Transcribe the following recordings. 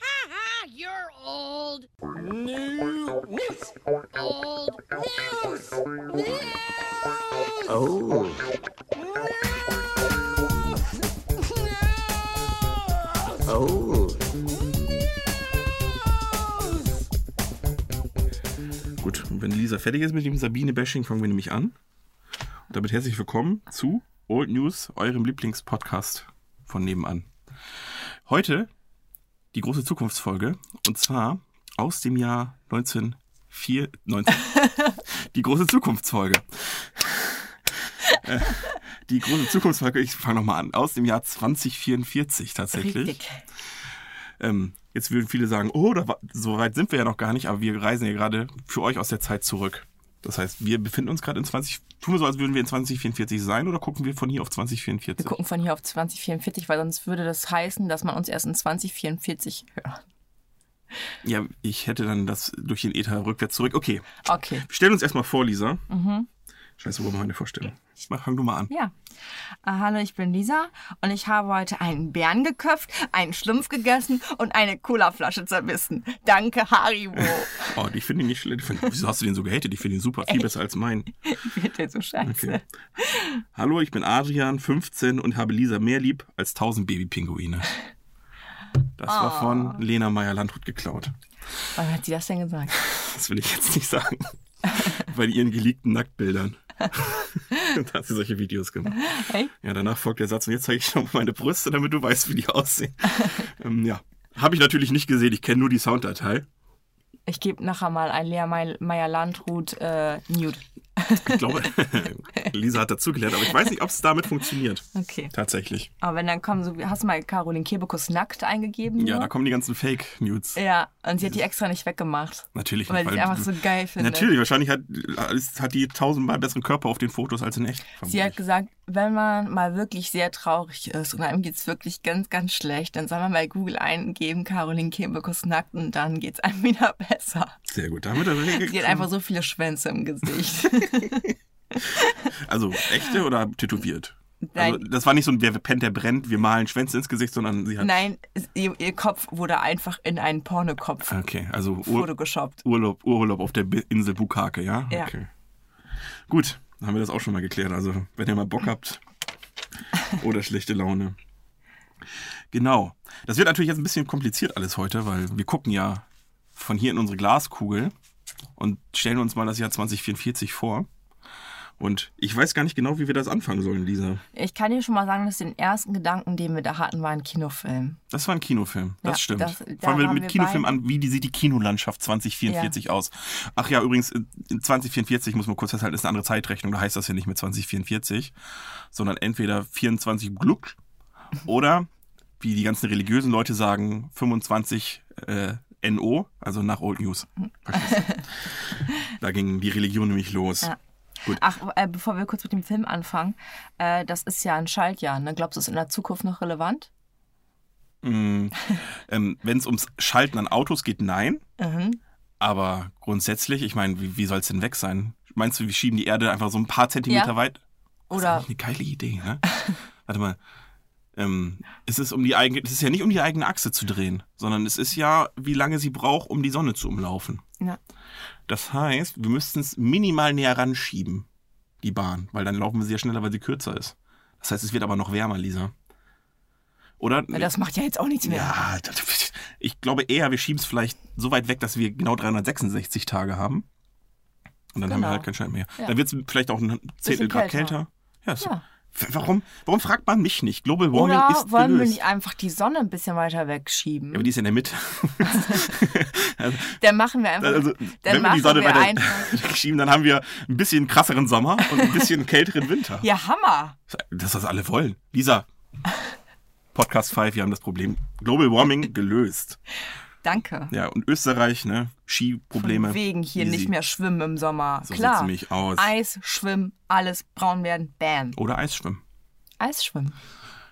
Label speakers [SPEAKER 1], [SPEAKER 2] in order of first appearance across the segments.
[SPEAKER 1] Ah,
[SPEAKER 2] you're old.
[SPEAKER 1] New news.
[SPEAKER 2] Old news.
[SPEAKER 1] News.
[SPEAKER 3] Oh.
[SPEAKER 1] News.
[SPEAKER 3] Oh.
[SPEAKER 1] News.
[SPEAKER 4] Gut, wenn Lisa fertig ist mit dem Sabine-Bashing, fangen wir nämlich an. Und damit herzlich willkommen zu Old News, eurem Lieblingspodcast von nebenan. Heute die große Zukunftsfolge und zwar aus dem Jahr 1904. 19, die große Zukunftsfolge. Äh, Die große Zukunftsfolge, ich fange nochmal an, aus dem Jahr 2044 tatsächlich.
[SPEAKER 5] Richtig.
[SPEAKER 4] Ähm, jetzt würden viele sagen, oh, da wa- so weit sind wir ja noch gar nicht, aber wir reisen ja gerade für euch aus der Zeit zurück. Das heißt, wir befinden uns gerade in 20, tun wir so, als würden wir in 2044 sein oder gucken wir von hier auf
[SPEAKER 5] Wir
[SPEAKER 4] 2044?
[SPEAKER 5] gucken von hier auf 2044, weil sonst würde das heißen, dass man uns erst in 2044 hört.
[SPEAKER 4] Ja, ich hätte dann das durch den Äther rückwärts zurück. Okay,
[SPEAKER 5] Okay.
[SPEAKER 4] stell uns erstmal vor, Lisa. Scheiße, wo machen wir eine Vorstellung? Ich mach, fang du mal an.
[SPEAKER 5] Ja. Äh, hallo, ich bin Lisa und ich habe heute einen Bären geköpft, einen Schlumpf gegessen und eine Colaflasche zerbissen. Danke, Haribo.
[SPEAKER 4] Oh, ich finde ihn nicht schlecht. Ich find- Wieso hast du den so gehatet? Ich finde ihn super, viel besser als meinen.
[SPEAKER 5] Wird dir so scheiße.
[SPEAKER 4] Okay. Hallo, ich bin Adrian, 15 und habe Lisa mehr lieb als 1000 Babypinguine. Das war
[SPEAKER 5] Oh.
[SPEAKER 4] von Lena Meyer-Landrut geklaut.
[SPEAKER 5] Wann hat sie das denn gesagt?
[SPEAKER 4] Das will ich jetzt nicht sagen. Bei ihren geleakten Nacktbildern. da hat sie solche Videos gemacht.
[SPEAKER 5] Echt?
[SPEAKER 4] Ja, danach folgt der Satz und jetzt zeige ich dir mal meine Brüste, damit du weißt, wie die aussehen. ähm, ja, habe ich natürlich nicht gesehen. Ich kenne nur die Sounddatei.
[SPEAKER 5] Ich gebe nachher mal ein Lea Mei- Meyer-Landrut äh, Nude.
[SPEAKER 4] Ich glaube, Lisa hat dazugelernt, aber ich weiß nicht, ob es damit funktioniert.
[SPEAKER 5] Okay.
[SPEAKER 4] Tatsächlich.
[SPEAKER 5] Aber wenn dann kommen, so, hast du mal Caroline Kebekus nackt eingegeben?
[SPEAKER 4] Ja,
[SPEAKER 5] so?
[SPEAKER 4] da kommen die ganzen Fake-News.
[SPEAKER 5] Ja, und sie hat die extra nicht weggemacht.
[SPEAKER 4] Natürlich
[SPEAKER 5] Weil
[SPEAKER 4] nicht,
[SPEAKER 5] sie es einfach so geil findet.
[SPEAKER 4] Natürlich, wahrscheinlich hat, ist- hat die tausendmal besseren Körper auf den Fotos als in echt.
[SPEAKER 5] Sie hat gesagt, wenn man mal wirklich sehr traurig ist und einem geht's wirklich ganz, ganz schlecht, dann soll man bei Google eingeben, Caroline Kebekus nackt und dann geht's einem wieder besser.
[SPEAKER 4] Sehr gut. Damit
[SPEAKER 5] Sie hat einfach so viele Schwänze im Gesicht.
[SPEAKER 4] Also echte oder tätowiert?
[SPEAKER 5] Nein.
[SPEAKER 4] Also, das war nicht so ein, wer pennt, der brennt, wir malen Schwänze ins Gesicht, sondern sie hat.
[SPEAKER 5] Nein, es- ihr, ihr Kopf wurde einfach in einen Pornokopf
[SPEAKER 4] Okay, also Ur
[SPEAKER 5] photoshoppt.
[SPEAKER 4] Urlaub, Urlaub auf der Bi- Insel Bukake, ja?
[SPEAKER 5] Ja.
[SPEAKER 4] Okay. Gut, dann haben wir das auch schon mal geklärt. Also, wenn ihr mal Bock habt oder schlechte Laune. Genau. Das wird natürlich jetzt ein bisschen kompliziert alles heute, weil wir gucken ja von hier in unsere Glaskugel und stellen uns mal das Jahr 2044 vor. Und ich weiß gar nicht genau, wie wir das anfangen sollen, Lisa.
[SPEAKER 5] Ich kann dir schon mal sagen, dass den ersten Gedanken, den wir da hatten, war ein Kinofilm.
[SPEAKER 4] Das war ein Kinofilm, das
[SPEAKER 5] Ja,
[SPEAKER 4] stimmt.
[SPEAKER 5] das- da
[SPEAKER 4] Fangen wir
[SPEAKER 5] waren
[SPEAKER 4] mit
[SPEAKER 5] wir
[SPEAKER 4] Kinofilm an, wie die, sieht die Kinolandschaft 2044 aus? Ach ja, übrigens, äh, in 2044, muss man kurz festhalten, ist eine andere Zeitrechnung, da heißt das ja nicht mehr 2044, sondern entweder 24 Gluck oder, wie die ganzen religiösen Leute sagen, 25 äh, NO, also nach Old News. Verstehst du? da ging die Religion nämlich los.
[SPEAKER 5] Ja. Ach, äh, bevor wir kurz mit dem Film anfangen, äh, das ist ja ein Schaltjahr. Ne? Glaubst du, ist in der Zukunft noch relevant?
[SPEAKER 4] Mm, ähm, Wenn es ums Schalten an Autos geht, nein.
[SPEAKER 5] Mhm.
[SPEAKER 4] Aber grundsätzlich, ich meine, wie, wie soll es denn weg sein? Meinst du, wir schieben die Erde einfach so ein paar Zentimeter
[SPEAKER 5] Ja.
[SPEAKER 4] weit?
[SPEAKER 5] Oder
[SPEAKER 4] Eine geile Idee, ne? Warte mal. Ähm, es, ist um die eigene, es ist ja nicht um die eigene Achse zu drehen, sondern es ist ja, wie lange sie braucht, um die Sonne zu umlaufen.
[SPEAKER 5] Ja.
[SPEAKER 4] Das heißt, wir müssten es minimal näher ranschieben, die Bahn, weil dann laufen wir sie ja schneller, weil sie kürzer ist. Das heißt, es wird aber noch wärmer, Lisa. Oder?
[SPEAKER 5] Ja, Das macht ja jetzt auch nichts mehr.
[SPEAKER 4] Ja, das- ich glaube eher, wir schieben es vielleicht so weit weg, dass wir genau 366 Tage haben. Und dann haben
[SPEAKER 5] Genau.
[SPEAKER 4] wir halt keinen Schein mehr.
[SPEAKER 5] Ja.
[SPEAKER 4] Dann wird es vielleicht auch ein Zehntel
[SPEAKER 5] Bisschen
[SPEAKER 4] Grad kälter.
[SPEAKER 5] kälter.
[SPEAKER 4] Ja, so.
[SPEAKER 5] Ja.
[SPEAKER 4] W- Warum, warum fragt man mich nicht? Global Warming
[SPEAKER 5] Oder
[SPEAKER 4] ist
[SPEAKER 5] wollen wir
[SPEAKER 4] gelöst.
[SPEAKER 5] nicht einfach die Sonne ein bisschen weiter wegschieben?
[SPEAKER 4] ja, aber die ist in der Mitte. also,
[SPEAKER 5] dann machen wir einfach.
[SPEAKER 4] also,
[SPEAKER 5] dann
[SPEAKER 4] wenn wir die
[SPEAKER 5] machen
[SPEAKER 4] Sonne
[SPEAKER 5] wir
[SPEAKER 4] weiter
[SPEAKER 5] einfach-
[SPEAKER 4] schieben, dann haben wir ein bisschen krasseren Sommer und ein bisschen kälteren Winter.
[SPEAKER 5] ja, Hammer!
[SPEAKER 4] Dass das alle wollen. Lisa, Podcast 5, wir haben das Problem Global Warming gelöst.
[SPEAKER 5] Danke.
[SPEAKER 4] Ja, und Österreich, ne? Skiprobleme.
[SPEAKER 5] Wegen hier
[SPEAKER 4] Easy.
[SPEAKER 5] nicht mehr schwimmen im Sommer.
[SPEAKER 4] So
[SPEAKER 5] Klar.
[SPEAKER 4] sieht's nämlich aus.
[SPEAKER 5] Eis, schwimmen, alles braun werden, bam.
[SPEAKER 4] Oder Eisschwimmen.
[SPEAKER 5] Eis schwimmen.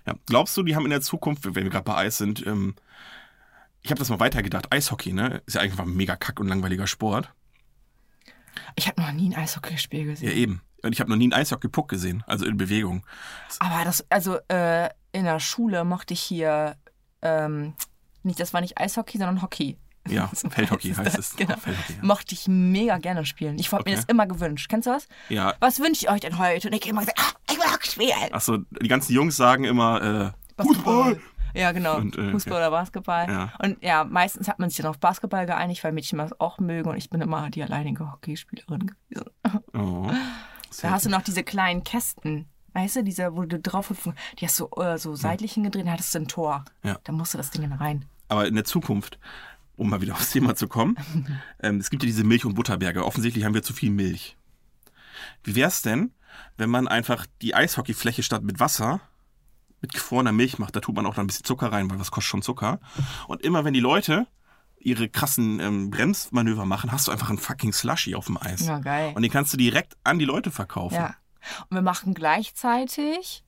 [SPEAKER 4] Ja. Glaubst du, die haben in der Zukunft, wenn wir gerade bei Eis sind, ähm, ich habe das mal weitergedacht, Eishockey, ne? Ist ja eigentlich einfach ein mega kack und langweiliger Sport.
[SPEAKER 5] Ich habe noch nie ein Eishockeyspiel
[SPEAKER 4] Ja,
[SPEAKER 5] gesehen.
[SPEAKER 4] eben. Und ich habe noch nie einen Eishockey-Puck gesehen, also in Bewegung.
[SPEAKER 5] Aber das, also äh, in der Schule mochte ich hier ähm, nicht, das war nicht Eishockey, sondern Hockey.
[SPEAKER 4] Ja,
[SPEAKER 5] So
[SPEAKER 4] Feldhockey heißt es.
[SPEAKER 5] Genau.
[SPEAKER 4] Feldhockey, ja.
[SPEAKER 5] Mochte ich mega gerne spielen. Ich habe mir
[SPEAKER 4] Okay.
[SPEAKER 5] das immer gewünscht. Kennst du was?
[SPEAKER 4] ja.
[SPEAKER 5] Was wünscht ihr euch denn heute? Und ich hab immer gesagt, ah, ich will Hockey spielen.
[SPEAKER 4] Achso, die ganzen Jungs sagen immer äh, Fußball.
[SPEAKER 5] Ja, genau.
[SPEAKER 4] Und, äh,
[SPEAKER 5] Fußball
[SPEAKER 4] okay.
[SPEAKER 5] oder Basketball.
[SPEAKER 4] Ja.
[SPEAKER 5] Und ja, meistens hat man sich dann auf Basketball geeinigt, weil Mädchen das auch mögen. Und ich bin immer die alleinige Hockeyspielerin gewesen.
[SPEAKER 4] Oh.
[SPEAKER 5] Da hast du noch diese kleinen Kästen. Weißt du, diese, wo du draufhüpfen, die hast du äh, so seitlich hingedreht, dann hattest du ein Tor.
[SPEAKER 4] Ja.
[SPEAKER 5] Da musste das Ding dann rein.
[SPEAKER 4] Aber in der Zukunft, um mal wieder aufs Thema zu kommen, ähm, es gibt ja diese Milch- und Butterberge. Offensichtlich haben wir zu viel Milch. Wie wäre es denn, wenn man einfach die Eishockeyfläche statt mit Wasser mit gefrorener Milch macht? Da tut man auch dann ein bisschen Zucker rein, weil was kostet schon Zucker. Und immer wenn die Leute ihre krassen ähm, Bremsmanöver machen, hast du einfach einen fucking Slushy auf dem Eis.
[SPEAKER 5] Ja, geil.
[SPEAKER 4] Und den kannst du direkt an die Leute verkaufen.
[SPEAKER 5] Ja. Und wir machen gleichzeitig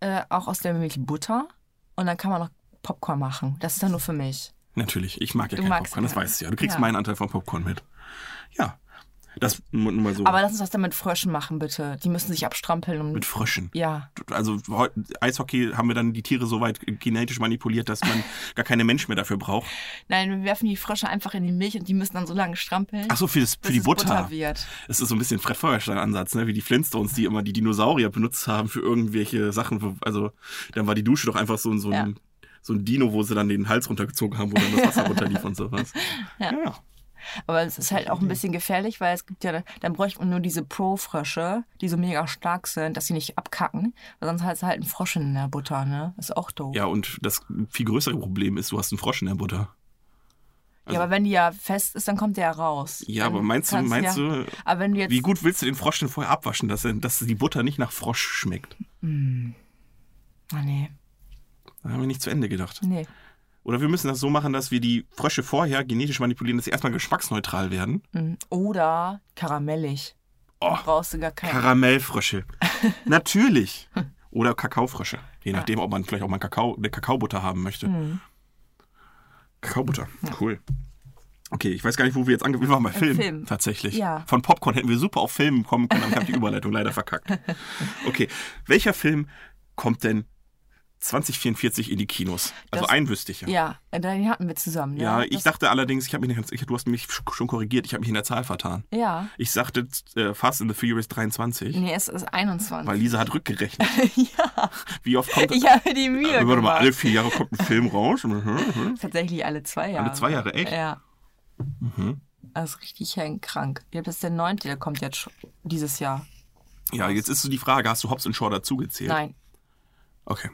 [SPEAKER 5] äh, auch aus der Milch Butter. Und dann kann man noch Popcorn machen. Das ist dann nur für mich.
[SPEAKER 4] Natürlich, ich mag ja
[SPEAKER 5] Du
[SPEAKER 4] kein
[SPEAKER 5] magst
[SPEAKER 4] Popcorn, das
[SPEAKER 5] keinen.
[SPEAKER 4] weißt du ja. Du kriegst
[SPEAKER 5] Ja.
[SPEAKER 4] meinen Anteil vom Popcorn mit. Ja, das nur nur mal so
[SPEAKER 5] Aber lass uns das dann mit Fröschen machen, bitte. Die müssen sich abstrampeln. Und,
[SPEAKER 4] mit Fröschen.
[SPEAKER 5] ja.
[SPEAKER 4] Also heu- Eishockey haben wir dann die Tiere so weit genetisch manipuliert, dass man gar keine Menschen mehr dafür braucht.
[SPEAKER 5] Nein, wir werfen die Frösche einfach in die Milch und die müssen dann so lange strampeln.
[SPEAKER 4] Ach so, für, das, für
[SPEAKER 5] bis
[SPEAKER 4] die
[SPEAKER 5] es
[SPEAKER 4] Butter.
[SPEAKER 5] wird.
[SPEAKER 4] Es ist so ein bisschen Fred Feuerstein-Ansatz, ne? wie die Flintstones, die immer die Dinosaurier benutzt haben für irgendwelche Sachen. wo- Also dann war die Dusche doch einfach so, ein- so, ein, so ein Dino, wo sie dann den Hals runtergezogen haben, wo dann das Wasser runterlief und sowas.
[SPEAKER 5] Ja.
[SPEAKER 4] ja.
[SPEAKER 5] Aber es ist halt auch ein bisschen gefährlich, weil es gibt ja, dann bräuchte man nur diese Pro-Frösche, die so mega stark sind, dass sie nicht abkacken. Weil sonst hat es halt einen Frosch in der Butter, ne? Ist auch doof.
[SPEAKER 4] Ja, und das viel größere Problem ist, du hast einen Frosch in der Butter. also-
[SPEAKER 5] ja, aber wenn die ja fest ist, dann kommt der ja raus.
[SPEAKER 4] Ja,
[SPEAKER 5] Dann
[SPEAKER 4] aber meinst du,
[SPEAKER 5] kannst
[SPEAKER 4] meinst
[SPEAKER 5] Ähm, ja,
[SPEAKER 4] du, äh,
[SPEAKER 5] Aber wenn du jetzt.
[SPEAKER 4] wie gut willst du den Frosch denn vorher abwaschen, dass, er, dass die Butter nicht nach Frosch schmeckt?
[SPEAKER 5] Ah, nee.
[SPEAKER 4] Da haben wir nicht zu Ende gedacht.
[SPEAKER 5] Nee.
[SPEAKER 4] Oder wir müssen das so machen, dass wir die Frösche vorher genetisch manipulieren, dass sie erstmal geschmacksneutral werden.
[SPEAKER 5] Mhm. Oder karamellig.
[SPEAKER 4] Oh,
[SPEAKER 5] Brauchst du gar keinen.
[SPEAKER 4] Karamellfrösche. Natürlich.
[SPEAKER 5] Hm.
[SPEAKER 4] Oder Kakaofrösche. Je nachdem, ob man vielleicht auch mal Kakao, eine Kakaobutter haben möchte.
[SPEAKER 5] Hm.
[SPEAKER 4] Kakaobutter, cool. Okay, ich weiß gar nicht, wo wir jetzt angefangen haben. Wir waren bei Film,
[SPEAKER 5] Film.
[SPEAKER 4] tatsächlich.
[SPEAKER 5] Ja.
[SPEAKER 4] Von Popcorn hätten wir super auf Filmen kommen können, aber ich habe die Überleitung leider verkackt. Okay, welcher Film kommt denn 2044 in die Kinos? Also
[SPEAKER 5] Das-
[SPEAKER 4] einen wüsste ich ja.
[SPEAKER 5] ja, den hatten wir zusammen. Ne?
[SPEAKER 4] Ja, ich
[SPEAKER 5] Das-
[SPEAKER 4] dachte allerdings, ich habe mich nicht ganz, ich, du hast mich schon korrigiert, ich habe mich in der Zahl vertan.
[SPEAKER 5] Ja.
[SPEAKER 4] Ich sagte äh, Fast and the Furious 23,
[SPEAKER 5] Nee, es ist 21.
[SPEAKER 4] weil Lisa hat rückgerechnet.
[SPEAKER 5] ja.
[SPEAKER 4] Wie oft kommt
[SPEAKER 5] Ich habe die Mühe.
[SPEAKER 4] Äh, Warte mal,
[SPEAKER 5] gemacht.
[SPEAKER 4] alle vier Jahre kommt ein Film raus. Mhm, mhm.
[SPEAKER 5] Tatsächlich alle zwei Jahre.
[SPEAKER 4] Alle zwei Mhm. Jahre, echt?
[SPEAKER 5] Ja. Das ist richtig krank. Ja, das ist der neunte, der kommt jetzt schon dieses Jahr.
[SPEAKER 4] Ja, jetzt ist so die Frage, hast du Hobbs und Shaw dazugezählt?
[SPEAKER 5] Nein.
[SPEAKER 4] Okay.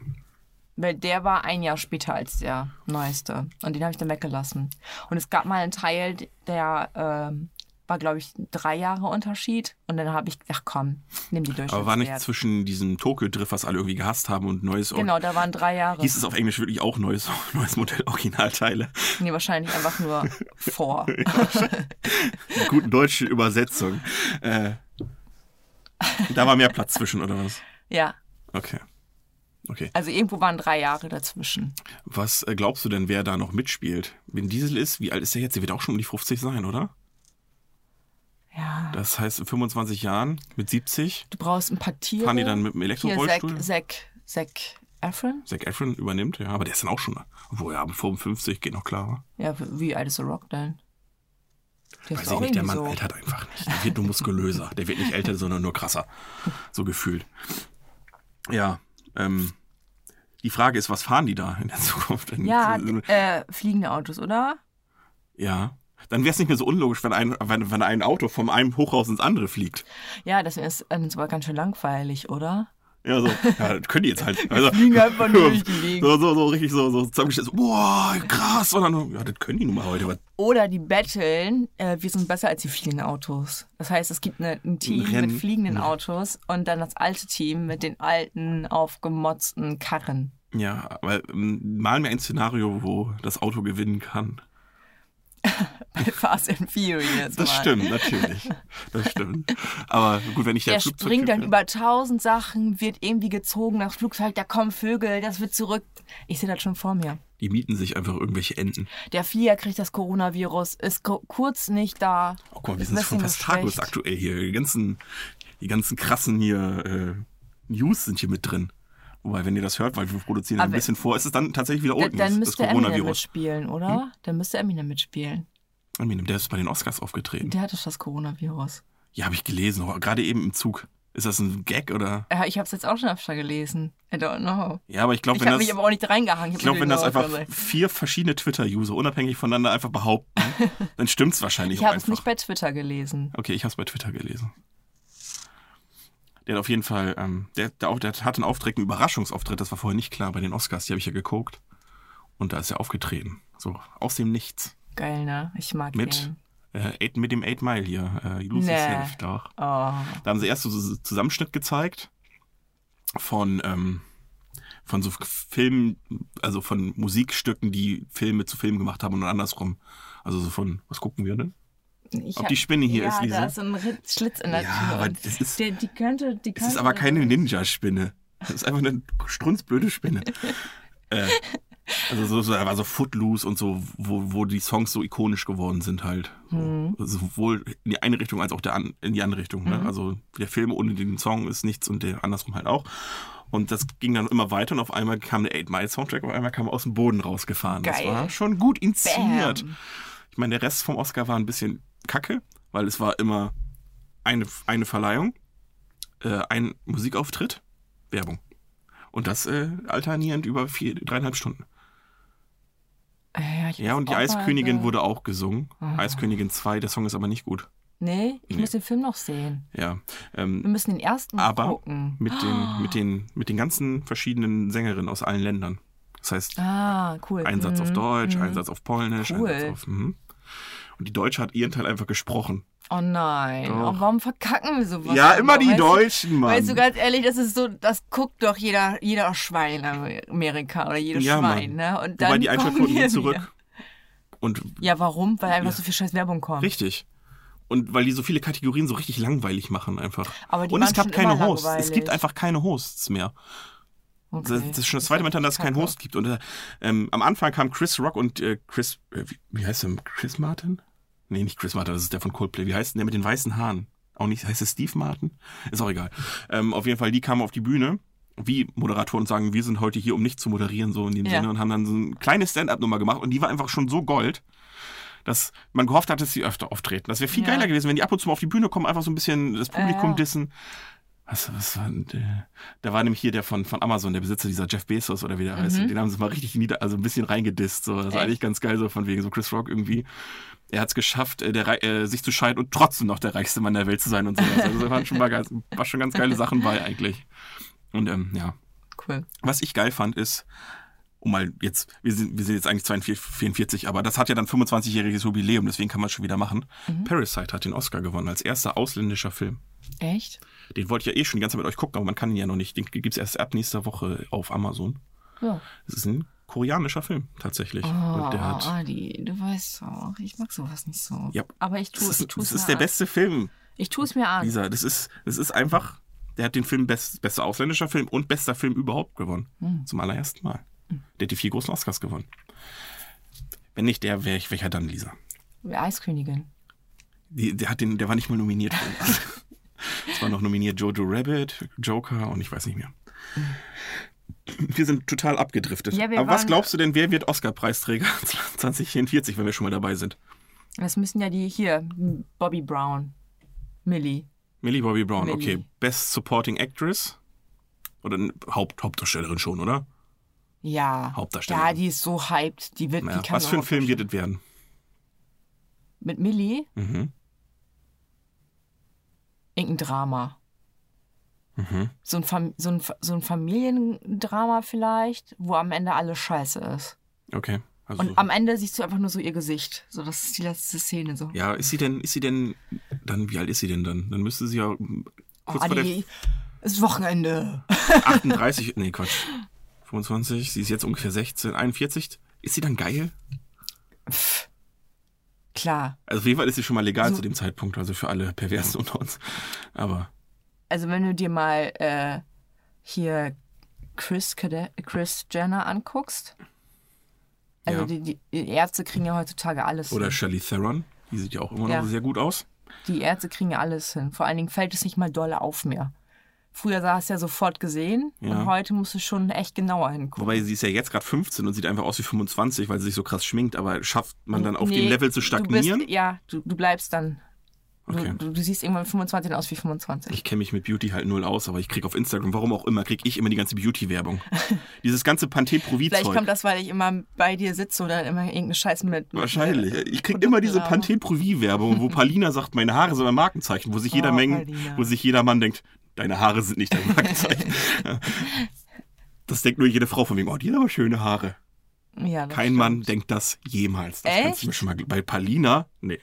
[SPEAKER 5] Weil der war ein Jahr später als der neueste. Und den habe ich dann weggelassen. Und es gab mal einen Teil, der ähm, war, glaube ich, drei Jahre Unterschied. Und dann habe ich gedacht, komm, nimm die durch.
[SPEAKER 4] Aber war nicht zwischen diesem Tokyo-Drift, was alle irgendwie gehasst haben, und neues
[SPEAKER 5] Genau, da waren drei Jahre.
[SPEAKER 4] Hieß es auf Englisch wirklich auch neues, neues Modell Originalteile.
[SPEAKER 5] Nee, wahrscheinlich einfach nur vor.
[SPEAKER 4] Mit guten deutschen Übersetzung. Äh, da war mehr Platz zwischen, oder was?
[SPEAKER 5] Ja.
[SPEAKER 4] Okay. Okay.
[SPEAKER 5] Also irgendwo waren drei Jahre dazwischen.
[SPEAKER 4] Was äh, glaubst du denn, wer da noch mitspielt? Wenn Diesel ist, wie alt ist der jetzt? Der wird auch schon um die 50 sein, oder?
[SPEAKER 5] Ja.
[SPEAKER 4] Das heißt, in 25 Jahren, mit 70,
[SPEAKER 5] Du brauchst ein paar Tiere.
[SPEAKER 4] fahren die dann mit dem
[SPEAKER 5] Hier, Zack,
[SPEAKER 4] Elektrorollstuhl?
[SPEAKER 5] Zack, Zack Efron?
[SPEAKER 4] Zac Efron übernimmt, ja, aber der ist dann auch schon, obwohl ja, 55 geht noch klar. wa?
[SPEAKER 5] Ja, wie alt ist The Rock denn? Der
[SPEAKER 4] Weiß
[SPEAKER 5] auch
[SPEAKER 4] ich nicht, der
[SPEAKER 5] irgendwie
[SPEAKER 4] Mann
[SPEAKER 5] so.
[SPEAKER 4] altert einfach nicht. Der wird nur muskulöser. Der wird nicht älter, sondern nur krasser. So gefühlt. Ja, ähm, die Frage ist, was fahren die da in der Zukunft? In-
[SPEAKER 5] Ja, äh, fliegende Autos, oder?
[SPEAKER 4] ja. Dann wäre es nicht mehr so unlogisch, wenn ein, wenn, wenn ein Auto vom einen Hochhaus ins andere fliegt.
[SPEAKER 5] Ja, das ist uns aber ganz schön langweilig, oder?
[SPEAKER 4] Ja, so, ja, das können die jetzt halt. Also,
[SPEAKER 5] fliegen einfach nur durch die Gegend.
[SPEAKER 4] so, so, so richtig so, so zusammengestellt. So, boah, krass. Und dann, ja, das können die nun mal heute. Was
[SPEAKER 5] Oder die betteln, äh, wir sind besser als die fliegenden Autos. Das heißt, es gibt eine, ein Team
[SPEAKER 4] Rennen.
[SPEAKER 5] mit fliegenden Autos und dann das alte Team mit den alten, aufgemotzten Karren.
[SPEAKER 4] Ja, aber ähm, mal mir ein Szenario, wo das Auto gewinnen kann.
[SPEAKER 5] Bei Fast and Furious.
[SPEAKER 4] Das
[SPEAKER 5] Mann.
[SPEAKER 4] stimmt, natürlich. Das stimmt. Aber gut, wenn ich
[SPEAKER 5] Der
[SPEAKER 4] der Flugzeugtyp
[SPEAKER 5] springt dann
[SPEAKER 4] bin.
[SPEAKER 5] über tausend Sachen, wird irgendwie gezogen nach Flugzeug, da kommen Vögel, das wird zurück. Ich sehe das schon vor mir.
[SPEAKER 4] Die mieten sich einfach irgendwelche Enten.
[SPEAKER 5] Der Flieger kriegt das Coronavirus, ist ko- kurz nicht da.
[SPEAKER 4] Oh, guck mal, wir
[SPEAKER 5] ist
[SPEAKER 4] sind
[SPEAKER 5] ein
[SPEAKER 4] schon
[SPEAKER 5] bisschen
[SPEAKER 4] fast taglos
[SPEAKER 5] geschwächt.
[SPEAKER 4] aktuell hier. Die ganzen, die ganzen krassen hier äh, News sind hier mit drin. Wobei, wenn ihr das hört, weil wir produzieren ein
[SPEAKER 5] Aber-
[SPEAKER 4] bisschen vor, ist es dann tatsächlich wieder
[SPEAKER 5] Da,
[SPEAKER 4] Old
[SPEAKER 5] dann
[SPEAKER 4] News, das
[SPEAKER 5] müsste Eminem
[SPEAKER 4] Coronavirus. Hm?
[SPEAKER 5] mitspielen, oder? Dann müsste Eminem mitspielen.
[SPEAKER 4] Eminem, der ist bei den Oscars aufgetreten.
[SPEAKER 5] Der hatte schon das Coronavirus.
[SPEAKER 4] Ja, habe ich gelesen, aber gerade eben im Zug. Ist das ein Gag oder?
[SPEAKER 5] Äh, Ich habe es jetzt auch schon öfter gelesen. I don't know.
[SPEAKER 4] Ja, aber ich glaube,
[SPEAKER 5] Ich
[SPEAKER 4] wenn
[SPEAKER 5] habe
[SPEAKER 4] das,
[SPEAKER 5] mich aber auch also. nicht reingehangen.
[SPEAKER 4] ich glaub, wenn das einfach
[SPEAKER 5] Ich,
[SPEAKER 4] vier verschiedene Twitter-User unabhängig voneinander einfach behaupten, dann stimmt's wahrscheinlich
[SPEAKER 5] ich
[SPEAKER 4] auch
[SPEAKER 5] habe es nicht
[SPEAKER 4] einfach.
[SPEAKER 5] bei Twitter gelesen.
[SPEAKER 4] Okay, ich habe es bei Twitter gelesen. Der hat auf jeden Fall, ähm, der, der, auch, der hat einen Auftritt, einen Überraschungsauftritt, das war vorher nicht klar bei den Oscars, die habe ich ja geguckt. Und da ist er aufgetreten. So, aus dem Nichts.
[SPEAKER 5] Geil, ne? Ich mag
[SPEAKER 4] Mit?
[SPEAKER 5] den.
[SPEAKER 4] Äh, eight, mit dem Eight Mile hier, äh, You Lose
[SPEAKER 5] Nee.
[SPEAKER 4] Yourself, doch.
[SPEAKER 5] Oh.
[SPEAKER 4] Da haben sie erst so einen Zusammenschnitt gezeigt von, ähm, von so Filmen, also von Musikstücken, die Filme zu Filmen gemacht haben und andersrum. Also so von, was gucken wir denn?
[SPEAKER 5] Ich
[SPEAKER 4] Ob
[SPEAKER 5] hab-
[SPEAKER 4] die Spinne hier
[SPEAKER 5] ja,
[SPEAKER 4] ist, Lisa?
[SPEAKER 5] da ist so ein Ritz- Schlitz in der
[SPEAKER 4] Ja,
[SPEAKER 5] Tür.
[SPEAKER 4] aber
[SPEAKER 5] und
[SPEAKER 4] das ist-
[SPEAKER 5] die, die könnte, die
[SPEAKER 4] Es
[SPEAKER 5] könnte
[SPEAKER 4] ist aber keine Ninja-Spinne. Das ist einfach eine strunzblöde Spinne. äh, also so, so, da war so Footloose und so, wo, wo die Songs so ikonisch geworden sind halt. So,
[SPEAKER 5] Mhm.
[SPEAKER 4] Sowohl in die eine Richtung als auch der an, in die andere Richtung. Ne?
[SPEAKER 5] Mhm.
[SPEAKER 4] Also der Film ohne den Song ist nichts und der andersrum halt auch. Und das ging dann immer weiter und auf einmal kam der 8 Mile Soundtrack, auf einmal kam er aus dem Boden rausgefahren.
[SPEAKER 5] Geil.
[SPEAKER 4] Das war schon gut inszeniert.
[SPEAKER 5] Bam.
[SPEAKER 4] Ich meine, der Rest vom Oscar war ein bisschen kacke, weil es war immer eine, eine Verleihung, äh, ein Musikauftritt, Werbung. Und das äh, alternierend über vier, dreieinhalb Stunden.
[SPEAKER 5] Äh, Ja, ich
[SPEAKER 4] Ja, und die
[SPEAKER 5] auch mal
[SPEAKER 4] Eiskönigin
[SPEAKER 5] so-
[SPEAKER 4] wurde auch gesungen.
[SPEAKER 5] Ah.
[SPEAKER 4] Eiskönigin 2, der Song ist aber nicht gut.
[SPEAKER 5] Nee, ich
[SPEAKER 4] Nee.
[SPEAKER 5] muss den Film noch sehen.
[SPEAKER 4] Ja.
[SPEAKER 5] Wir
[SPEAKER 4] Ähm,
[SPEAKER 5] müssen den ersten
[SPEAKER 4] Aber
[SPEAKER 5] gucken.
[SPEAKER 4] mit, den, mit, den, mit den ganzen verschiedenen Sängerinnen aus allen Ländern. Das heißt,
[SPEAKER 5] Ah, cool.
[SPEAKER 4] ein Satz auf
[SPEAKER 5] Mhm,
[SPEAKER 4] Deutsch,
[SPEAKER 5] mhm.
[SPEAKER 4] ein Satz auf Polnisch,
[SPEAKER 5] Cool.
[SPEAKER 4] ein Satz auf. Mhm. Und die Deutsche hat ihren Teil einfach gesprochen.
[SPEAKER 5] Oh nein.
[SPEAKER 4] Doch.
[SPEAKER 5] Oh, warum verkacken wir sowas?
[SPEAKER 4] ja, immer die
[SPEAKER 5] Weißt du-
[SPEAKER 4] Deutschen, Mann.
[SPEAKER 5] Weißt du, ganz ehrlich, das ist so, das guckt doch jeder, jeder Schwein in Amerika oder jedes
[SPEAKER 4] Ja,
[SPEAKER 5] Schwein,
[SPEAKER 4] Mann.
[SPEAKER 5] ne? Und dann
[SPEAKER 4] Wobei die
[SPEAKER 5] kommen
[SPEAKER 4] Einschaltquoten
[SPEAKER 5] wir
[SPEAKER 4] gehen zurück.
[SPEAKER 5] wieder.
[SPEAKER 4] Und
[SPEAKER 5] Ja, warum? Weil einfach
[SPEAKER 4] Ja.
[SPEAKER 5] so viel scheiß Werbung kommt.
[SPEAKER 4] richtig. Und weil die so viele Kategorien so richtig langweilig machen einfach.
[SPEAKER 5] Aber die
[SPEAKER 4] Und es
[SPEAKER 5] waren
[SPEAKER 4] gab
[SPEAKER 5] schon
[SPEAKER 4] keine
[SPEAKER 5] immer
[SPEAKER 4] Hosts. Es gibt
[SPEAKER 5] langweilig.
[SPEAKER 4] einfach keine Hosts mehr.
[SPEAKER 5] Okay.
[SPEAKER 4] Das das ist schon das zweite Mal, dann, dass es keinen
[SPEAKER 5] Kacke.
[SPEAKER 4] Host gibt. Und äh, ähm, am Anfang kam Chris Rock und äh, Chris, äh, wie, wie heißt der? Chris Martin? Nee, nicht Chris Martin, das ist der von Coldplay. Wie heißt denn der mit den weißen Haaren? Auch nicht, heißt er Steve Martin? Ist auch egal. Ähm, auf jeden Fall, die kamen auf die Bühne, wie Moderatoren sagen, wir sind heute hier, um nicht zu moderieren, so in dem
[SPEAKER 5] Ja.
[SPEAKER 4] Sinne, und haben dann so eine kleine Stand-up-Nummer gemacht und die war einfach schon so gold, dass man gehofft hat, dass sie öfter auftreten. Das wäre viel
[SPEAKER 5] Ja.
[SPEAKER 4] geiler gewesen, wenn die ab und zu mal auf die Bühne kommen, einfach so ein bisschen das Publikum
[SPEAKER 5] ja.
[SPEAKER 4] dissen. Was, was war denn der? Da war nämlich hier der von, von Amazon, der Besitzer dieser Jeff Bezos oder wie der heißt. Den haben sie mal richtig nieder, also ein bisschen reingedisst. So. Das war
[SPEAKER 5] Echt?
[SPEAKER 4] eigentlich ganz geil, so von wegen so Chris Rock irgendwie. Er hat es geschafft, äh, der, Rei- äh, sich zu scheiden und trotzdem noch der reichste Mann der Welt zu sein und so. Also da waren schon mal ganz, war schon ganz geile Sachen bei eigentlich. Und ähm, ja.
[SPEAKER 5] Cool.
[SPEAKER 4] Was ich geil fand, ist, um mal jetzt, wir sind, wir sind jetzt eigentlich 42, 44, aber das hat ja dann 25-jähriges Jubiläum, deswegen kann man es schon wieder machen. Parasite hat den Oscar gewonnen als erster ausländischer Film.
[SPEAKER 5] Echt?
[SPEAKER 4] Den wollte ich ja eh schon die ganze Zeit mit euch gucken, aber man kann ihn ja noch nicht. Den gibt es erst ab nächster Woche auf Amazon.
[SPEAKER 5] Ja.
[SPEAKER 4] Es ist ein koreanischer Film, tatsächlich.
[SPEAKER 5] Oh,
[SPEAKER 4] Und der hat.
[SPEAKER 5] Adi, du weißt doch, ich mag sowas nicht so.
[SPEAKER 4] Ja.
[SPEAKER 5] Aber ich
[SPEAKER 4] Das
[SPEAKER 5] tue es
[SPEAKER 4] ist, das ist der beste Film,
[SPEAKER 5] Ich tue es mir an.
[SPEAKER 4] Lisa. Das ist, das ist einfach. Der hat den Film best, bester ausländischer Film und bester Film überhaupt gewonnen.
[SPEAKER 5] Hm.
[SPEAKER 4] Zum allerersten Mal. Der hat die vier großen Oscars gewonnen. Wenn nicht der, wäre ich welcher dann, Lisa?
[SPEAKER 5] Eiskönigin.
[SPEAKER 4] Die, der, hat den, der war nicht mal nominiert. es war noch nominiert Jojo Rabbit, Joker und ich weiß nicht mehr. Wir sind total abgedriftet.
[SPEAKER 5] Ja, wir
[SPEAKER 4] Aber was
[SPEAKER 5] waren-
[SPEAKER 4] glaubst du denn, wer wird Oscar-Preisträger 2044, wenn wir schon mal dabei sind?
[SPEAKER 5] Das müssen ja die hier, Bobby Brown, Millie.
[SPEAKER 4] Millie Bobby Brown,
[SPEAKER 5] Millie.
[SPEAKER 4] okay. Best Supporting Actress? Oder n- Haupt, Hauptdarstellerin schon, oder?
[SPEAKER 5] Ja.
[SPEAKER 4] Hauptdarstellerin.
[SPEAKER 5] Ja, die ist so hyped. Die wird,
[SPEAKER 4] Naja,
[SPEAKER 5] die kann
[SPEAKER 4] was für ein
[SPEAKER 5] auch-
[SPEAKER 4] Film wird es werden?
[SPEAKER 5] Mit Millie?
[SPEAKER 4] Mhm.
[SPEAKER 5] Irgendein Drama.
[SPEAKER 4] Mhm.
[SPEAKER 5] So ein, Fam so, ein, Fa- so ein Familiendrama vielleicht, wo am Ende alles scheiße ist.
[SPEAKER 4] Okay. Also,
[SPEAKER 5] Und am Ende siehst du einfach nur so ihr Gesicht. So, das ist die letzte Szene. So.
[SPEAKER 4] ja, ist sie denn, ist sie denn, dann, wie alt ist sie denn dann? Dann müsste sie ja mm,
[SPEAKER 5] oh,
[SPEAKER 4] kurz vor der
[SPEAKER 5] Adi, ist Wochenende.
[SPEAKER 4] 38, nee, Quatsch. 25, sie ist jetzt ungefähr 16, 41. Ist sie dann geil?
[SPEAKER 5] Klar.
[SPEAKER 4] Also auf jeden Fall ist sie schon mal legal
[SPEAKER 5] So-
[SPEAKER 4] zu dem Zeitpunkt, also für alle Perversen unter uns. Aber
[SPEAKER 5] Also wenn du dir mal äh, hier Chris, Kade Chris Jenner anguckst. Also
[SPEAKER 4] Ja.
[SPEAKER 5] die, die die Ärzte kriegen ja heutzutage alles
[SPEAKER 4] oder
[SPEAKER 5] hin.
[SPEAKER 4] Shelley Theron, die sieht ja auch immer
[SPEAKER 5] Ja.
[SPEAKER 4] noch sehr gut aus.
[SPEAKER 5] Die Ärzte kriegen ja alles hin. Vor allen Dingen fällt es nicht mal doll auf mehr. Früher sah es ja sofort gesehen
[SPEAKER 4] Ja.
[SPEAKER 5] und heute musst du schon echt genauer hingucken.
[SPEAKER 4] Wobei sie ist ja jetzt gerade 15 und sieht einfach aus wie 25, weil sie sich so krass schminkt, aber schafft man dann auf
[SPEAKER 5] Nee,
[SPEAKER 4] dem Level zu
[SPEAKER 5] Du
[SPEAKER 4] stagnieren?
[SPEAKER 5] bist, ja, du, du bleibst dann. Du,
[SPEAKER 4] Okay.
[SPEAKER 5] du, du siehst irgendwann 25 aus wie 25.
[SPEAKER 4] Ich kenne mich mit Beauty halt null aus, aber ich krieg auf Instagram, warum auch immer, krieg ich immer die ganze Beauty-Werbung. Dieses ganze
[SPEAKER 5] Vielleicht kommt
[SPEAKER 4] Pantene-Provi-Zeug.
[SPEAKER 5] das, weil ich immer bei dir sitze oder immer irgendeinen Scheiß mit.
[SPEAKER 4] Wahrscheinlich.
[SPEAKER 5] äh,
[SPEAKER 4] Ich krieg immer diese Pantene-Provi-Werbung, wo Palina sagt, meine Haare sind ein Markenzeichen, wo sich jeder
[SPEAKER 5] Oh,
[SPEAKER 4] Menge,
[SPEAKER 5] Palina.
[SPEAKER 4] wo sich jeder Mann denkt, deine Haare sind nicht dein Markenzeichen. das denkt nur jede Frau von wegen, oh, die hat aber schöne Haare.
[SPEAKER 5] Ja, das
[SPEAKER 4] Kein
[SPEAKER 5] stimmt.
[SPEAKER 4] Mann denkt das jemals. Das kannst du
[SPEAKER 5] Echt?
[SPEAKER 4] mir schon mal gl- bei Palina, nee.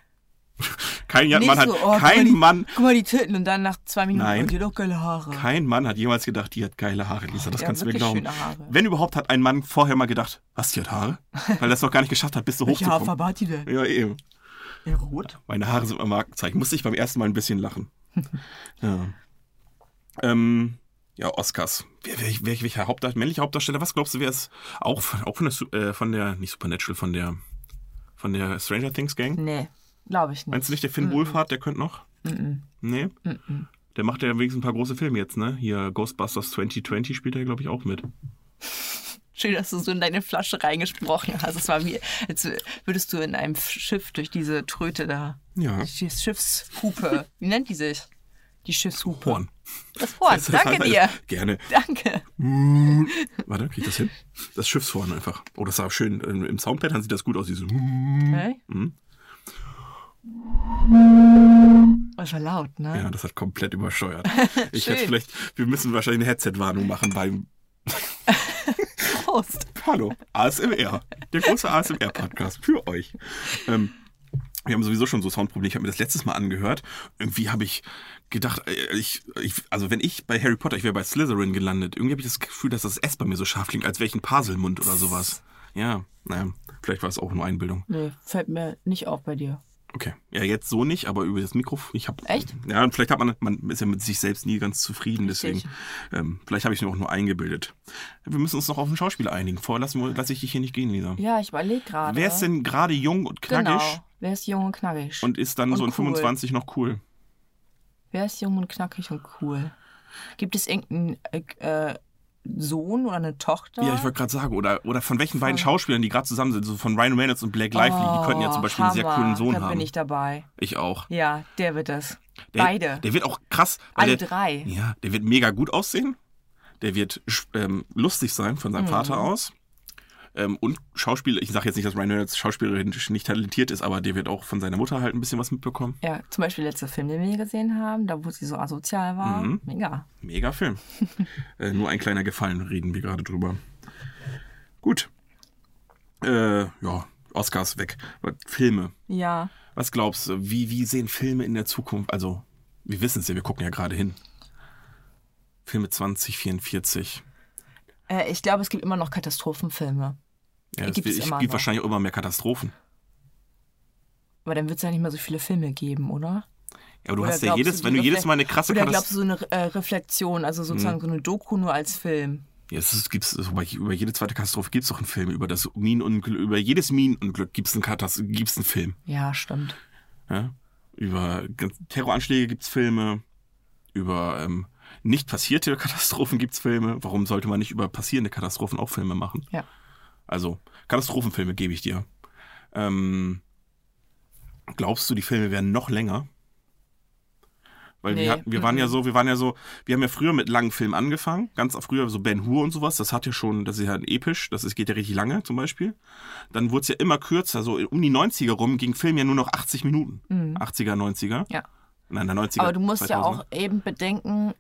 [SPEAKER 4] Kein
[SPEAKER 5] Nicht
[SPEAKER 4] Mann hat,
[SPEAKER 5] so, oh, guck mal,
[SPEAKER 4] kein
[SPEAKER 5] die-
[SPEAKER 4] Mann,
[SPEAKER 5] Guck mal die Titten und dann nach zwei Minuten.
[SPEAKER 4] Nein.
[SPEAKER 5] Oh, die hat doch geile Haare.
[SPEAKER 4] kein Mann hat jemals gedacht, die hat geile Haare, Lisa. Das
[SPEAKER 5] die
[SPEAKER 4] kannst du
[SPEAKER 5] haben
[SPEAKER 4] mir
[SPEAKER 5] wirklich
[SPEAKER 4] glauben.
[SPEAKER 5] schöne Haare.
[SPEAKER 4] Wenn überhaupt hat ein Mann vorher mal gedacht, was die hat Haare, weil er es noch gar nicht geschafft hat, bis so hoch
[SPEAKER 5] Welche
[SPEAKER 4] zu
[SPEAKER 5] Haarfarbe
[SPEAKER 4] kommen.
[SPEAKER 5] hat die denn?
[SPEAKER 4] Ja eben.
[SPEAKER 5] Ja, rot.
[SPEAKER 4] Meine Haare sind am Markenzeichen. Musste ich beim ersten Mal ein bisschen lachen. ja. Ähm, ja, Oscars. Wer, wer, wer, welcher Hauptdarsteller, männlicher Hauptdarsteller, was glaubst du, wer ist auch, von- auch von, der, Su- äh, von der, nicht Supernatural, von der, von der Stranger Things Gang?
[SPEAKER 5] Nee, glaube ich nicht.
[SPEAKER 4] Meinst du nicht, der Finn Wohlfahrt, der könnte noch? Nee? Der macht ja wenigstens ein paar große Filme jetzt, ne? Hier Ghostbusters 2020 spielt er, glaube ich, auch mit.
[SPEAKER 5] Schön, dass du so in deine Flasche reingesprochen hast. Es war wie, als würdest du in einem Schiff durch diese Tröte da.
[SPEAKER 4] Ja.
[SPEAKER 5] Die Schiffshupe. Wie nennt die sich? Die Schiffshupe.
[SPEAKER 4] Porn. halt
[SPEAKER 5] Das Horn. Ah, Danke dir.
[SPEAKER 4] Gerne.
[SPEAKER 5] Danke.
[SPEAKER 4] Warte, krieg ich das hin? Das Schiffshorn einfach. Oh, das sah schön. ähm, Im Soundpad dann sieht das gut aus. Dieses Mhm.
[SPEAKER 5] Okay. Das war laut, ne?
[SPEAKER 4] ja, das hat komplett übersteuert. Ich hätte
[SPEAKER 5] Schön.
[SPEAKER 4] vielleicht, wir müssen wahrscheinlich eine Headset-Warnung machen beim
[SPEAKER 5] Prost.
[SPEAKER 4] Hallo, ASMR. Der große ASMR-Podcast für euch. Ähm, wir haben sowieso schon so Soundprobleme. Ich habe mir das letztes Mal angehört. Irgendwie habe ich gedacht, äh, ich, ich, also wenn ich bei Harry Potter, ich wäre bei Slytherin gelandet. Irgendwie habe ich das Gefühl, dass das S bei mir so scharf klingt, als wäre ich ein Paselmund oder sowas. Ja, naja, vielleicht war es auch nur Einbildung.
[SPEAKER 5] Nee, fällt mir nicht auf bei dir.
[SPEAKER 4] Okay. Ja, jetzt so nicht, aber über das Mikrofon. Ich habe
[SPEAKER 5] Echt?
[SPEAKER 4] Ja, und vielleicht hat man, man ist ja mit sich selbst nie ganz zufrieden, deswegen.
[SPEAKER 5] Richtig.
[SPEAKER 4] Ähm, vielleicht habe ich es mir auch nur eingebildet. Wir müssen uns noch auf den Schauspieler einigen. Vorher lassen wir- lasse ich dich hier nicht gehen, Lisa.
[SPEAKER 5] Ja, ich überlege gerade.
[SPEAKER 4] Wer ist denn gerade jung und knackig
[SPEAKER 5] Genau. Wer ist jung und knackig?
[SPEAKER 4] und ist dann
[SPEAKER 5] Und
[SPEAKER 4] so in
[SPEAKER 5] cool.
[SPEAKER 4] 25 noch cool?
[SPEAKER 5] Wer ist jung und knackig und cool? Gibt es irgendeinen äh, äh, Sohn oder eine Tochter?
[SPEAKER 4] Ja, ich wollte gerade sagen, oder, oder von welchen beiden Schauspielern, die gerade zusammen sind, so von Ryan Reynolds und Blake Lively, die könnten ja zum Beispiel einen sehr
[SPEAKER 5] Oh, Hammer.
[SPEAKER 4] coolen Sohn
[SPEAKER 5] da
[SPEAKER 4] haben.
[SPEAKER 5] bin ich dabei.
[SPEAKER 4] Ich auch.
[SPEAKER 5] Ja, der wird es.
[SPEAKER 4] Der,
[SPEAKER 5] Beide.
[SPEAKER 4] Der wird auch krass. weil
[SPEAKER 5] Alle
[SPEAKER 4] der,
[SPEAKER 5] drei.
[SPEAKER 4] Ja, der wird mega gut aussehen. Der wird sch- ähm, lustig sein von seinem Vater aus. Ähm, und Schauspieler, ich sage jetzt nicht, dass Ryan Reynolds schauspielerisch nicht talentiert ist, aber der wird auch von seiner Mutter halt ein bisschen was mitbekommen.
[SPEAKER 5] Ja, zum Beispiel der letzte Film, den wir gesehen haben, da wo sie so asozial war.
[SPEAKER 4] Mhm.
[SPEAKER 5] Mega.
[SPEAKER 4] Mega Film. äh, nur ein kleiner Gefallen reden wir gerade drüber. Gut. Äh, ja, Oscars weg. Aber Filme.
[SPEAKER 5] Ja.
[SPEAKER 4] Was glaubst du, wie, wie sehen Filme in der Zukunft? Also, wir wissen es ja, wir gucken ja gerade hin. Filme 2044.
[SPEAKER 5] Äh, ich glaube, es gibt immer noch Katastrophenfilme.
[SPEAKER 4] Ja, es
[SPEAKER 5] Gibt's
[SPEAKER 4] wird- ich
[SPEAKER 5] immer
[SPEAKER 4] gibt
[SPEAKER 5] noch.
[SPEAKER 4] wahrscheinlich auch immer mehr Katastrophen.
[SPEAKER 5] Aber dann wird es ja nicht mehr so viele Filme geben, oder?
[SPEAKER 4] Ja, aber du
[SPEAKER 5] Oder
[SPEAKER 4] hast ja
[SPEAKER 5] glaubst
[SPEAKER 4] jedes,
[SPEAKER 5] du,
[SPEAKER 4] wenn du
[SPEAKER 5] die
[SPEAKER 4] jedes
[SPEAKER 5] Refle-
[SPEAKER 4] Mal eine krasse
[SPEAKER 5] Oder glaubst du
[SPEAKER 4] Katastrophe.
[SPEAKER 5] so eine äh, Reflexion, also sozusagen
[SPEAKER 4] Mhm.
[SPEAKER 5] so eine Doku nur als Film?
[SPEAKER 4] Ja, es ist- gibt's, also bei- über jede zweite Katastrophe gibt es doch einen Film. Über das Minenunglück, über jedes Minenunglück gibt es einen, Katast- gibt's einen Film.
[SPEAKER 5] Ja, stimmt.
[SPEAKER 4] Ja? Über ganz- Terroranschläge gibt es Filme. Über ähm, nicht passierte Katastrophen gibt es Filme. Warum sollte man nicht über passierende Katastrophen auch Filme machen?
[SPEAKER 5] Ja.
[SPEAKER 4] Also, Katastrophenfilme gebe ich dir. Ähm, glaubst du, die Filme werden noch länger? Weil
[SPEAKER 5] Nee.
[SPEAKER 4] wir, hatten- wir waren ja so, wir waren ja so, wir haben ja früher mit langen Filmen angefangen, ganz früher so Ben Hur und sowas, das hat ja schon, das ist ja ein episch, das ist, geht ja richtig lange zum Beispiel. Dann wurde es ja immer kürzer, so um die 90er rum ging Film ja nur noch 80 Minuten. 80er, 90er.
[SPEAKER 5] Mm. Ja.
[SPEAKER 4] Nein, der 90er.
[SPEAKER 5] Aber du musst ja
[SPEAKER 4] 2000er.
[SPEAKER 5] auch eben bedenken,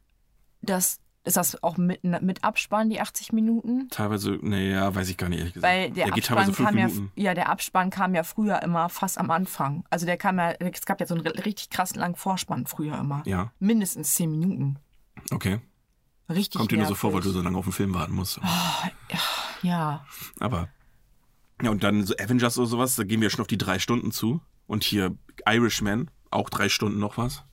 [SPEAKER 5] dass ist das auch mit, mit Abspann, die 80 Minuten?
[SPEAKER 4] Teilweise, naja, weiß ich gar nicht ehrlich gesagt.
[SPEAKER 5] Weil der,
[SPEAKER 4] geht
[SPEAKER 5] Abspann
[SPEAKER 4] teilweise fünf
[SPEAKER 5] kam ja,
[SPEAKER 4] Minuten.
[SPEAKER 5] ja, der Abspann kam ja früher immer fast am Anfang. Also der kam ja, es gab ja so einen ri- richtig krassen langen Vorspann früher immer.
[SPEAKER 4] Ja,
[SPEAKER 5] Mindestens 10 Minuten.
[SPEAKER 4] okay.
[SPEAKER 5] Richtig.
[SPEAKER 4] Kommt dir nur so
[SPEAKER 5] nervig.
[SPEAKER 4] vor, weil du so lange auf den Film warten musst.
[SPEAKER 5] Ja.
[SPEAKER 4] Aber. Ja, und dann so Avengers oder sowas, da gehen wir schon auf die drei Stunden zu. Und hier Irishman, auch drei Stunden noch was.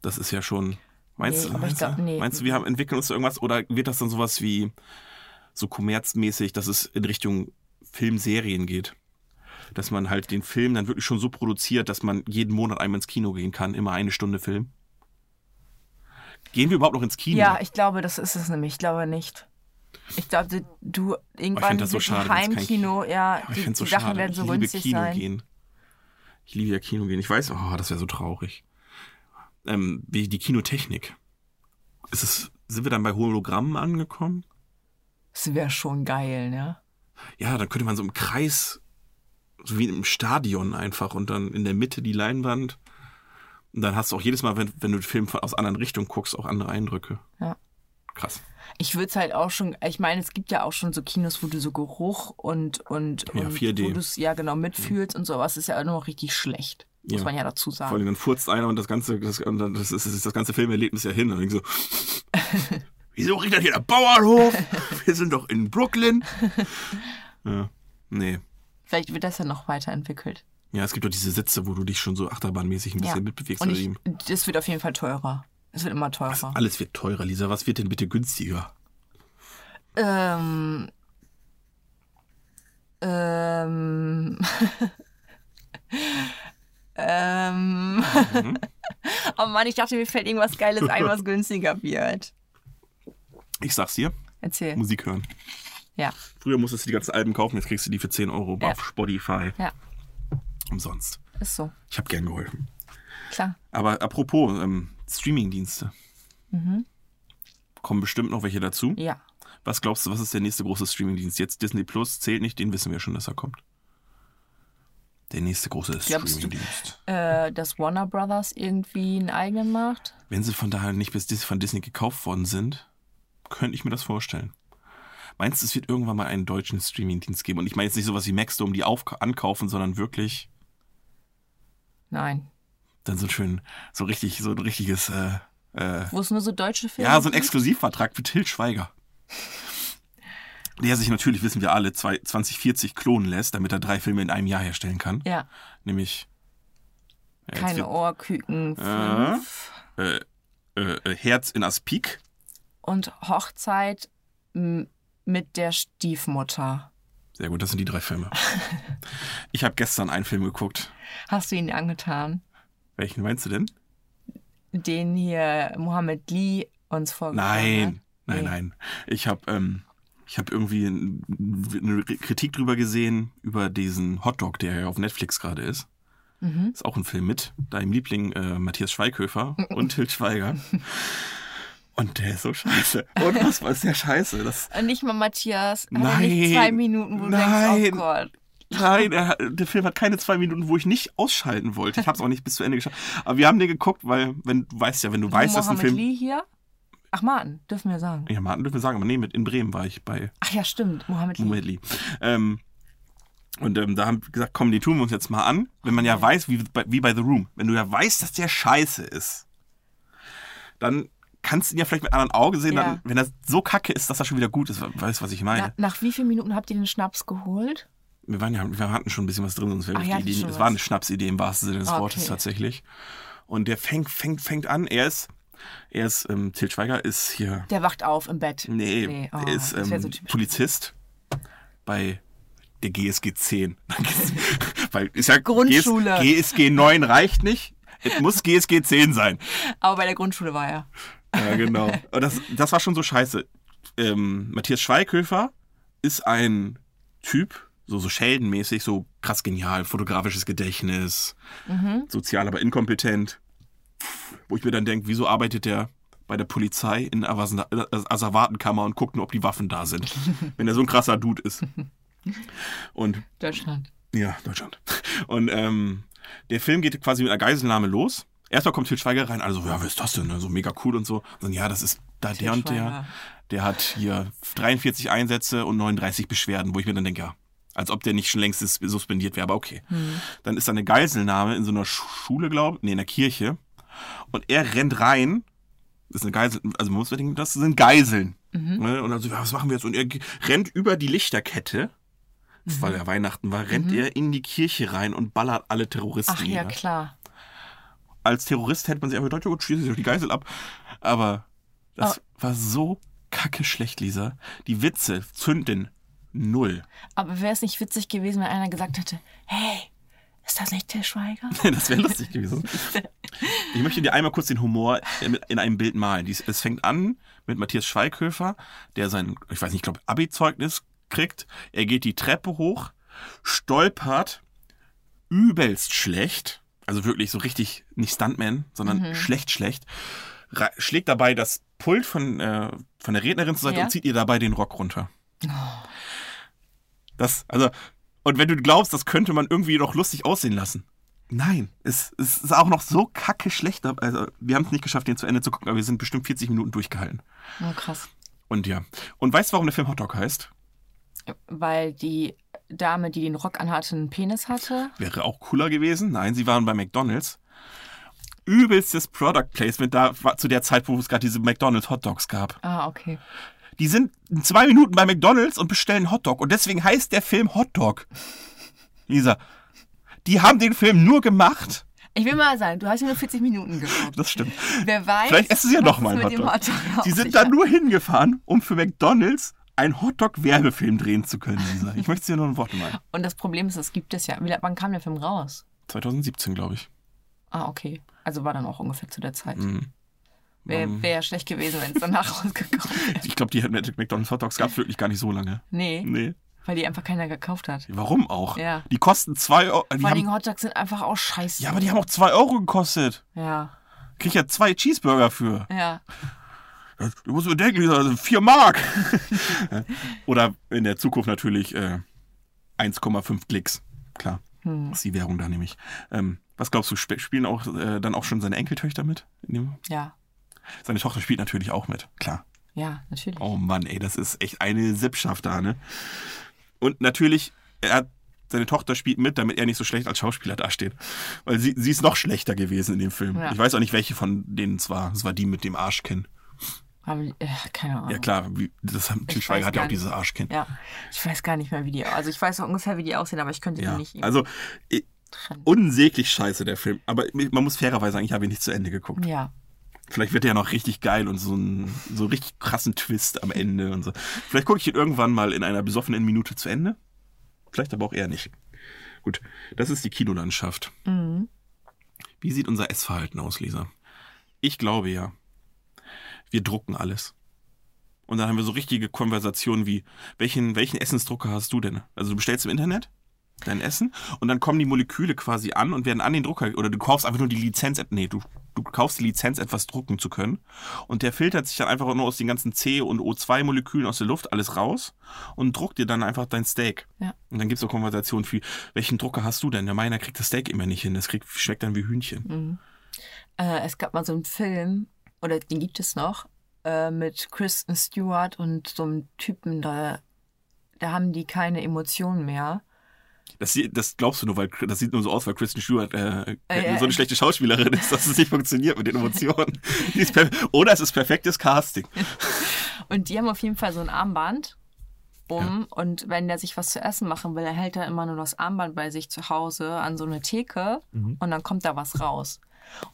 [SPEAKER 4] Das ist ja schon. Meinst,
[SPEAKER 5] Nee, aber
[SPEAKER 4] du,
[SPEAKER 5] ich
[SPEAKER 4] meinst,
[SPEAKER 5] glaub,
[SPEAKER 4] du-
[SPEAKER 5] nee.
[SPEAKER 4] meinst du, wir haben, entwickeln uns da irgendwas oder wird das dann sowas wie so kommerzmäßig, dass es in Richtung Filmserien geht? Dass man halt den Film dann wirklich schon so produziert, dass man jeden Monat einmal ins Kino gehen kann, immer eine Stunde Film? Gehen wir überhaupt noch ins Kino?
[SPEAKER 5] Ja, ich glaube, das ist es nämlich. Ich glaube nicht. Ich glaube, du- du irgendwann
[SPEAKER 4] das so
[SPEAKER 5] wird die
[SPEAKER 4] schade, wenn's kein
[SPEAKER 5] Heimkino, ja,
[SPEAKER 4] Aber ich
[SPEAKER 5] die,
[SPEAKER 4] finde es so
[SPEAKER 5] die Sachen
[SPEAKER 4] schade.
[SPEAKER 5] werden so
[SPEAKER 4] ich liebe
[SPEAKER 5] günstig
[SPEAKER 4] Kino
[SPEAKER 5] sein.
[SPEAKER 4] gehen. Ich liebe ja Kino gehen. Ich weiß, oh, das wäre so traurig. Ähm, wie die Kinotechnik. Ist es, sind wir dann bei Hologrammen angekommen?
[SPEAKER 5] Das wäre schon geil, ne?
[SPEAKER 4] Ja, dann könnte man so im Kreis, so wie im Stadion einfach und dann in der Mitte die Leinwand. Und dann hast du auch jedes Mal, wenn, wenn du den Film von, aus anderen Richtungen guckst, auch andere Eindrücke.
[SPEAKER 5] Ja.
[SPEAKER 4] Krass.
[SPEAKER 5] Ich würde es halt auch schon, ich meine, es gibt ja auch schon so Kinos, wo du so Geruch und, und,
[SPEAKER 4] Ja,
[SPEAKER 5] und
[SPEAKER 4] 4D. Mhm.
[SPEAKER 5] wo du es ja genau mitfühlst und sowas ist ja auch noch richtig schlecht. Muss
[SPEAKER 4] Ja.
[SPEAKER 5] man ja dazu
[SPEAKER 4] Vor allem
[SPEAKER 5] sagen.
[SPEAKER 4] dann furzt einer und das ganze, das, und dann- das, ist, das ist das ganze Filmerlebnis ja hin. Und dann so, wieso riecht das hier der Bauernhof? Wir sind doch in Brooklyn. Ja, nee.
[SPEAKER 5] Vielleicht wird das ja noch weiterentwickelt.
[SPEAKER 4] Ja, es gibt doch diese Sitze, wo du dich schon so achterbahnmäßig ein bisschen
[SPEAKER 5] ja.
[SPEAKER 4] mitbewegst.
[SPEAKER 5] Und
[SPEAKER 4] oder
[SPEAKER 5] ich,
[SPEAKER 4] eben.
[SPEAKER 5] das wird auf jeden Fall teurer. Es wird immer teurer.
[SPEAKER 4] Alles wird teurer, Lisa. Was wird denn bitte günstiger?
[SPEAKER 5] Ähm. Ähm. ähm.
[SPEAKER 4] Mhm.
[SPEAKER 5] oh Mann, ich dachte, mir fällt irgendwas Geiles ein, was günstiger wird.
[SPEAKER 4] Ich sag's dir,
[SPEAKER 5] Erzähl.
[SPEAKER 4] Musik hören.
[SPEAKER 5] Ja.
[SPEAKER 4] Früher musstest du die ganzen Alben kaufen, jetzt kriegst du die für 10 Euro
[SPEAKER 5] Ja.
[SPEAKER 4] auf Spotify.
[SPEAKER 5] Ja.
[SPEAKER 4] Umsonst.
[SPEAKER 5] Ist so.
[SPEAKER 4] Ich habe gern geholfen.
[SPEAKER 5] Klar.
[SPEAKER 4] Aber apropos ähm, Streaming-Dienste.
[SPEAKER 5] Mhm.
[SPEAKER 4] Kommen bestimmt noch welche dazu.
[SPEAKER 5] Ja.
[SPEAKER 4] Was glaubst du, was ist der nächste große Streamingdienst? Jetzt Disney Plus zählt nicht, den wissen wir schon, dass er kommt. Der nächste große
[SPEAKER 5] Glaubst du-
[SPEAKER 4] Streamingdienst.
[SPEAKER 5] Äh, dass Warner Brothers irgendwie einen eigenen macht?
[SPEAKER 4] Wenn sie von daher nicht bis Dis- von Disney gekauft worden sind, könnte ich mir das vorstellen. Meinst du, es wird irgendwann mal einen deutschen Streamingdienst geben? Und ich meine jetzt nicht sowas wie Maxdome, die auf ankaufen, sondern wirklich
[SPEAKER 5] Nein.
[SPEAKER 4] dann so schön, so richtig, so ein richtiges, äh, äh,
[SPEAKER 5] Wo es nur so deutsche Filme
[SPEAKER 4] ja, so ein
[SPEAKER 5] gibt?
[SPEAKER 4] Exklusivvertrag mit Till Schweiger. Der sich natürlich, wissen wir alle, zwei- 2040 klonen lässt, damit er drei Filme in einem Jahr herstellen kann.
[SPEAKER 5] Ja.
[SPEAKER 4] Nämlich. Ja, jetzt
[SPEAKER 5] Keine Ohrküken.
[SPEAKER 4] Äh.
[SPEAKER 5] Fünf.
[SPEAKER 4] wird, äh, äh, Herz in Aspik.
[SPEAKER 5] Und Hochzeit m- mit der Stiefmutter.
[SPEAKER 4] Sehr gut, das sind die drei Filme. ich habe gestern einen Film geguckt.
[SPEAKER 5] Hast du ihn angetan?
[SPEAKER 4] Welchen meinst du denn?
[SPEAKER 5] den hier Mohammed Lee uns vorgeschlagen
[SPEAKER 4] Nein, nein,
[SPEAKER 5] Nee.
[SPEAKER 4] nein. Ich habe ähm, ich hab irgendwie ein- eine Kritik drüber gesehen, über diesen Hotdog, der ja auf Netflix gerade ist.
[SPEAKER 5] hat. Mhm.
[SPEAKER 4] Ist auch ein Film mit deinem Liebling äh, Matthias Schweighöfer und Til Schweiger. Und der ist so scheiße. Unfassbar ist der scheiße. Das,
[SPEAKER 5] Und Äh, nicht mal Matthias. Hat er Nicht
[SPEAKER 4] Nein.
[SPEAKER 5] zwei Minuten, wo du
[SPEAKER 4] Nein.
[SPEAKER 5] denkst, oh Gott.
[SPEAKER 4] Nein, er, hat- der Film hat keine zwei Minuten, wo ich nicht ausschalten wollte. Ich habe es auch nicht bis zu Ende geschaut. Aber wir haben den geguckt, weil, wenn du weißt ja, wenn du weißt, dass ein
[SPEAKER 5] Mohammed
[SPEAKER 4] Film.
[SPEAKER 5] Lee hier? Ach, Martin, dürfen wir sagen.
[SPEAKER 4] Ja, Martin dürfen wir sagen, aber nee, mit in Bremen war ich bei
[SPEAKER 5] Ach ja, stimmt, Mohammed Lee.
[SPEAKER 4] Mohammed Lee. Ähm, und ähm, da haben wir gesagt, komm, den tun wir uns jetzt mal an. Wenn man ja weiß, wie bei, wie bei The Room, wenn du ja weißt, dass der scheiße ist, dann kannst du ihn ja vielleicht mit anderen Augen sehen,
[SPEAKER 5] Ja.
[SPEAKER 4] dann, wenn er so kacke ist, dass er schon wieder gut ist. Weißt du, was ich meine?
[SPEAKER 5] Na, nach wie vielen Minuten habt ihr den Schnaps geholt?
[SPEAKER 4] Wir, waren ja, wir hatten schon ein bisschen was drin, sonst wäre
[SPEAKER 5] Ach,
[SPEAKER 4] die
[SPEAKER 5] ihr hattet
[SPEAKER 4] Idee.
[SPEAKER 5] schon
[SPEAKER 4] Es
[SPEAKER 5] was.
[SPEAKER 4] war eine Schnapsidee im wahrsten Sinne des
[SPEAKER 5] Okay.
[SPEAKER 4] Wortes tatsächlich. Und der fängt, fängt, fängt an. Er ist, er ist, ähm, Til Schweiger ist hier.
[SPEAKER 5] Der wacht auf im Bett.
[SPEAKER 4] Nee,
[SPEAKER 5] oh,
[SPEAKER 4] er ist
[SPEAKER 5] das wär
[SPEAKER 4] ähm,
[SPEAKER 5] so typisch.
[SPEAKER 4] Polizist bei der GSG 10. Weil ist ja
[SPEAKER 5] Grundschule.
[SPEAKER 4] GS, GSG 9 reicht nicht. Es muss GSG 10 sein.
[SPEAKER 5] Aber bei der Grundschule war er.
[SPEAKER 4] Ja, genau. Und das, das war schon so scheiße. Ähm, Matthias Schweighöfer ist ein Typ, so, so Sheldon-mäßig, so krass genial, fotografisches Gedächtnis, sozial, aber inkompetent. Wo ich mir dann denke, wieso arbeitet der bei der Polizei in der Avas- Asservatenkammer und guckt nur, ob die Waffen da sind, wenn er so ein krasser Dude ist. Und
[SPEAKER 5] Deutschland.
[SPEAKER 4] ja, Deutschland. Und ähm, der Film geht quasi mit einer Geiselnahme los. Erstmal kommt Til Schweiger rein, also, ja, wer ist das denn? ne? So mega cool und so. Und dann, ja, das ist da der und der.
[SPEAKER 5] Schweiger.
[SPEAKER 4] Der hat hier 43 Einsätze und 39 Beschwerden, wo ich mir dann denke, ja, als ob der nicht schon längst sus- suspendiert wäre, aber okay.
[SPEAKER 5] Hm.
[SPEAKER 4] Dann ist da eine Geiselnahme in so einer Sch- Schule, glaube ich, nee, in der Kirche. Und er rennt rein. Das ist eine Geisel, also man muss bedenken, das sind Geiseln.
[SPEAKER 5] Mhm.
[SPEAKER 4] Ne? Und dann so, ja, was machen wir jetzt? Und er ge- rennt über die Lichterkette
[SPEAKER 5] Mhm.
[SPEAKER 4] weil er Weihnachten war, rennt er in die Kirche rein und ballert alle Terroristen.
[SPEAKER 5] Ach ja,
[SPEAKER 4] nieder.
[SPEAKER 5] klar.
[SPEAKER 4] Als Terrorist hätte man sich aber gedacht, ja gut, schieße ich doch die Geisel ab.
[SPEAKER 5] Ah.
[SPEAKER 4] Aber das war so kacke schlecht, Lisa. Die Witze zünden null.
[SPEAKER 5] Aber wäre es nicht witzig gewesen, wenn einer gesagt hätte, hey, Ist das nicht Til Schweiger?
[SPEAKER 4] Das wäre lustig gewesen. Ich möchte dir einmal kurz den Humor in- in einem Bild malen. Dies- Es fängt an mit Matthias Schweighöfer, der sein, ich weiß nicht, ich glaube, Abi-Zeugnis kriegt. Er geht die Treppe hoch, stolpert, übelst schlecht, also wirklich so richtig, nicht Stuntman, sondern schlecht, schlecht, ra- schlägt dabei das Pult von, äh, von der Rednerin zur Seite
[SPEAKER 5] Ja.
[SPEAKER 4] und zieht ihr dabei den Rock runter. Das, also, und wenn du glaubst, das könnte man irgendwie noch lustig aussehen lassen. Nein, es, es ist auch noch so kacke schlecht. Also, wir haben es nicht geschafft, den zu Ende zu gucken, aber wir sind bestimmt 40 Minuten durchgehalten.
[SPEAKER 5] Oh, krass.
[SPEAKER 4] Und ja. Und weißt du, warum der Film Hotdog heißt?
[SPEAKER 5] Weil die Dame, die den Rock anhatte, einen Penis hatte.
[SPEAKER 4] Wäre auch cooler gewesen. Nein, sie waren bei McDonalds. Übelstes Product Placement da war zu der Zeit, wo es gerade diese McDonalds Hotdogs gab.
[SPEAKER 5] Ah, okay.
[SPEAKER 4] Die sind in zwei Minuten bei McDonalds und bestellen Hotdog. Und deswegen heißt der Film Hotdog. Lisa, die haben den Film nur gemacht.
[SPEAKER 5] Ich will mal sagen, du hast nur 40 Minuten geguckt.
[SPEAKER 4] Das stimmt.
[SPEAKER 5] Wer weiß.
[SPEAKER 4] Vielleicht essen sie ja
[SPEAKER 5] was
[SPEAKER 4] noch mal
[SPEAKER 5] es
[SPEAKER 4] einen
[SPEAKER 5] mit dem
[SPEAKER 4] Hotdog.
[SPEAKER 5] Hotdog auf
[SPEAKER 4] Die
[SPEAKER 5] sich
[SPEAKER 4] sind da
[SPEAKER 5] hat.
[SPEAKER 4] nur hingefahren, um für McDonalds einen Hotdog-Werbefilm drehen zu können, Lisa. Ich möchte es dir nur ein Wort mal.
[SPEAKER 5] Und das Problem ist, es gibt es ja. Wie, wann kam der Film raus?
[SPEAKER 4] 2017, glaube ich.
[SPEAKER 5] Ah, okay. Also war dann auch ungefähr zu der Zeit.
[SPEAKER 4] Mhm.
[SPEAKER 5] Wäre wär schlecht gewesen, wenn es danach rausgekommen wäre.
[SPEAKER 4] Ich glaube, die McDonalds Hotdogs gab es wirklich gar nicht so lange.
[SPEAKER 5] Nee,
[SPEAKER 4] Nee.
[SPEAKER 5] weil die einfach keiner gekauft hat.
[SPEAKER 4] Warum auch?
[SPEAKER 5] Ja.
[SPEAKER 4] Die kosten 2 Euro. Die
[SPEAKER 5] Vor allen
[SPEAKER 4] haben,
[SPEAKER 5] Dingen Hotdogs sind einfach auch scheiße.
[SPEAKER 4] ja, aber die haben auch 2 Euro gekostet.
[SPEAKER 5] Ja,
[SPEAKER 4] Krieg ich ja zwei Cheeseburger für.
[SPEAKER 5] ja.
[SPEAKER 4] Du musst bedenken, Lisa, das sind 4 Mark. Oder in der Zukunft natürlich äh, 1,5 Klicks. Klar.
[SPEAKER 5] Hm.
[SPEAKER 4] ist die Währung da nämlich. Ähm, was glaubst du, sp spielen auch äh, dann auch schon seine Enkeltöchter mit? In dem?
[SPEAKER 5] Ja,
[SPEAKER 4] Seine Tochter spielt natürlich auch mit, klar.
[SPEAKER 5] ja, natürlich.
[SPEAKER 4] Oh Mann, ey, das ist echt eine Sippschaft da, ne? Und natürlich, er hat, seine Tochter spielt mit, damit er nicht so schlecht als Schauspieler dasteht. Weil sie, sie ist noch schlechter gewesen in dem Film.
[SPEAKER 5] Ja.
[SPEAKER 4] Ich weiß auch nicht, welche von denen es war. Es war die mit dem Arschkinn.
[SPEAKER 5] Aber, äh, keine Ahnung.
[SPEAKER 4] Ja klar, wie, das haben, Til
[SPEAKER 5] Ich
[SPEAKER 4] Schweiger
[SPEAKER 5] weiß
[SPEAKER 4] hat ja auch
[SPEAKER 5] gar nicht.
[SPEAKER 4] dieses Arschkinn.
[SPEAKER 5] Ja, ich weiß gar nicht mehr, wie die. Also ich weiß ungefähr, wie die aussehen, aber ich könnte
[SPEAKER 4] Ja,
[SPEAKER 5] die nicht
[SPEAKER 4] also äh,
[SPEAKER 5] trennen.
[SPEAKER 4] unsäglich scheiße der Film. Aber man muss fairerweise sagen, ich habe ihn nicht zu Ende geguckt.
[SPEAKER 5] Ja,
[SPEAKER 4] Vielleicht wird der ja noch richtig geil und so einen so einen richtig krassen Twist am Ende und so. Vielleicht gucke ich ihn irgendwann mal in einer besoffenen Minute zu Ende. Vielleicht aber auch eher nicht. Gut, das ist die Kinolandschaft.
[SPEAKER 5] mhm,
[SPEAKER 4] Wie sieht unser Essverhalten aus, Lisa? Ich glaube ja. Wir drucken alles. Und dann haben wir so richtige Konversationen wie, welchen, welchen Essensdrucker hast du denn? Also du bestellst im Internet dein Essen und dann kommen die Moleküle quasi an und werden an den Drucker, oder du kaufst einfach nur die Lizenz, nee, du, du kaufst die Lizenz, etwas drucken zu können und der filtert sich dann einfach nur aus den ganzen C- und O2-Molekülen aus der Luft alles raus und druckt dir dann einfach dein Steak.
[SPEAKER 5] Ja.
[SPEAKER 4] Und dann gibt es so Konversationen wie, welchen Drucker hast du denn? Der meiner kriegt das Steak immer nicht hin, das kriegt, schmeckt dann wie Hühnchen.
[SPEAKER 5] mhm. äh, es gab mal so einen Film, oder den gibt es noch, äh, mit Kristen Stewart und so einem Typen, da, da haben die keine Emotionen mehr.
[SPEAKER 4] Das, sie- das glaubst du nur, weil das sieht nur so aus, weil Kristen Stewart äh,
[SPEAKER 5] Äh, ja.
[SPEAKER 4] so eine schlechte Schauspielerin ist, dass es nicht funktioniert mit den Emotionen. Die ist perf- Oder es ist perfektes Casting.
[SPEAKER 5] Und die haben auf jeden Fall so ein Armband um. Und wenn der sich was zu essen machen will, er hält er immer nur das Armband bei sich zu Hause an so eine Theke und dann kommt da was raus.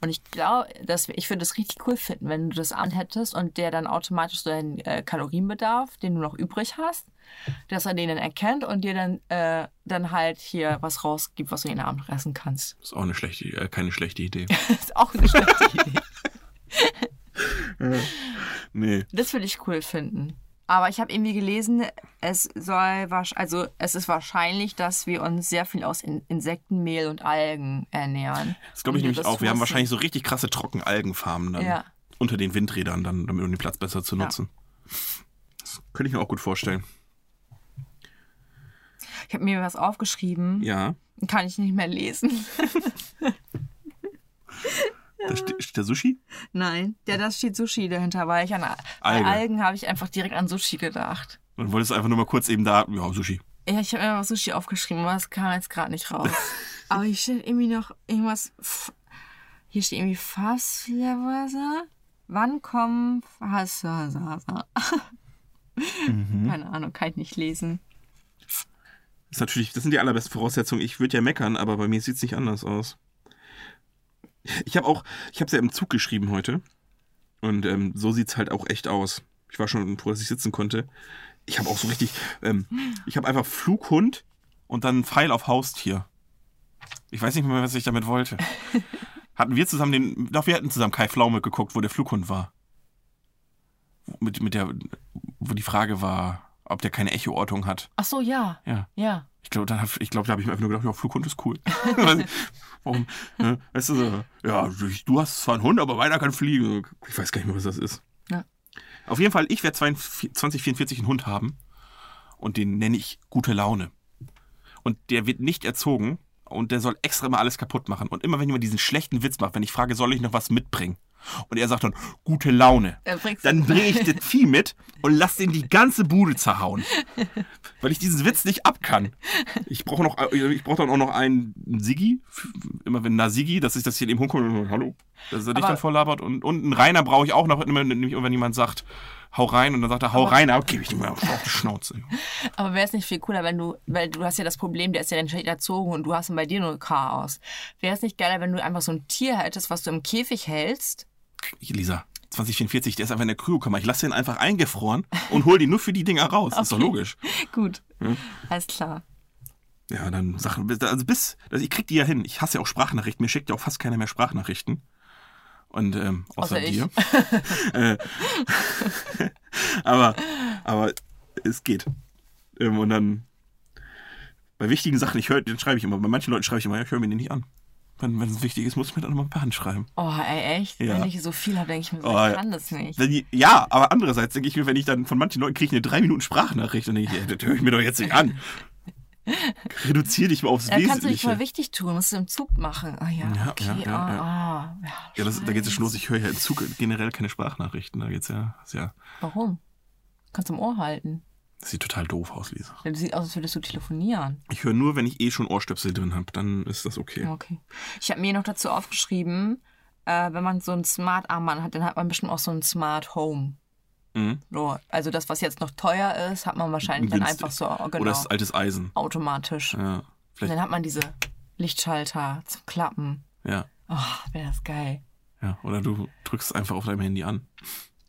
[SPEAKER 5] Und ich glaube, dass wir- ich würde es richtig cool finden, wenn du das Armband hättest und der dann automatisch so deinen äh, Kalorienbedarf, den du noch übrig hast, dass er den dann erkennt und dir dann, äh, dann halt hier was rausgibt, was du jeden Abend essen kannst.
[SPEAKER 4] Ist auch eine schlechte, äh, keine schlechte Idee.
[SPEAKER 5] Das ist auch eine schlechte Idee.
[SPEAKER 4] Nee.
[SPEAKER 5] Das würde ich cool finden. Aber ich habe irgendwie gelesen, es soll wahrsch- also es ist wahrscheinlich, dass wir uns sehr viel aus In Insektenmehl und Algen ernähren.
[SPEAKER 4] Das glaube ich
[SPEAKER 5] Und die
[SPEAKER 4] nämlich auch. Wir haben
[SPEAKER 5] Ressourcen.
[SPEAKER 4] wahrscheinlich so richtig krasse Trockenalgenfarmen dann
[SPEAKER 5] Ja.
[SPEAKER 4] unter den Windrädern, dann, damit, um den Platz besser zu nutzen. Das könnte ich mir auch gut vorstellen.
[SPEAKER 5] Ich habe mir was aufgeschrieben,
[SPEAKER 4] Ja.
[SPEAKER 5] kann ich nicht mehr lesen.
[SPEAKER 4] Da ste- steht der Sushi?
[SPEAKER 5] Nein, ja, das steht Sushi dahinter, weil ich an A- bei
[SPEAKER 4] Alge.
[SPEAKER 5] Algen habe ich einfach direkt an Sushi gedacht.
[SPEAKER 4] Und wolltest einfach nur mal kurz eben da. Ja, Sushi.
[SPEAKER 5] Ja, ich habe mir was Sushi aufgeschrieben, aber es kam jetzt gerade nicht raus. aber hier steht irgendwie noch irgendwas. F- Hier steht irgendwie Fassleverse. Wann kommen Fassleverse? Keine Ahnung, kann ich nicht lesen.
[SPEAKER 4] Ist natürlich, das sind die allerbesten Voraussetzungen. Ich würde ja meckern, aber bei mir sieht es nicht anders aus. Ich habe auch, ich habe es ja im Zug geschrieben heute. Und ähm, so sieht es halt auch echt aus. Ich war schon froh, dass ich sitzen konnte. Ich habe auch so richtig, ähm, ich habe einfach Flughund und dann einen Pfeil auf Haustier. Ich weiß nicht mehr, was ich damit wollte. Hatten wir zusammen den. Doch, wir hatten zusammen Kai Pflaume geguckt, wo der Flughund war. Mit, mit der, wo die Frage war, ob der keine Echoortung hat.
[SPEAKER 5] Ach so, ja.
[SPEAKER 4] Ja.
[SPEAKER 5] Ja.
[SPEAKER 4] Ich glaube, da, hab- ich glaub, da habe ich mir einfach nur gedacht, ja, Flughund ist cool. Warum? Ne? Weißt du, so, ja, ich- du hast zwar einen Hund, aber meiner kann fliegen. Ich weiß gar nicht mehr, was das ist.
[SPEAKER 5] Ja.
[SPEAKER 4] Auf jeden Fall, ich werde 2044 einen Hund haben und den nenne ich gute Laune. Und der wird nicht erzogen und der soll extra immer alles kaputt machen. Und immer wenn jemand diesen schlechten Witz macht, wenn ich frage, soll ich noch was mitbringen? Und er sagt dann, gute Laune
[SPEAKER 5] Dann bringst
[SPEAKER 4] dann
[SPEAKER 5] du-
[SPEAKER 4] bringe ich das Vieh mit und lass den die ganze Bude zerhauen. Weil ich diesen Witz nicht ab kann. Ich brauche noch, äh, ich brauche dann auch noch einen Siggi. Immer wenn na Siggi, dass ich das hier eben hinkomme, hallo. Dass er dich
[SPEAKER 5] Aber-
[SPEAKER 4] dann volllabert. Und, und einen Rainer brauche ich auch noch, immer, nämlich wenn jemand sagt, hau rein. Und dann sagt er, hau rein, aber gebe ich ihm mal auf die Schnauze.
[SPEAKER 5] Aber wäre es nicht viel cooler, wenn du, weil du hast ja das Problem, der ist ja dann schlecht erzogen und du hast dann bei dir nur Chaos. Wäre es nicht geiler, wenn du einfach so ein Tier hättest, was du im Käfig hältst?
[SPEAKER 4] Lisa, 2044, der ist einfach in der Kryokammer. Ich lasse den einfach eingefroren und hol den nur für die Dinger raus. Ist doch logisch.
[SPEAKER 5] Gut. Alles klar.
[SPEAKER 4] Ja, dann Sachen. Also bis. Also ich krieg die ja hin. Ich hasse ja auch Sprachnachrichten. Mir schickt ja auch fast keiner mehr Sprachnachrichten. Und ähm, außer,
[SPEAKER 5] Außer ich.
[SPEAKER 4] dir. äh, aber, aber es geht. Ähm, und dann. Bei wichtigen Sachen, ich höre, dann schreibe ich immer. Bei manchen Leuten schreibe ich immer, ja, ich höre mir den nicht an. Wenn, wenn es wichtig ist, muss ich mir dann nochmal per Hand schreiben.
[SPEAKER 5] Oh, ey, echt?
[SPEAKER 4] Ja.
[SPEAKER 5] Wenn ich so viel habe, denke ich mir, so,
[SPEAKER 4] Oh, ja.
[SPEAKER 5] ich kann das nicht.
[SPEAKER 4] Wenn die, ja, aber andererseits denke ich mir, wenn ich dann von manchen Leuten kriege ich eine drei Minuten Sprachnachricht, dann denke ich, ja, das höre ich mir doch jetzt nicht an. Reduziere dich mal aufs
[SPEAKER 5] Da kannst du dich
[SPEAKER 4] Wesentliche.
[SPEAKER 5] voll wichtig tun, musst du im Zug machen. Ah ja,
[SPEAKER 4] Ja,
[SPEAKER 5] okay,
[SPEAKER 4] ja, ja,
[SPEAKER 5] ah,
[SPEAKER 4] ja.
[SPEAKER 5] ah, ja.
[SPEAKER 4] Ja, das, da geht es schon los. Ich höre ja im Zug generell keine Sprachnachrichten. Da geht's ja, ist ja.
[SPEAKER 5] Warum? Kannst du im Ohr halten.
[SPEAKER 4] Das sieht total doof aus, Lisa.
[SPEAKER 5] Das sieht aus, als würdest du telefonieren.
[SPEAKER 4] Ich höre nur, wenn ich eh schon Ohrstöpsel drin habe, dann ist das okay.
[SPEAKER 5] Okay. Ich habe mir noch dazu aufgeschrieben, äh, wenn man so einen Smart Armband hat, dann hat man bestimmt auch so ein Smart Home.
[SPEAKER 4] Mhm.
[SPEAKER 5] So, also das, was jetzt noch teuer ist, hat man wahrscheinlich dann
[SPEAKER 4] Günstig.
[SPEAKER 5] einfach so
[SPEAKER 4] Oder
[SPEAKER 5] genau,
[SPEAKER 4] das ist altes Eisen.
[SPEAKER 5] automatisch.
[SPEAKER 4] Ja,
[SPEAKER 5] Und
[SPEAKER 4] vielleicht,
[SPEAKER 5] dann hat man diese Lichtschalter zum Klappen.
[SPEAKER 4] ja,
[SPEAKER 5] Oh, wäre das geil.
[SPEAKER 4] ja. Oder du drückst es einfach auf deinem Handy an.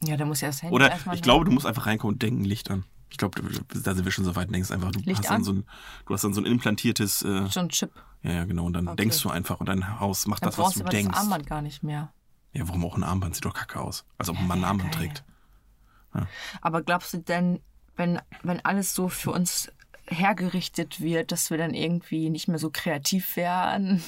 [SPEAKER 5] Ja, da muss ja das Handy
[SPEAKER 4] Oder
[SPEAKER 5] erstmal
[SPEAKER 4] ich glaube, du musst einfach reinkommen und denken Licht an. Ich glaube, du- da sind wir schon so weit, denkst einfach, du
[SPEAKER 5] Licht
[SPEAKER 4] hast dann
[SPEAKER 5] an?
[SPEAKER 4] so ein, du hast dann so ein implantiertes, äh,
[SPEAKER 5] so ein Chip.
[SPEAKER 4] ja, ja, genau, und dann
[SPEAKER 5] Okay.
[SPEAKER 4] denkst du einfach und dein Haus macht
[SPEAKER 5] Dann
[SPEAKER 4] das, was
[SPEAKER 5] brauchst
[SPEAKER 4] du
[SPEAKER 5] du aber
[SPEAKER 4] denkst.
[SPEAKER 5] das Armband gar nicht mehr.
[SPEAKER 4] Ja, warum auch ein Armband? Sieht doch kacke aus. Als ob man ein Armband
[SPEAKER 5] geil.
[SPEAKER 4] trägt.
[SPEAKER 5] Aber glaubst du denn, wenn, wenn alles so für uns hergerichtet wird, dass wir dann irgendwie nicht mehr so kreativ werden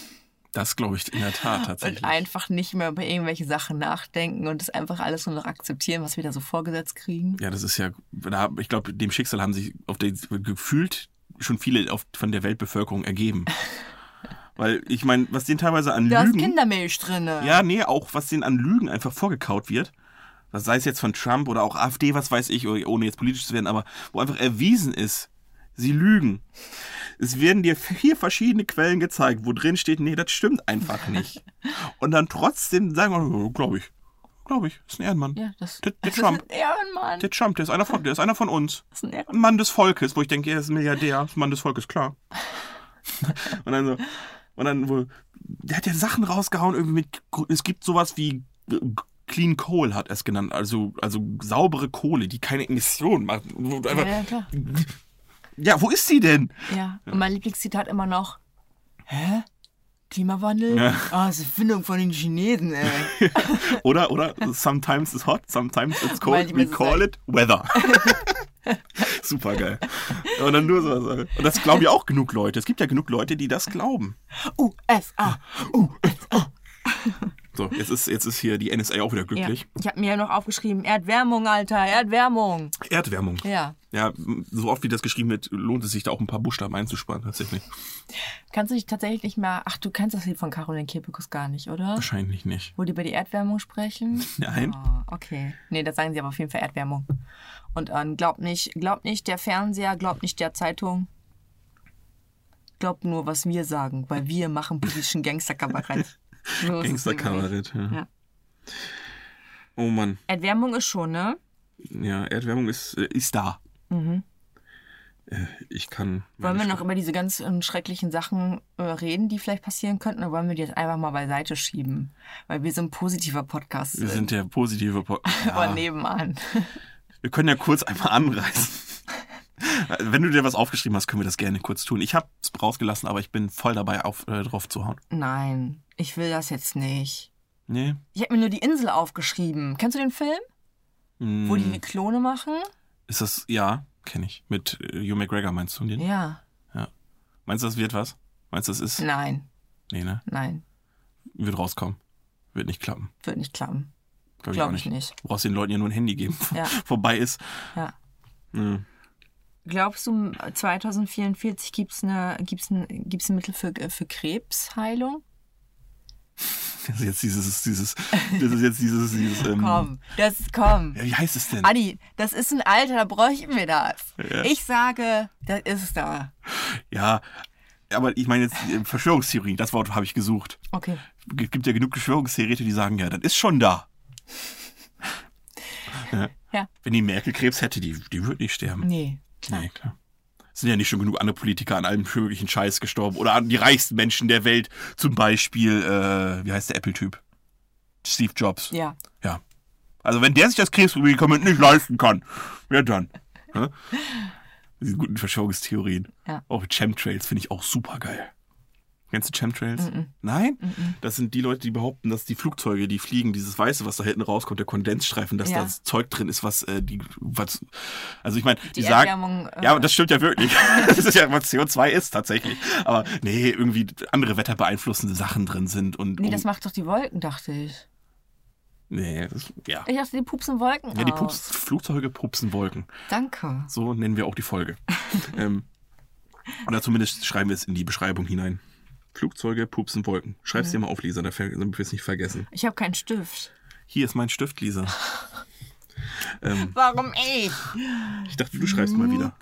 [SPEAKER 4] Das glaube ich in der Tat tatsächlich.
[SPEAKER 5] und einfach nicht mehr über irgendwelche Sachen nachdenken und das einfach alles nur noch akzeptieren, was wir da so vorgesetzt kriegen?
[SPEAKER 4] Ja, das ist ja, da, ich glaube, dem Schicksal haben sich auf den, gefühlt schon viele auf, von der Weltbevölkerung ergeben. Weil ich meine, was denen teilweise an
[SPEAKER 5] Da ist
[SPEAKER 4] Lügen.
[SPEAKER 5] Kindermilch drinne.
[SPEAKER 4] Ja, nee, auch was denen an Lügen einfach vorgekaut wird. Das sei es jetzt von Trump oder auch AfD, was weiß ich, oder- ohne jetzt politisch zu werden, aber wo einfach erwiesen ist, sie lügen. Es werden dir vier verschiedene Quellen gezeigt, wo drin steht, nee, das stimmt einfach nicht. Und dann trotzdem sagen wir, glaube ich, glaube ich, ist ein Ehrenmann.
[SPEAKER 5] Ja, das,
[SPEAKER 4] Der- der
[SPEAKER 5] das
[SPEAKER 4] Trump.
[SPEAKER 5] ist ein Ehrenmann.
[SPEAKER 4] Der Trump, der ist einer von, der ist einer von uns.
[SPEAKER 5] Das ist ein Ehrenmann.
[SPEAKER 4] ein Mann des Volkes, wo ich denke, er ist ein Milliardär, ist ein Mann des Volkes, klar. und dann so, und dann wohl, der hat ja Sachen rausgehauen, irgendwie mit, es gibt sowas wie äh, Clean Coal hat er es genannt, also, also saubere Kohle, die keine Emissionen macht. Wo du
[SPEAKER 5] Ja,
[SPEAKER 4] Einfach,
[SPEAKER 5] ja, klar.
[SPEAKER 4] ja, wo ist die denn?
[SPEAKER 5] Ja. Und mein Lieblingszitat immer noch: Hä? Klimawandel?
[SPEAKER 4] Ja.
[SPEAKER 5] Ah, das ist eine Findung von den Chinesen, ey.
[SPEAKER 4] Oder, oder, sometimes it's hot, sometimes it's cold,
[SPEAKER 5] Manchmal
[SPEAKER 4] we
[SPEAKER 5] ist es
[SPEAKER 4] call it weather. Super geil. Und dann nur so. Und das glauben ja auch genug Leute. Es gibt ja genug Leute, die das glauben.
[SPEAKER 5] USA.
[SPEAKER 4] So, jetzt ist, jetzt ist hier die NSA auch wieder
[SPEAKER 5] Ja.
[SPEAKER 4] glücklich.
[SPEAKER 5] Ich habe mir noch aufgeschrieben, Erdwärmung, Alter, Erdwärmung.
[SPEAKER 4] Erdwärmung.
[SPEAKER 5] Ja.
[SPEAKER 4] Ja, so oft wie das geschrieben wird, lohnt es sich da auch ein paar Buchstaben einzusparen, tatsächlich.
[SPEAKER 5] Kannst du dich tatsächlich nicht mehr. Ach, du kennst das Lied von Caroline Kebekus gar nicht, oder?
[SPEAKER 4] Wahrscheinlich nicht.
[SPEAKER 5] Wo die über die Erdwärmung sprechen?
[SPEAKER 4] Nein.
[SPEAKER 5] Ah, okay. Nee, das sagen sie aber auf jeden Fall Erdwärmung. Und ähm, glaubt nicht, glaubt nicht der Fernseher, glaubt nicht der Zeitung. Glaubt nur, was wir sagen, weil wir machen politischen Gangsterkabarett. So ist es nämlich.
[SPEAKER 4] Gangsterkabarett, ja.
[SPEAKER 5] Ja.
[SPEAKER 4] Oh Mann.
[SPEAKER 5] Erdwärmung ist schon, ne?
[SPEAKER 4] Ja, Erdwärmung ist, äh, ist da. Äh, Ich kann.
[SPEAKER 5] Mhm. Wollen wir noch über diese ganz ähm, schrecklichen Sachen äh, reden, die vielleicht passieren könnten, oder wollen wir die jetzt einfach mal beiseite schieben? Weil wir so ein positiver Podcast
[SPEAKER 4] Wir
[SPEAKER 5] sind.
[SPEAKER 4] sind der positive Podcast.
[SPEAKER 5] aber
[SPEAKER 4] Ja.
[SPEAKER 5] nebenan.
[SPEAKER 4] Wir können ja kurz einmal anreißen. Wenn du dir was aufgeschrieben hast, können wir das gerne kurz tun. Ich hab's rausgelassen, aber ich bin voll dabei, auf, äh, drauf zu hauen.
[SPEAKER 5] Nein, ich will das jetzt nicht.
[SPEAKER 4] Nee.
[SPEAKER 5] Ich habe mir nur die Insel aufgeschrieben. Kennst du den Film,
[SPEAKER 4] Hm.
[SPEAKER 5] wo die die Klone machen?
[SPEAKER 4] Ist das, ja, kenne ich. Mit äh, Hugh McGregor meinst du den?
[SPEAKER 5] Ja.
[SPEAKER 4] Meinst du, das wird was? Meinst du, das ist.
[SPEAKER 5] Nein,
[SPEAKER 4] Nee, ne?
[SPEAKER 5] nein,
[SPEAKER 4] Wird rauskommen. Wird nicht klappen.
[SPEAKER 5] wird nicht klappen.
[SPEAKER 4] Glaube
[SPEAKER 5] Glaube ich nicht.
[SPEAKER 4] Du brauchst den Leuten ja nur ein Handy geben,
[SPEAKER 5] Ja.
[SPEAKER 4] vorbei ist.
[SPEAKER 5] Ja.
[SPEAKER 4] Hm.
[SPEAKER 5] Glaubst du, 2044 gibt es eine, gibt's ein, gibt's ein Mittel für, äh, für Krebsheilung?
[SPEAKER 4] Das ist jetzt dieses, dieses, das ist jetzt dieses, dieses, ähm,
[SPEAKER 5] Komm, das komm.
[SPEAKER 4] Ja, wie heißt es denn?
[SPEAKER 5] Adi, das ist ein Alter, da bräuchten wir das.
[SPEAKER 4] Ja.
[SPEAKER 5] Ich sage, das ist da.
[SPEAKER 4] Ja, aber ich meine jetzt äh, Verschwörungstheorie, das Wort habe ich gesucht.
[SPEAKER 5] Okay.
[SPEAKER 4] Es gibt ja genug Verschwörungstheoretiker, die sagen, ja, das ist schon da. ja.
[SPEAKER 5] Ja.
[SPEAKER 4] Wenn die Merkel Krebs hätte, die, die würde nicht sterben.
[SPEAKER 5] Nee.
[SPEAKER 4] Nee, klar. Es sind ja nicht schon genug andere Politiker an allem möglichen Scheiß gestorben. Oder an die reichsten Menschen der Welt. Zum Beispiel, äh, wie heißt der Apple-Typ? Steve Jobs.
[SPEAKER 5] Ja.
[SPEAKER 4] Ja. Also wenn der sich das Krebsmedikament nicht leisten kann, wer dann? Hä? Diese guten Verschwörungstheorien.
[SPEAKER 5] Ja.
[SPEAKER 4] Auch Chemtrails finde ich auch super geil. Kennst du Chemtrails? Nein? Das sind die Leute, die behaupten, dass die Flugzeuge, die fliegen, dieses Weiße, was da hinten rauskommt, der Kondensstreifen, dass
[SPEAKER 5] Ja.
[SPEAKER 4] da Zeug drin ist, was äh, die, was, also ich meine,
[SPEAKER 5] Die
[SPEAKER 4] die, sagen,
[SPEAKER 5] Erwärmung, äh,
[SPEAKER 4] ja, aber das stimmt ja wirklich. das ist ja, was CO2 ist tatsächlich. Aber nee, irgendwie andere wetterbeeinflussende Sachen drin sind und,
[SPEAKER 5] Nee,
[SPEAKER 4] um-
[SPEAKER 5] das macht doch die Wolken, dachte ich.
[SPEAKER 4] nee, das, ja.
[SPEAKER 5] Ich dachte, die pupsen Wolken
[SPEAKER 4] Ja, die
[SPEAKER 5] aus.
[SPEAKER 4] Pups, Flugzeuge pupsen Wolken.
[SPEAKER 5] Danke.
[SPEAKER 4] So nennen wir auch die Folge. ähm, oder zumindest schreiben wir es in die Beschreibung hinein. Flugzeuge pupsen Wolken. Schreib's dir mal auf, Lisa, dafür- damit wir es nicht vergessen.
[SPEAKER 5] Ich habe keinen Stift.
[SPEAKER 4] Hier ist mein Stift, Lisa. ähm,
[SPEAKER 5] Warum ich?
[SPEAKER 4] ich dachte, du schreibst mal wieder.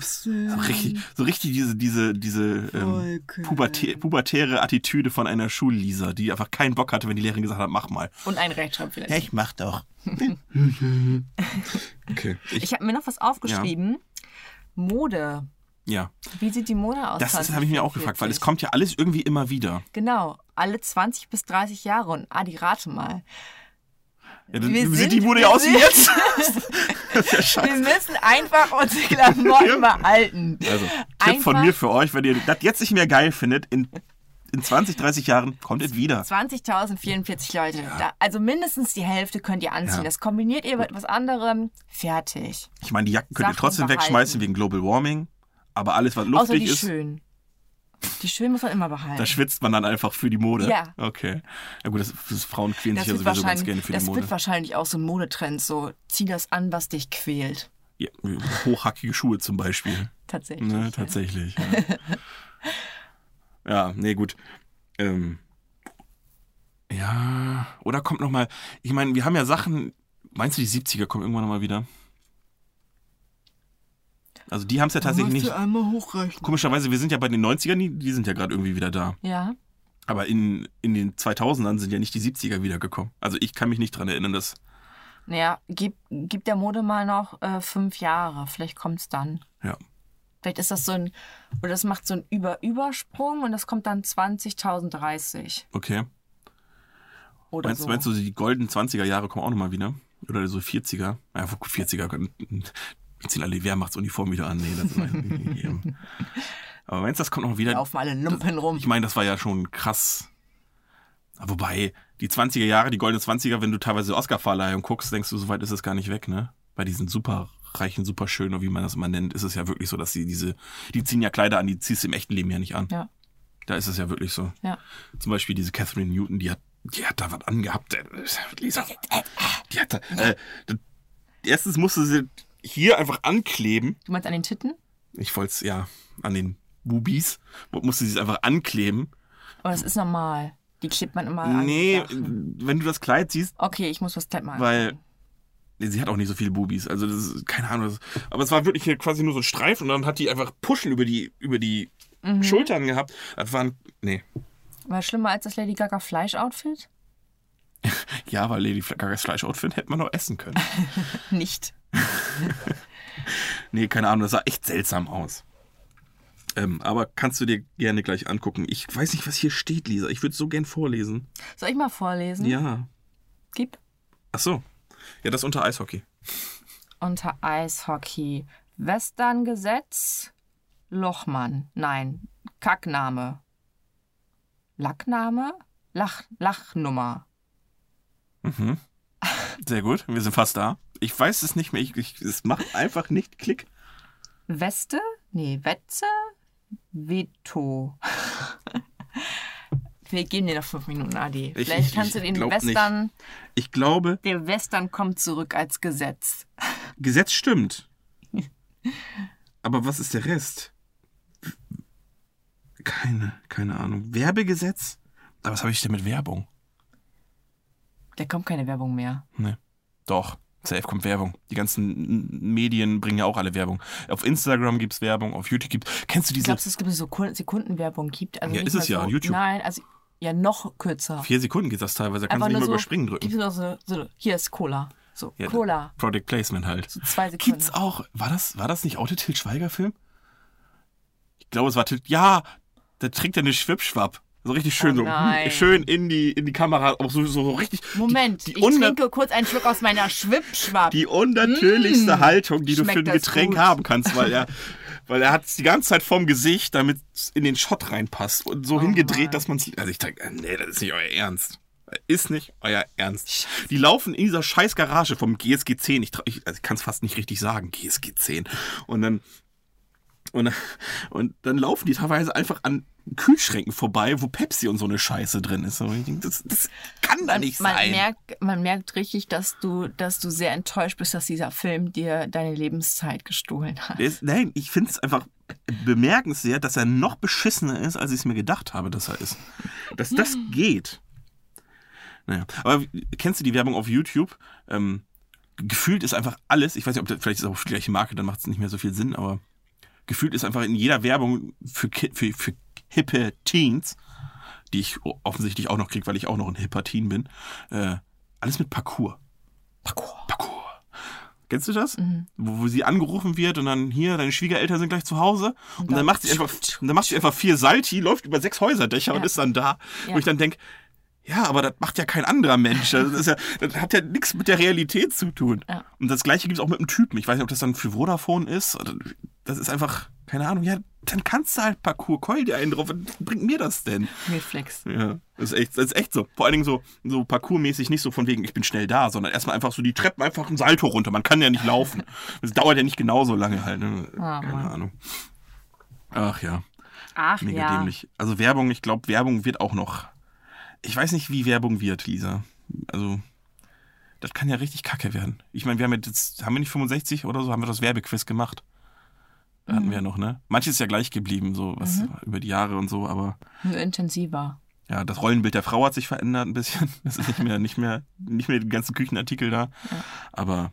[SPEAKER 4] So richtig, so richtig diese, diese, diese ähm, pubertä pubertäre Attitüde von einer Schullisa, die einfach keinen Bock hatte, wenn die Lehrerin gesagt hat, mach mal.
[SPEAKER 5] Und einen Rechtschreib vielleicht.
[SPEAKER 4] Ja, ich mach doch. okay. Ich,
[SPEAKER 5] Ich habe mir noch was aufgeschrieben. Mode.
[SPEAKER 4] ja.
[SPEAKER 5] Wie sieht die Mode aus?
[SPEAKER 4] Das, das habe ich mir auch
[SPEAKER 5] 2044?
[SPEAKER 4] gefragt, weil es kommt ja alles irgendwie immer wieder.
[SPEAKER 5] Genau, alle 20 bis 30 Jahre. Und Adi, rate mal.
[SPEAKER 4] Ja, dann
[SPEAKER 5] Wir
[SPEAKER 4] sieht
[SPEAKER 5] sind-
[SPEAKER 4] die Mode
[SPEAKER 5] wir
[SPEAKER 4] ja aus wie
[SPEAKER 5] sind-
[SPEAKER 4] jetzt. das ist ja
[SPEAKER 5] Wir
[SPEAKER 4] scheiße.
[SPEAKER 5] müssen einfach unsere Klamotten behalten.
[SPEAKER 4] Also, Tipp von
[SPEAKER 5] Einfach-
[SPEAKER 4] mir für euch, wenn ihr das jetzt nicht mehr geil findet, in, in 20, 30 Jahren kommt es wieder.
[SPEAKER 5] 20.044 Leute. Da, also mindestens die Hälfte könnt ihr anziehen.
[SPEAKER 4] Ja.
[SPEAKER 5] Das kombiniert ihr mit was anderem. Fertig.
[SPEAKER 4] Ich meine, die Jacken könnt ihr
[SPEAKER 5] Sachen
[SPEAKER 4] trotzdem
[SPEAKER 5] behalten.
[SPEAKER 4] wegschmeißen wegen Global Warming, aber alles, was
[SPEAKER 5] Außer
[SPEAKER 4] luftig
[SPEAKER 5] die
[SPEAKER 4] ist,
[SPEAKER 5] schön. Die schön muss man immer behalten.
[SPEAKER 4] da schwitzt man dann einfach für die Mode.
[SPEAKER 5] Ja.
[SPEAKER 4] Okay. Ja gut, das, das Frauen quälen
[SPEAKER 5] das
[SPEAKER 4] sich ja
[SPEAKER 5] wird,
[SPEAKER 4] sowieso ganz
[SPEAKER 5] wahrscheinlich,
[SPEAKER 4] gerne für die
[SPEAKER 5] das
[SPEAKER 4] Mode.
[SPEAKER 5] wird wahrscheinlich auch so ein Modetrend. So, zieh das an, was dich quält.
[SPEAKER 4] Ja, hochhackige Schuhe zum Beispiel.
[SPEAKER 5] Tatsächlich.
[SPEAKER 4] Ne, tatsächlich. Ja. ja, nee, gut. Ähm, ja, oder kommt nochmal, ich meine, wir haben ja Sachen, meinst du, die 70er kommen irgendwann nochmal wieder? Also die haben es ja tatsächlich nicht.
[SPEAKER 5] einmal hochrechnen.
[SPEAKER 4] Komischerweise, wir sind ja bei den 90ern, die, die sind ja gerade irgendwie wieder da.
[SPEAKER 5] Ja,
[SPEAKER 4] Aber in, in den 2000ern sind ja nicht die 70er wiedergekommen. Also ich kann mich nicht dran erinnern, dass...
[SPEAKER 5] naja, gib, gib der Mode mal noch äh, fünf Jahre. Vielleicht kommt's dann.
[SPEAKER 4] Ja,
[SPEAKER 5] Vielleicht ist das so ein, oder das macht so einen Über-Übersprung und das kommt dann 20.030
[SPEAKER 4] okay.
[SPEAKER 5] oder
[SPEAKER 4] Meinst,
[SPEAKER 5] so.
[SPEAKER 4] meinst du, die golden 20er Jahre kommen auch nochmal wieder? Oder so 40er? Ja, gut, 40er. können- Wir ziehen alle die Wehrmachtsuniform wieder an. Nee, das ist Aber meinst du, das kommt noch wieder?
[SPEAKER 5] Laufen alle Lumpen rum.
[SPEAKER 4] Ich meine, das war ja schon krass. Aber Wobei, die 20er Jahre, die goldenen 20er, wenn du teilweise Oscarverleihung guckst, denkst du, so weit ist es gar nicht weg, ne? Bei diesen superreichen, superschönen, oder wie man das immer nennt, ist es ja wirklich so, dass die diese, die ziehen ja Kleider an, die ziehst du im echten Leben ja nicht an.
[SPEAKER 5] Ja.
[SPEAKER 4] Da ist es ja wirklich so.
[SPEAKER 5] Ja.
[SPEAKER 4] Zum Beispiel diese Catherine Newton, die hat, die hat da was angehabt. äh, Lisa, die hat da, äh, das- erstens musste sie hier einfach ankleben.
[SPEAKER 5] Du meinst an den Titten?
[SPEAKER 4] Ich wollte es, ja, an den Bubis, musste sie es einfach ankleben.
[SPEAKER 5] Aber das ist normal. Die klebt man immer an.
[SPEAKER 4] Nee,
[SPEAKER 5] Sachen.
[SPEAKER 4] wenn du das Kleid siehst,
[SPEAKER 5] Ah, Okay, ich muss was Kleid machen.
[SPEAKER 4] weil nee, sie hat auch nicht so viele Bubis. Also das ist keine Ahnung. Das, aber es war wirklich hier quasi nur so ein Streifen und dann hat die einfach Pushen über die, über die Schultern gehabt. Das waren. Nee.
[SPEAKER 5] War schlimmer als das Lady Gaga Fleisch-Outfit?
[SPEAKER 4] Ja, weil Lady Gagas Fleischoutfit hätte man noch essen können.
[SPEAKER 5] Nicht.
[SPEAKER 4] Nee, keine Ahnung, das sah echt seltsam aus. Ähm, aber kannst du dir gerne gleich angucken. Ich weiß nicht, was hier steht, Lisa. Ich würde so gern vorlesen.
[SPEAKER 5] Soll ich mal Hm? vorlesen?
[SPEAKER 4] Ja.
[SPEAKER 5] Gib.
[SPEAKER 4] Ach so. Ja, das unter Eishockey.
[SPEAKER 5] unter Eishockey. Westerngesetz. Lochmann. Nein. Kackname. Lackname? Lach, Lachnummer.
[SPEAKER 4] Mhm. Sehr gut, wir sind fast da. Ich weiß es nicht mehr, ich, ich, es macht einfach nicht Klick.
[SPEAKER 5] Weste? Nee, Wetze? Veto. Wir geben dir noch fünf Minuten, Adi.
[SPEAKER 4] Ich-
[SPEAKER 5] Vielleicht
[SPEAKER 4] ich-
[SPEAKER 5] kannst du
[SPEAKER 4] ich
[SPEAKER 5] den
[SPEAKER 4] glaub nicht.
[SPEAKER 5] Western.
[SPEAKER 4] Ich glaube,
[SPEAKER 5] Der Western kommt zurück als Gesetz.
[SPEAKER 4] Gesetz stimmt. Aber was ist der Rest? Keine, keine Ahnung. Werbegesetz? Aber was habe ich denn mit Werbung?
[SPEAKER 5] Da kommt keine Werbung mehr.
[SPEAKER 4] Nee. Doch, safe kommt Werbung. Die ganzen Medien bringen ja auch alle Werbung. Auf Instagram gibt's Werbung, auf YouTube gibt's. Kennst du diese
[SPEAKER 5] Glaubst du, es gibt so Kun- Sekundenwerbung gibt? Also
[SPEAKER 4] Ja,
[SPEAKER 5] nicht
[SPEAKER 4] ist es
[SPEAKER 5] mal
[SPEAKER 4] ja,
[SPEAKER 5] so,
[SPEAKER 4] YouTube.
[SPEAKER 5] Nein, also ja noch kürzer.
[SPEAKER 4] vier Sekunden geht das teilweise, da kannst
[SPEAKER 5] Einfach
[SPEAKER 4] du
[SPEAKER 5] nur
[SPEAKER 4] nicht mal
[SPEAKER 5] so,
[SPEAKER 4] überspringen drücken.
[SPEAKER 5] Gibt's noch so, so, hier ist Cola. So,
[SPEAKER 4] Ja,
[SPEAKER 5] Cola.
[SPEAKER 4] Product Placement halt.
[SPEAKER 5] So zwei Sekunden.
[SPEAKER 4] Gibt's auch. War das, war das nicht auch der Til Schweiger-Film? Ich glaube, es war Til. Ja, da trinkt er eine Schwippschwapp. So richtig schön,
[SPEAKER 5] Oh
[SPEAKER 4] so
[SPEAKER 5] nein.
[SPEAKER 4] schön in die, in die Kamera, auch so, so richtig.
[SPEAKER 5] Moment,
[SPEAKER 4] die, die
[SPEAKER 5] ich
[SPEAKER 4] unna-
[SPEAKER 5] trinke kurz einen Schluck aus meiner Schwippschwapp.
[SPEAKER 4] Die unnatürlichste Haltung, die du
[SPEAKER 5] Mm. schmeckt
[SPEAKER 4] für ein
[SPEAKER 5] das
[SPEAKER 4] Getränk
[SPEAKER 5] gut.
[SPEAKER 4] haben kannst, weil er, weil er hat es die ganze Zeit vorm Gesicht, damit es in den Shot reinpasst und so hingedreht,
[SPEAKER 5] Oh Mann.
[SPEAKER 4] dass man es. Also ich denke, nee, das ist nicht euer Ernst. Ist nicht euer Ernst. Die laufen in dieser scheiß Garage vom GSG 10. Ich, trau- ich, also ich kann es fast nicht richtig sagen, GSG 10. Und dann und, und dann laufen die teilweise einfach an Kühlschränken vorbei, wo Pepsi und so eine Scheiße drin ist. Und ich denk, Das, das kann da nicht
[SPEAKER 5] man,
[SPEAKER 4] sein.
[SPEAKER 5] merkt, man merkt richtig, dass du, dass du sehr enttäuscht bist, dass dieser Film dir deine Lebenszeit gestohlen hat.
[SPEAKER 4] Der ist, nein, ich finde es einfach bemerkenswert, dass er noch beschissener ist, als ich es mir gedacht habe, dass er ist. Dass das geht. Naja, aber kennst du die Werbung auf YouTube? Ähm, gefühlt ist einfach alles, ich weiß nicht, ob das, vielleicht ist es auch die gleiche Marke, dann macht es nicht mehr so viel Sinn, aber gefühlt ist einfach in jeder Werbung für, Ki- für, für hippe Teens, die ich o- offensichtlich auch noch kriege, weil ich auch noch ein hipper Teen bin, äh, alles mit Parkour.
[SPEAKER 5] Parkour.
[SPEAKER 4] Parkour. Kennst du das? Wo, wo sie angerufen wird und dann hier, deine Schwiegereltern sind gleich zu Hause. Und, dann,
[SPEAKER 5] dann-
[SPEAKER 4] macht sie einfach, und dann macht sie einfach vier Salti, läuft über sechs Häuserdächer und
[SPEAKER 5] Ja.
[SPEAKER 4] ist dann da. Wo
[SPEAKER 5] Ja.
[SPEAKER 4] ich dann denke, ja, aber das macht ja kein anderer Mensch. Das, ist ja, das hat ja nichts mit der Realität zu tun.
[SPEAKER 5] Ja.
[SPEAKER 4] Und das gleiche gibt es auch mit dem Typen. Ich weiß nicht, ob das dann für Vodafone ist. oder- Das ist einfach, keine Ahnung, ja, dann kannst du halt Parkour, keul dir einen drauf. Was bringt mir das denn?
[SPEAKER 5] Reflex.
[SPEAKER 4] Ja, das ist echt, das ist echt so. Vor allen Dingen so, so parkourmäßig nicht so von wegen, ich bin schnell da, sondern erstmal einfach so die Treppen einfach ein Salto runter. Man kann ja nicht laufen. Das dauert ja nicht genauso lange halt. Ne?
[SPEAKER 5] Ah,
[SPEAKER 4] Keine
[SPEAKER 5] Mann.
[SPEAKER 4] Ahnung. Ach ja,
[SPEAKER 5] Ach
[SPEAKER 4] mega
[SPEAKER 5] ja.
[SPEAKER 4] dämlich. Also Werbung, ich glaube, Werbung wird auch noch. Ich weiß nicht, wie Werbung wird, Lisa. Also, das kann ja richtig kacke werden. Ich meine, wir haben jetzt, haben wir nicht 65 oder so, haben wir das Werbequiz gemacht. Da
[SPEAKER 5] Mhm.
[SPEAKER 4] hatten wir ja noch, ne? Manches ist ja gleich geblieben, so was über die Jahre und so, aber.
[SPEAKER 5] Nur intensiver.
[SPEAKER 4] Ja, das Rollenbild der Frau hat sich verändert ein bisschen. Das ist nicht mehr, nicht mehr, nicht mehr die ganzen Küchenartikel da. Aber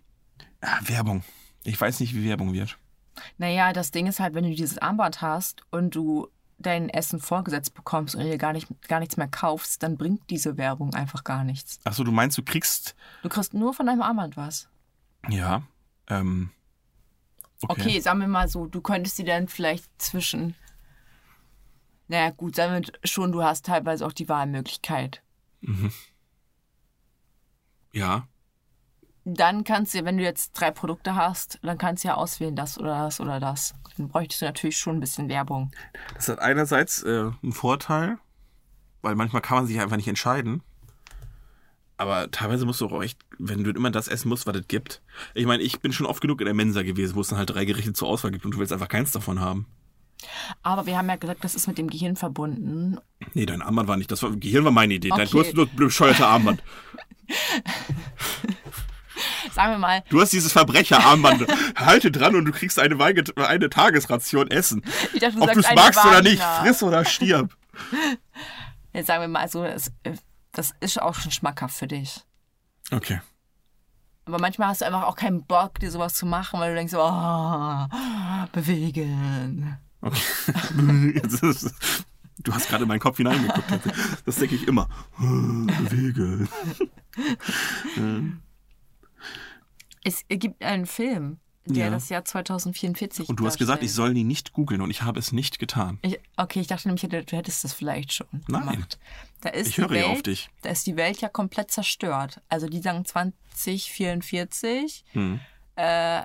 [SPEAKER 4] ja, Werbung. Ich weiß nicht, wie Werbung wird.
[SPEAKER 5] Naja, das Ding ist halt, wenn du dieses Armband hast und du dein Essen vorgesetzt bekommst und dir gar, nicht, gar nichts mehr kaufst, dann bringt diese Werbung einfach gar nichts.
[SPEAKER 4] Achso, du meinst, du kriegst.
[SPEAKER 5] Du kriegst nur von deinem Armband was.
[SPEAKER 4] Ja. Ähm,
[SPEAKER 5] Okay,
[SPEAKER 4] okay.
[SPEAKER 5] sagen wir mal so, du könntest dir dann vielleicht zwischen. Naja, gut, sagen wir schon, du hast teilweise auch die Wahlmöglichkeit.
[SPEAKER 4] Ja.
[SPEAKER 5] Dann kannst du, wenn du jetzt drei Produkte hast, dann kannst du ja auswählen, das oder das oder das. Dann bräuchtest du natürlich schon ein bisschen Werbung.
[SPEAKER 4] Das hat einerseits äh, einen Vorteil, weil manchmal kann man sich einfach nicht entscheiden. Aber teilweise musst du auch echt, wenn du immer das essen musst, was es gibt. Ich meine, ich bin schon oft genug in der Mensa gewesen, wo es dann halt drei Gerichte zur Auswahl gibt und du willst einfach keins davon haben.
[SPEAKER 5] Aber wir haben ja gesagt, das ist mit dem Gehirn verbunden.
[SPEAKER 4] Nee, dein Armband war nicht. Das war, Gehirn war meine Idee. Dein, du
[SPEAKER 5] Okay.
[SPEAKER 4] hast nur das bescheuerte Armband.
[SPEAKER 5] Sagen wir mal,
[SPEAKER 4] Du hast dieses Verbrecherarmband. Halte dran und du kriegst eine, Weige- eine Tagesration Essen.
[SPEAKER 5] ich dachte, du
[SPEAKER 4] Ob
[SPEAKER 5] sagst
[SPEAKER 4] du es
[SPEAKER 5] eine
[SPEAKER 4] magst oder nicht,
[SPEAKER 5] Wagner.
[SPEAKER 4] friss oder stirb.
[SPEAKER 5] Jetzt sagen wir mal so, das, das ist auch schon schmackhaft für dich.
[SPEAKER 4] Okay.
[SPEAKER 5] Aber manchmal hast du einfach auch keinen Bock, dir sowas zu machen, weil du denkst, so, oh, bewegen.
[SPEAKER 4] okay. Jetzt ist- du hast gerade in meinen Kopf hineingeguckt. Das denke ich immer. Bewege.
[SPEAKER 5] Es gibt einen Film, der
[SPEAKER 4] Ja.
[SPEAKER 5] das Jahr 2044
[SPEAKER 4] Und du hast gesagt, ich
[SPEAKER 5] darstellt.
[SPEAKER 4] soll die nicht googeln und ich habe es nicht getan.
[SPEAKER 5] Ich, okay, ich dachte nämlich, hätte- du hättest das vielleicht schon
[SPEAKER 4] Nein.
[SPEAKER 5] gemacht. Da ist
[SPEAKER 4] Ich
[SPEAKER 5] die
[SPEAKER 4] höre ja
[SPEAKER 5] Welt,
[SPEAKER 4] auf dich. Hm.
[SPEAKER 5] Da ist die Welt ja komplett zerstört. Also die sagen 2044. Äh,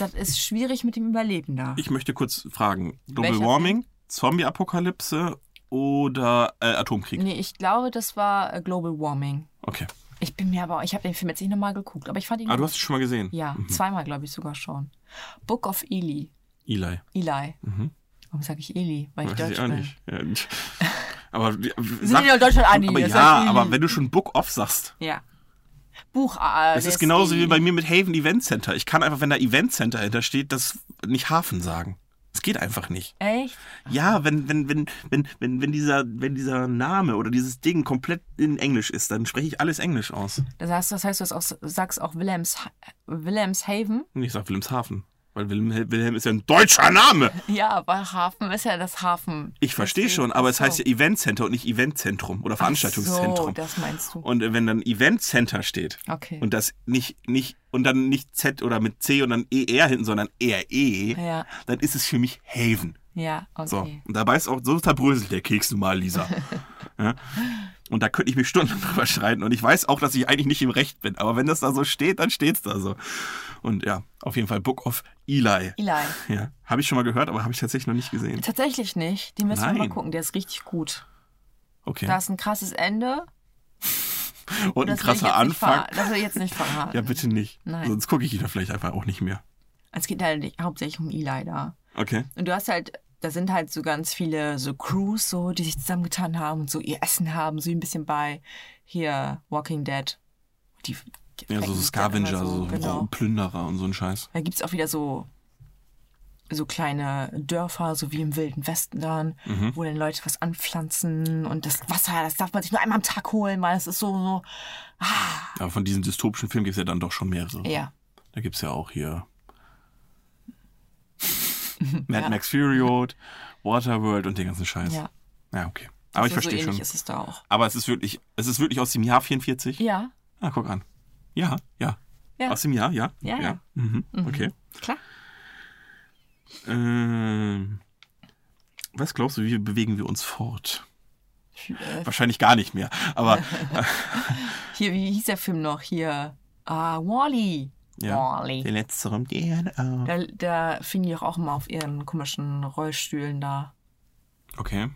[SPEAKER 5] das ist schwierig mit dem Überleben da.
[SPEAKER 4] Ich möchte kurz fragen: Global
[SPEAKER 5] Welcher
[SPEAKER 4] Warming, Zombie-Apokalypse oder äh, Atomkrieg?
[SPEAKER 5] Nee, ich glaube, das war äh, Global Warming.
[SPEAKER 4] Okay.
[SPEAKER 5] Ich bin mir aber, ich habe den Film jetzt nicht nochmal geguckt, aber ich fand ihn.
[SPEAKER 4] Ah, du hast es schon mal gesehen? Mhm.
[SPEAKER 5] ja, zweimal, glaube ich, sogar schon. Book of Eli.
[SPEAKER 4] Eli.
[SPEAKER 5] Eli.
[SPEAKER 4] Mhm.
[SPEAKER 5] Warum sage ich Eli? Weil ich
[SPEAKER 4] Weiß
[SPEAKER 5] Deutsch
[SPEAKER 4] ich auch
[SPEAKER 5] bin.
[SPEAKER 4] nicht. Ja. Aber wir
[SPEAKER 5] Wir sind ja in Deutschland Ani.
[SPEAKER 4] aber
[SPEAKER 5] das
[SPEAKER 4] ja,
[SPEAKER 5] heißt Eli.
[SPEAKER 4] aber wenn du schon Book Off sagst,
[SPEAKER 5] Ja. Buch. Äh,
[SPEAKER 4] das
[SPEAKER 5] der
[SPEAKER 4] ist genauso
[SPEAKER 5] Eli.
[SPEAKER 4] wie bei mir mit Haven Event Center. Ich kann einfach, wenn da Event Center hintersteht, das nicht Hafen sagen. Es geht einfach nicht.
[SPEAKER 5] Echt?
[SPEAKER 4] Ja, wenn, wenn, wenn, wenn, wenn, wenn, dieser, wenn dieser Name oder dieses Ding komplett in Englisch ist, dann spreche ich alles Englisch aus.
[SPEAKER 5] Das heißt, das heißt du hast auch, sagst auch Willems, Wilhelmshaven?
[SPEAKER 4] Und ich sag Wilhelmshaven, weil Wilhelm, Wilhelm ist ja ein deutscher Name.
[SPEAKER 5] Ja, aber Hafen ist ja das Hafen.
[SPEAKER 4] Ich verstehe schon, aber es heißt ja Event Center und nicht Eventzentrum oder
[SPEAKER 5] So,
[SPEAKER 4] Veranstaltungszentrum.
[SPEAKER 5] das meinst du.
[SPEAKER 4] und äh, wenn dann Event Center steht,
[SPEAKER 5] Okay.
[SPEAKER 4] Und das nicht, nicht, und dann nicht Z oder mit C und dann ER hinten, sondern RE,
[SPEAKER 5] Ja.
[SPEAKER 4] dann ist es für mich Haven.
[SPEAKER 5] ja, okay.
[SPEAKER 4] So. Und dabei ist auch, so zerbröselt der Keks nun mal, Lisa. ja. Und da könnte ich mich Stunden drüber streiten. Und ich weiß auch, dass ich eigentlich nicht im Recht bin. Aber wenn das da so steht, dann steht es da so. Und ja, auf jeden Fall Book of Eli.
[SPEAKER 5] Eli.
[SPEAKER 4] Ja, habe ich schon mal gehört, aber habe ich tatsächlich noch nicht gesehen.
[SPEAKER 5] Tatsächlich nicht. Den müssen wir
[SPEAKER 4] Nein.
[SPEAKER 5] mal gucken. Der ist richtig gut.
[SPEAKER 4] Okay.
[SPEAKER 5] Da ist ein krasses Ende.
[SPEAKER 4] und
[SPEAKER 5] Das will
[SPEAKER 4] ein
[SPEAKER 5] ich
[SPEAKER 4] krasser
[SPEAKER 5] jetzt nicht
[SPEAKER 4] Anfang.
[SPEAKER 5] verra- Das will ich jetzt nicht verraten.
[SPEAKER 4] Ja, bitte nicht.
[SPEAKER 5] Nein.
[SPEAKER 4] Sonst gucke ich ihn da vielleicht einfach auch nicht mehr.
[SPEAKER 5] Es geht halt nicht, hauptsächlich um Eli da.
[SPEAKER 4] Okay.
[SPEAKER 5] Und du hast halt, da sind halt so ganz viele so Crews, so, die sich zusammengetan haben und so ihr Essen haben, so wie ein bisschen bei hier Walking Dead. Die
[SPEAKER 4] Ja, so,
[SPEAKER 5] die-
[SPEAKER 4] so Scavenger,
[SPEAKER 5] immer
[SPEAKER 4] so,
[SPEAKER 5] genau.
[SPEAKER 4] Plünderer und so ein Scheiß.
[SPEAKER 5] Da gibt es auch wieder so, so kleine Dörfer, so wie im Wilden Westen dann,
[SPEAKER 4] Mhm.
[SPEAKER 5] wo dann Leute was anpflanzen und das Wasser, das darf man sich nur einmal am Tag holen, weil das ist so, so
[SPEAKER 4] Aber von diesen dystopischen Filmen gibt es ja dann doch schon mehrere.
[SPEAKER 5] ja.
[SPEAKER 4] Da gibt es ja auch hier Mad Max Fury Road, Waterworld und den ganzen Scheiß.
[SPEAKER 5] Ja.
[SPEAKER 4] Ja, okay. Aber ich
[SPEAKER 5] Also
[SPEAKER 4] verstehe
[SPEAKER 5] so ähnlich
[SPEAKER 4] schon.
[SPEAKER 5] ist es da auch.
[SPEAKER 4] Aber es ist wirklich, es ist wirklich aus dem Jahr 44?
[SPEAKER 5] Ja,
[SPEAKER 4] Ah, guck an. Ja, ja.
[SPEAKER 5] Ja.
[SPEAKER 4] Aus dem Jahr, ja?
[SPEAKER 5] Ja, ja.
[SPEAKER 4] Mhm. Okay.
[SPEAKER 5] klar.
[SPEAKER 4] Ähm, was glaubst du, wie bewegen wir uns fort?
[SPEAKER 5] Äh,
[SPEAKER 4] Wahrscheinlich gar nicht mehr. Aber
[SPEAKER 5] Hier, wie hieß der Film noch? Hier, ah, Wally.
[SPEAKER 4] ja.
[SPEAKER 5] Wally.
[SPEAKER 4] Der letzte Raum, die Erde auf.
[SPEAKER 5] Da, da fingen die doch auch immer auf ihren komischen Rollstühlen da,
[SPEAKER 4] Okay.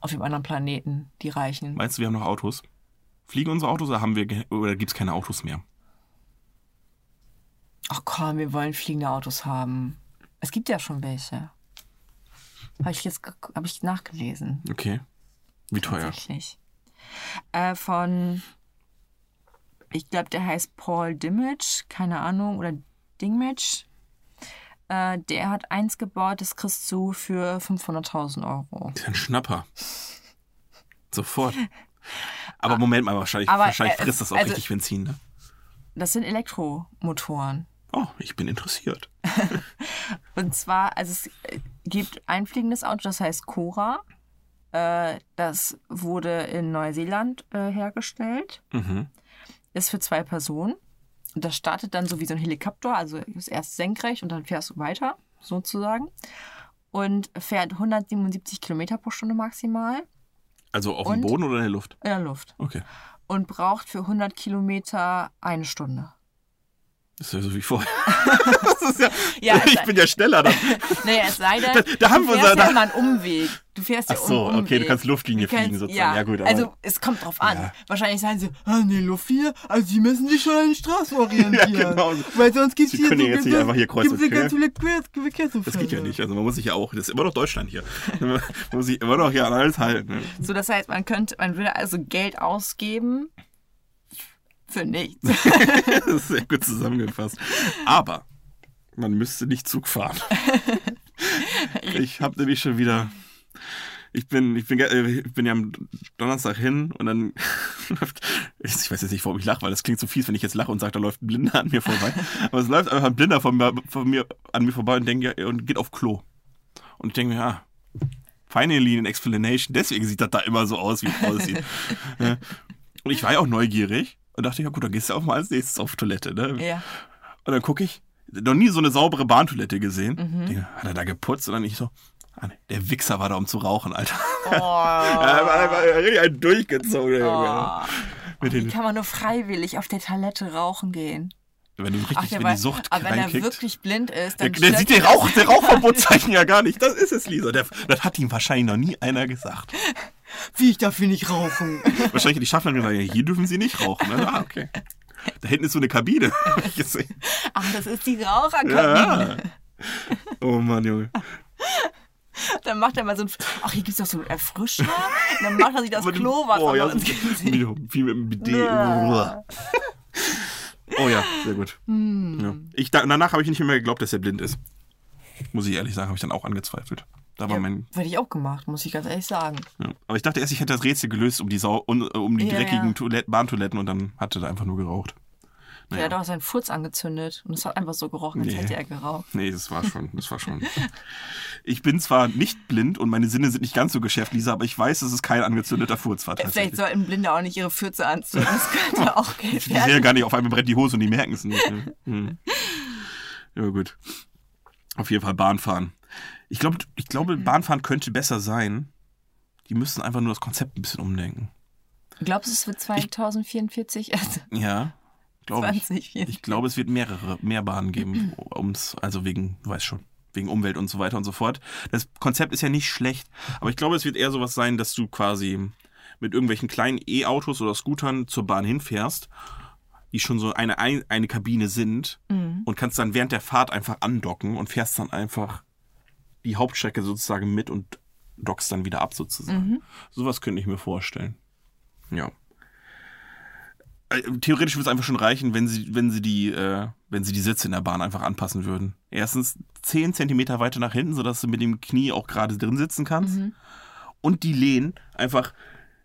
[SPEAKER 5] auf dem anderen Planeten, die Reichen.
[SPEAKER 4] Meinst du, wir haben noch Autos? Fliegen unsere Autos oder haben wir ge- oder gibt es keine Autos mehr?
[SPEAKER 5] Ach komm, wir wollen fliegende Autos haben. Es gibt ja schon welche. Habe ich jetzt ge- hab ich nachgelesen.
[SPEAKER 4] Okay. Wie teuer?
[SPEAKER 5] Tatsächlich. Äh, von, ich glaube, der heißt Paul Dimage, keine Ahnung, oder Dingmage. Äh, der hat eins gebaut, das kriegst du für 500.000 Euro.
[SPEAKER 4] Das ist ein Schnapper. Sofort. Aber Moment mal, wahrscheinlich,
[SPEAKER 5] aber,
[SPEAKER 4] wahrscheinlich
[SPEAKER 5] äh,
[SPEAKER 4] frisst das auch
[SPEAKER 5] also-
[SPEAKER 4] richtig Benzin, ne?
[SPEAKER 5] Das sind Elektromotoren.
[SPEAKER 4] Oh, ich bin interessiert.
[SPEAKER 5] Und zwar, also es äh, gibt ein fliegendes Auto, das heißt Cora. Äh, das wurde in Neuseeland äh, hergestellt.
[SPEAKER 4] Mhm.
[SPEAKER 5] Ist für zwei Personen. Und das startet dann so wie so ein Helikopter, also ist erst senkrecht und dann fährst du weiter, sozusagen. Und fährt 177 Kilometer pro Stunde maximal
[SPEAKER 4] Also auf
[SPEAKER 5] Und?
[SPEAKER 4] dem Boden oder in der Luft?
[SPEAKER 5] in der Luft.
[SPEAKER 4] Okay.
[SPEAKER 5] Und braucht für 100 Kilometer eine Stunde.
[SPEAKER 4] Das ist ja so wie vorher. das ist ja,
[SPEAKER 5] Ja, es
[SPEAKER 4] ich
[SPEAKER 5] sei-
[SPEAKER 4] bin ja schneller dann.
[SPEAKER 5] Naja, es sei denn,
[SPEAKER 4] Da- da haben
[SPEAKER 5] du
[SPEAKER 4] wir
[SPEAKER 5] fährst
[SPEAKER 4] unser-
[SPEAKER 5] ja immer einen Umweg. Du fährst ja
[SPEAKER 4] Ach so,
[SPEAKER 5] einen
[SPEAKER 4] okay, du
[SPEAKER 5] Umweg.
[SPEAKER 4] kannst Luftlinie
[SPEAKER 5] Du kannst-
[SPEAKER 4] fliegen sozusagen. Ja, gut, aber-
[SPEAKER 5] also es kommt drauf an.
[SPEAKER 4] Ja.
[SPEAKER 5] Wahrscheinlich sagen sie, ah, nee, Luftlinie, also die müssen sich schon an die Straßen orientieren.
[SPEAKER 4] Ja, genau.
[SPEAKER 5] Weil sonst gibt es
[SPEAKER 4] Die
[SPEAKER 5] hier,
[SPEAKER 4] können
[SPEAKER 5] so
[SPEAKER 4] ja jetzt nicht
[SPEAKER 5] gibt's-
[SPEAKER 4] einfach hier kreuz und
[SPEAKER 5] gibt's hier ganz
[SPEAKER 4] quer.
[SPEAKER 5] viele Quer- Verkehrsunfälle.
[SPEAKER 4] Das geht ja nicht. Also man muss sich ja auch, das ist immer noch Deutschland hier. man muss sich immer noch hier an alles halten. ne?
[SPEAKER 5] So, das heißt, man könnte, man würde also Geld ausgeben für nichts.
[SPEAKER 4] Das ist sehr gut zusammengefasst. Aber man müsste nicht Zug fahren. Ich habe nämlich schon wieder. Ich bin, ich, bin, ge- äh, ich bin ja am Donnerstag hin und dann läuft. Ich weiß jetzt nicht, warum ich lache, weil das klingt so fies, wenn ich jetzt lache und sage, da läuft ein Blinder an mir vorbei. Aber es läuft einfach ein Blinder von mir, von mir, an mir vorbei und, denk, ja- und geht auf Klo. Und ich denke mir, ah, finally an explanation. Deswegen sieht das da immer so aus, wie es aussieht. Ja. und ich war ja auch neugierig und dachte, ja gut, dann gehst du auch mal als nächstes auf Toilette. Ne?
[SPEAKER 5] ja.
[SPEAKER 4] Und dann gucke ich, noch nie so eine saubere Bahntoilette gesehen.
[SPEAKER 5] Mhm.
[SPEAKER 4] Denke, hat er da geputzt? Und dann ich so, ah, nee, der Wichser war da, um zu rauchen, Alter.
[SPEAKER 5] Oh,
[SPEAKER 4] Er war einfach richtig ein durchgezogen. Junge. Mit
[SPEAKER 5] wie
[SPEAKER 4] den,
[SPEAKER 5] kann man nur freiwillig auf der Toilette rauchen gehen?
[SPEAKER 4] Wenn du richtig,
[SPEAKER 5] Ach, der
[SPEAKER 4] wenn die
[SPEAKER 5] weiß.
[SPEAKER 4] Sucht
[SPEAKER 5] aber wenn er
[SPEAKER 4] reinkickt.
[SPEAKER 5] wirklich blind ist,
[SPEAKER 4] Der,
[SPEAKER 5] dann
[SPEAKER 4] der
[SPEAKER 5] stört
[SPEAKER 4] sieht den
[SPEAKER 5] ihn das
[SPEAKER 4] Rauch, der Rauchverbotszeichen ja gar nicht. Das ist es, Lisa. Der, das hat ihm wahrscheinlich noch nie einer gesagt.
[SPEAKER 5] Wie ich dafür nicht rauchen.
[SPEAKER 4] Wahrscheinlich hat die Schaffnerin gesagt, ja, hier dürfen sie nicht rauchen. Also, ah, okay. Da hinten ist so eine Kabine. hab ich gesehen.
[SPEAKER 5] Ach, das ist die Raucherkabine.
[SPEAKER 4] ja. Oh Mann, Junge.
[SPEAKER 5] Dann macht er mal so ein. Ach, hier gibt's doch so einen Erfrischer. Und dann macht er sich das
[SPEAKER 4] Aber die-
[SPEAKER 5] Klo was
[SPEAKER 4] oh, ja,
[SPEAKER 5] ins Gesicht.
[SPEAKER 4] wie, wie mit dem BD.
[SPEAKER 5] Ja.
[SPEAKER 4] Oh ja, sehr gut.
[SPEAKER 5] Hm.
[SPEAKER 4] Ja. Ich, da, danach habe ich nicht mehr geglaubt, dass er blind ist. Muss ich ehrlich sagen, habe ich dann auch angezweifelt. Da war mein,
[SPEAKER 5] Hätte ich auch gemacht, muss ich ganz ehrlich sagen.
[SPEAKER 4] ja. Aber ich dachte erst, ich hätte das Rätsel gelöst um die, Sau, um, um die
[SPEAKER 5] Ja,
[SPEAKER 4] dreckigen
[SPEAKER 5] ja.
[SPEAKER 4] Toilet- Bahntoiletten und dann hatte er einfach nur geraucht.
[SPEAKER 5] Der hat auch seinen Furz angezündet und es hat einfach so gerochen, als
[SPEAKER 4] Nee.
[SPEAKER 5] hätte er geraucht.
[SPEAKER 4] Nee, das war schon, das war schon. Ich bin zwar nicht blind und meine Sinne sind nicht ganz so geschärft, Lisa, aber ich weiß, dass es kein angezündeter Furz war
[SPEAKER 5] Vielleicht
[SPEAKER 4] tatsächlich.
[SPEAKER 5] sollten Blinde auch nicht ihre Fürze anzünden. Das könnte auch
[SPEAKER 4] Die
[SPEAKER 5] Geld
[SPEAKER 4] sehen ja
[SPEAKER 5] werden.
[SPEAKER 4] gar nicht, auf einmal brennt die Hose und die merken es nicht. Ne? Hm. Ja, gut. Auf jeden Fall Bahnfahren. Ich, glaub, ich glaube, Bahnfahren könnte besser sein. Die müssten einfach nur das Konzept ein bisschen umdenken.
[SPEAKER 5] Glaubst du, es wird
[SPEAKER 4] Oh,
[SPEAKER 5] 2044? Also
[SPEAKER 4] Ja, glaube ich.
[SPEAKER 5] 2044.
[SPEAKER 4] Ich glaube, es wird mehrere, mehr Bahnen geben, ums, also wegen, du weißt schon, wegen Umwelt und so weiter und so fort. Das Konzept ist ja nicht schlecht, aber ich glaube, es wird eher sowas sein, dass du quasi mit irgendwelchen kleinen E-Autos oder Scootern zur Bahn hinfährst, die schon so eine, ein- eine Kabine sind
[SPEAKER 5] Mhm.
[SPEAKER 4] und kannst dann während der Fahrt einfach andocken und fährst dann einfach die Hauptstrecke sozusagen mit und dockst dann wieder ab sozusagen. Sowas könnte ich mir vorstellen. Ja. Äh, Theoretisch würde es einfach schon reichen, wenn sie, wenn sie die, äh, wenn sie die Sitze in der Bahn einfach anpassen würden. Erstens 10 Zentimeter weiter nach hinten, sodass du mit dem Knie auch gerade drin sitzen kannst.
[SPEAKER 5] Mhm.
[SPEAKER 4] Und die Lehnen einfach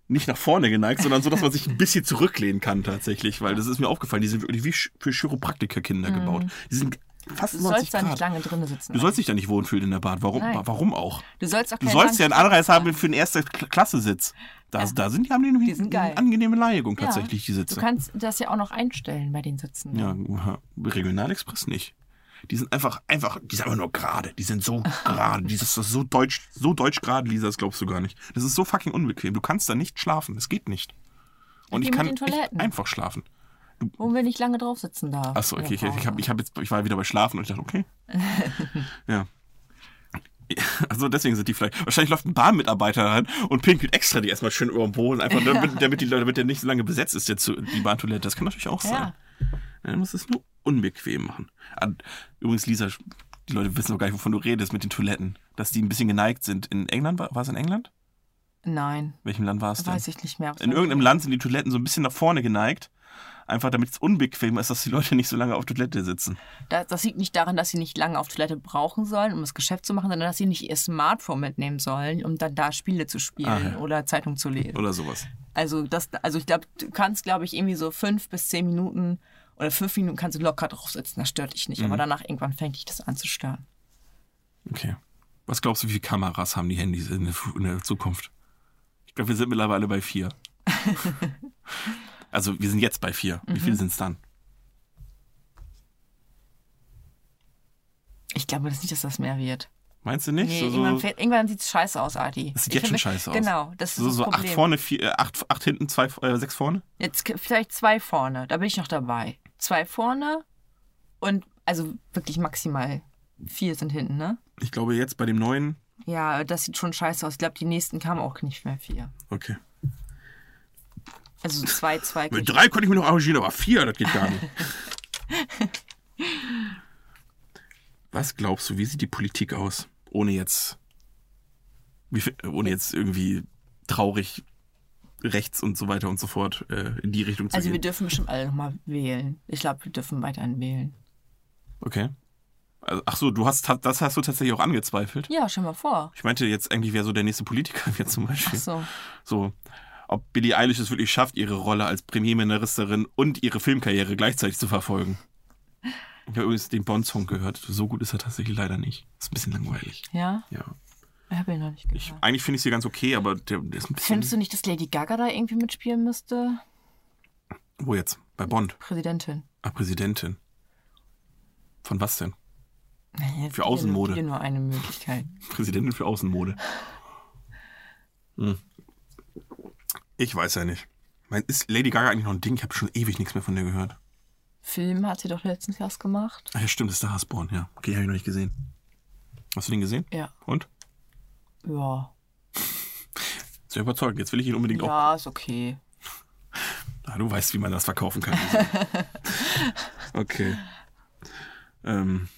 [SPEAKER 4] nicht nach vorne geneigt, sondern so, dass man sich ein bisschen zurücklehnen kann tatsächlich, weil das ist mir aufgefallen, die sind wirklich wie Sch- für Chiropraktiker-Kinder gebaut. Die sind fast
[SPEAKER 5] Mhm. Du
[SPEAKER 4] 90
[SPEAKER 5] sollst da
[SPEAKER 4] Grad.
[SPEAKER 5] nicht lange drin sitzen.
[SPEAKER 4] Du sollst dich da nicht wohlfühlen in der Bahn. Warum,
[SPEAKER 5] Nein.
[SPEAKER 4] warum auch?
[SPEAKER 5] du sollst auch
[SPEAKER 4] Du
[SPEAKER 5] keine
[SPEAKER 4] sollst ja einen
[SPEAKER 5] Tankstelle-
[SPEAKER 4] Anreiz haben für einen ersten Kl- Klassensitz. Da, da sind die, haben die, irgendwie
[SPEAKER 5] Die sind geil.
[SPEAKER 4] eine angenehme Neigung
[SPEAKER 5] Ja.
[SPEAKER 4] tatsächlich, die Sitze.
[SPEAKER 5] Du kannst das ja auch noch einstellen bei den Sitzen.
[SPEAKER 4] Ja, Regionalexpress nicht. Die sind einfach, einfach, die sind einfach nur gerade. Die sind so gerade. Die ist so deutsch, so deutsch gerade, Lisa, das glaubst du gar nicht. Das ist so fucking unbequem. Du kannst da nicht schlafen. Das geht nicht. Und
[SPEAKER 5] Wie
[SPEAKER 4] ich
[SPEAKER 5] mit
[SPEAKER 4] kann
[SPEAKER 5] den
[SPEAKER 4] echt
[SPEAKER 5] Toiletten.
[SPEAKER 4] einfach schlafen.
[SPEAKER 5] Wo man nicht lange drauf sitzen darf.
[SPEAKER 4] Achso, okay, ich,
[SPEAKER 5] Oh.
[SPEAKER 4] ich, hab, ich, hab jetzt, ich war wieder bei Schlafen und ich dachte, okay. ja. Also deswegen sind die vielleicht. Wahrscheinlich läuft ein Bahnmitarbeiter rein und pinkelt extra die erstmal schön über den Boden, einfach damit, damit, die, Leute- damit der nicht so lange besetzt ist, der zu, die Bahntoilette. Das kann natürlich auch sein.
[SPEAKER 5] Ja.
[SPEAKER 4] Ja, Du musst es nur unbequem machen. Ah, Übrigens, Lisa, die Leute wissen doch gar nicht, wovon du redest mit den Toiletten. Dass die ein bisschen geneigt sind. In England war, war es in England?
[SPEAKER 5] Nein,
[SPEAKER 4] In welchem Land war es denn?
[SPEAKER 5] weiß ich nicht mehr.
[SPEAKER 4] In irgendeinem Land sind die Toiletten so ein bisschen nach vorne geneigt. Einfach damit es unbequem ist, dass die Leute nicht so lange auf Toilette sitzen.
[SPEAKER 5] Das, das liegt nicht daran, dass sie nicht lange auf Toilette brauchen sollen, um das Geschäft zu machen, sondern dass sie nicht ihr Smartphone mitnehmen sollen, um dann da Spiele zu spielen
[SPEAKER 4] Ah, ja.
[SPEAKER 5] oder Zeitung zu lesen.
[SPEAKER 4] Oder sowas.
[SPEAKER 5] Also, das, also ich glaube, du kannst, glaube ich, irgendwie so fünf bis zehn Minuten oder fünf Minuten kannst du locker drauf sitzen. Das stört dich nicht.
[SPEAKER 4] Mhm.
[SPEAKER 5] Aber danach irgendwann fängt dich das an zu stören.
[SPEAKER 4] Okay. Was glaubst du, wie viele Kameras haben die Handys in der, Fu- in der Zukunft? Ich glaube, wir sind mittlerweile bei vier. also wir sind jetzt bei vier.
[SPEAKER 5] Mhm.
[SPEAKER 4] Wie viele sind es dann?
[SPEAKER 5] Ich glaube das nicht, dass das mehr wird.
[SPEAKER 4] Meinst du nicht?
[SPEAKER 5] Nee,
[SPEAKER 4] So- so-
[SPEAKER 5] irgendwann, fällt- irgendwann sieht es scheiße aus, Adi.
[SPEAKER 4] Das sieht
[SPEAKER 5] Ich
[SPEAKER 4] jetzt schon
[SPEAKER 5] find-
[SPEAKER 4] scheiße aus.
[SPEAKER 5] Genau, das ist
[SPEAKER 4] so,
[SPEAKER 5] das
[SPEAKER 4] so acht
[SPEAKER 5] Problem.
[SPEAKER 4] vorne, vier, äh, acht, acht hinten, zwei, äh, sechs vorne?
[SPEAKER 5] Jetzt k- vielleicht zwei vorne, da bin ich noch dabei. Zwei vorne und also wirklich maximal vier sind hinten, ne?
[SPEAKER 4] Ich glaube jetzt bei dem neuen.
[SPEAKER 5] Ja, das sieht schon scheiße aus. Ich glaube, die nächsten kamen auch nicht mehr vier.
[SPEAKER 4] Okay.
[SPEAKER 5] Also zwei, zwei.
[SPEAKER 4] Mit drei konnte ich mich noch arrangieren, aber vier, das geht gar nicht. Was glaubst du, wie sieht die Politik aus? Ohne jetzt. Wie, viel- ohne jetzt irgendwie traurig rechts und so weiter und so fort äh, in die Richtung zu
[SPEAKER 5] also wir
[SPEAKER 4] gehen.
[SPEAKER 5] dürfen bestimmt alle nochmal wählen. Ich glaube, wir dürfen weiterhin wählen.
[SPEAKER 4] Okay. Also, ach so, du hast das hast du tatsächlich auch angezweifelt.
[SPEAKER 5] Ja, stell mal vor.
[SPEAKER 4] Ich meinte jetzt eigentlich, wer so der nächste Politiker wäre zum Beispiel.
[SPEAKER 5] Ach so.
[SPEAKER 4] So, ob Billie Eilish es wirklich schafft, ihre Rolle als Premierministerin und ihre Filmkarriere gleichzeitig zu verfolgen. Ich habe übrigens den Bond-Song gehört. So gut ist er tatsächlich leider nicht. Ist ein bisschen langweilig.
[SPEAKER 5] Ja?
[SPEAKER 4] Ja.
[SPEAKER 5] Ich habe ihn noch nicht
[SPEAKER 4] Ich,
[SPEAKER 5] gehört.
[SPEAKER 4] eigentlich finde ich sie ganz okay, aber der, der ist ein bisschen.
[SPEAKER 5] Findest du nicht, dass Lady Gaga da irgendwie mitspielen müsste?
[SPEAKER 4] Wo jetzt? Bei Bond.
[SPEAKER 5] Präsidentin.
[SPEAKER 4] Ah, Präsidentin. Von was denn?
[SPEAKER 5] Naja, es
[SPEAKER 4] Für
[SPEAKER 5] gibt ja nur-
[SPEAKER 4] Außenmode.
[SPEAKER 5] gibt ja nur eine Möglichkeit.
[SPEAKER 4] Präsidentin für Außenmode. Hm. Ich weiß ja nicht. Mein, ist Lady Gaga eigentlich noch ein Ding? Ich habe schon ewig nichts mehr von der gehört.
[SPEAKER 5] Film hat sie doch letztens erst gemacht.
[SPEAKER 4] Ah, ja, stimmt, das ist der Hasborn, ja. Okay, habe ich noch nicht gesehen. Hast du den gesehen?
[SPEAKER 5] Ja.
[SPEAKER 4] Und?
[SPEAKER 5] Ja.
[SPEAKER 4] Sehr überzeugend. Jetzt will ich ihn unbedingt auch.
[SPEAKER 5] Ja, ist okay.
[SPEAKER 4] Ah, du weißt, wie man das verkaufen kann. okay. Ähm,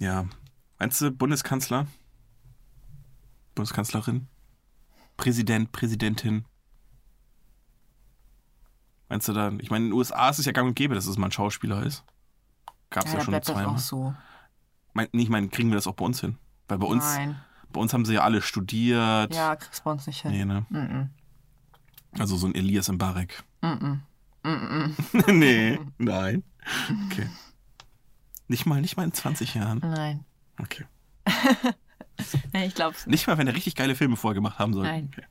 [SPEAKER 4] ja. Meinst du, Bundeskanzler? Bundeskanzlerin? Präsident, Präsidentin? Meinst du da? Ich meine, in den USA ist es ja gang und gäbe, dass es mal ein Schauspieler ist. Gab es
[SPEAKER 5] Ja,
[SPEAKER 4] ja,
[SPEAKER 5] da
[SPEAKER 4] schon
[SPEAKER 5] bleibt das auch
[SPEAKER 4] zweimal.
[SPEAKER 5] so.
[SPEAKER 4] Mein, nicht, mein, kriegen wir das auch bei uns hin? Weil bei uns,
[SPEAKER 5] Nein.
[SPEAKER 4] bei uns haben sie ja alle studiert.
[SPEAKER 5] Ja, kriegst du bei uns nicht hin.
[SPEAKER 4] Nee, ne?
[SPEAKER 5] Mm-mm.
[SPEAKER 4] Also so ein Elias im Barek.
[SPEAKER 5] Mm-mm. Mm-mm.
[SPEAKER 4] nee, nein. Okay. Nicht mal, nicht mal in 20 Jahren.
[SPEAKER 5] Nein.
[SPEAKER 4] Okay.
[SPEAKER 5] Nee, ich glaube,
[SPEAKER 4] Nicht mal, wenn er richtig geile Filme vorher gemacht haben soll.
[SPEAKER 5] Nein.
[SPEAKER 4] Okay.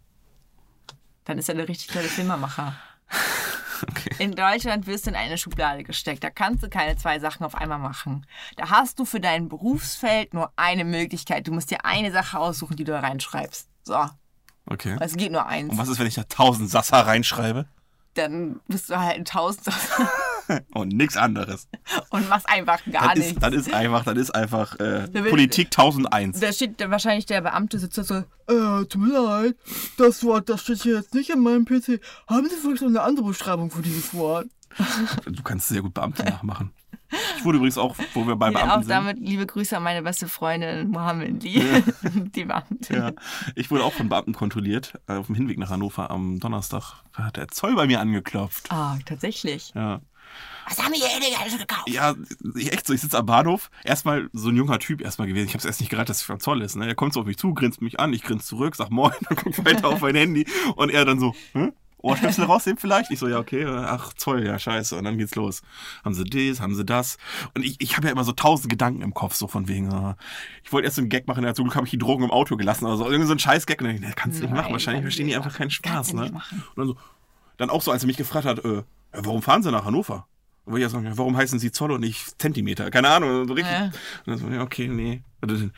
[SPEAKER 5] dann ist er der richtig tolle Filmemacher.
[SPEAKER 4] okay.
[SPEAKER 5] In Deutschland wirst du in eine Schublade gesteckt. Da kannst du keine zwei Sachen auf einmal machen. Da hast du für dein Berufsfeld nur eine Möglichkeit. Du musst dir eine Sache aussuchen, die du da reinschreibst. So,
[SPEAKER 4] Okay.
[SPEAKER 5] es geht nur
[SPEAKER 4] Und
[SPEAKER 5] eins.
[SPEAKER 4] was ist, wenn ich da 1000 Sasser reinschreibe?
[SPEAKER 5] Dann bist du halt ein Tausend
[SPEAKER 4] Und nichts anderes.
[SPEAKER 5] und machst einfach gar
[SPEAKER 4] Dann
[SPEAKER 5] nichts.
[SPEAKER 4] ist, dann ist einfach, dann ist einfach äh,
[SPEAKER 5] will-
[SPEAKER 4] Politik 1001.
[SPEAKER 5] Da steht dann wahrscheinlich der Beamte sitzt da so,
[SPEAKER 6] Äh, tut mir leid, das Wort, das steht hier jetzt nicht in meinem PC. Haben Sie vielleicht noch eine andere Beschreibung für dieses Wort?
[SPEAKER 4] Du kannst sehr gut Beamte nachmachen. Ich wurde übrigens auch, wo wir bei
[SPEAKER 5] auch
[SPEAKER 4] Beamten sind.
[SPEAKER 5] damit liebe Grüße an meine beste Freundin Mohammed, die, die Beamte.
[SPEAKER 4] Ja, ich wurde auch von Beamten kontrolliert. Äh, Auf dem Hinweg nach Hannover am Donnerstag hat der Zoll bei mir angeklopft.
[SPEAKER 5] Ah, tatsächlich.
[SPEAKER 4] Ja.
[SPEAKER 5] Was haben wir hier denn alles gekauft?
[SPEAKER 4] Ja, ich- echt so, ich sitze am Bahnhof, erstmal so ein junger Typ erstmal gewesen. Ich habe es erst nicht gereiht, dass es vom Zoll ist. Ne? Er kommt so auf mich zu, grinst mich an, ich grinst zurück, sag moin, dann guckt weiter auf mein Handy und er dann so, hm? Ohrstöpsel rausnehmen vielleicht? Ich so, ja, okay, äh, ach, Zoll, ja, scheiße. Und dann geht's los. Haben sie das, haben sie das. Und ich, ich habe ja immer so tausend Gedanken im Kopf, so von wegen, äh, ich wollte erst so einen Gag machen, ja, zum Glück habe ich die Drogen im Auto gelassen oder so. Irgendwie so ein Scheiß-Gag. Und dann, ne, kannst du nicht
[SPEAKER 5] Nein,
[SPEAKER 4] machen, wahrscheinlich
[SPEAKER 5] kannst du
[SPEAKER 4] verstehen die
[SPEAKER 5] nicht
[SPEAKER 4] einfach keinen
[SPEAKER 5] Kannst
[SPEAKER 4] Spaß.
[SPEAKER 5] du nicht
[SPEAKER 4] Ne?
[SPEAKER 5] machen.
[SPEAKER 4] Und dann so, dann auch so, als er mich gefragt hat, äh, warum fahren Sie nach Hannover? Und ich ja sagen, ja, warum heißen Sie Zoll und nicht Zentimeter? Keine Ahnung, so richtig.
[SPEAKER 5] Ja.
[SPEAKER 4] Und dann so, ja, okay, nee. Und dann,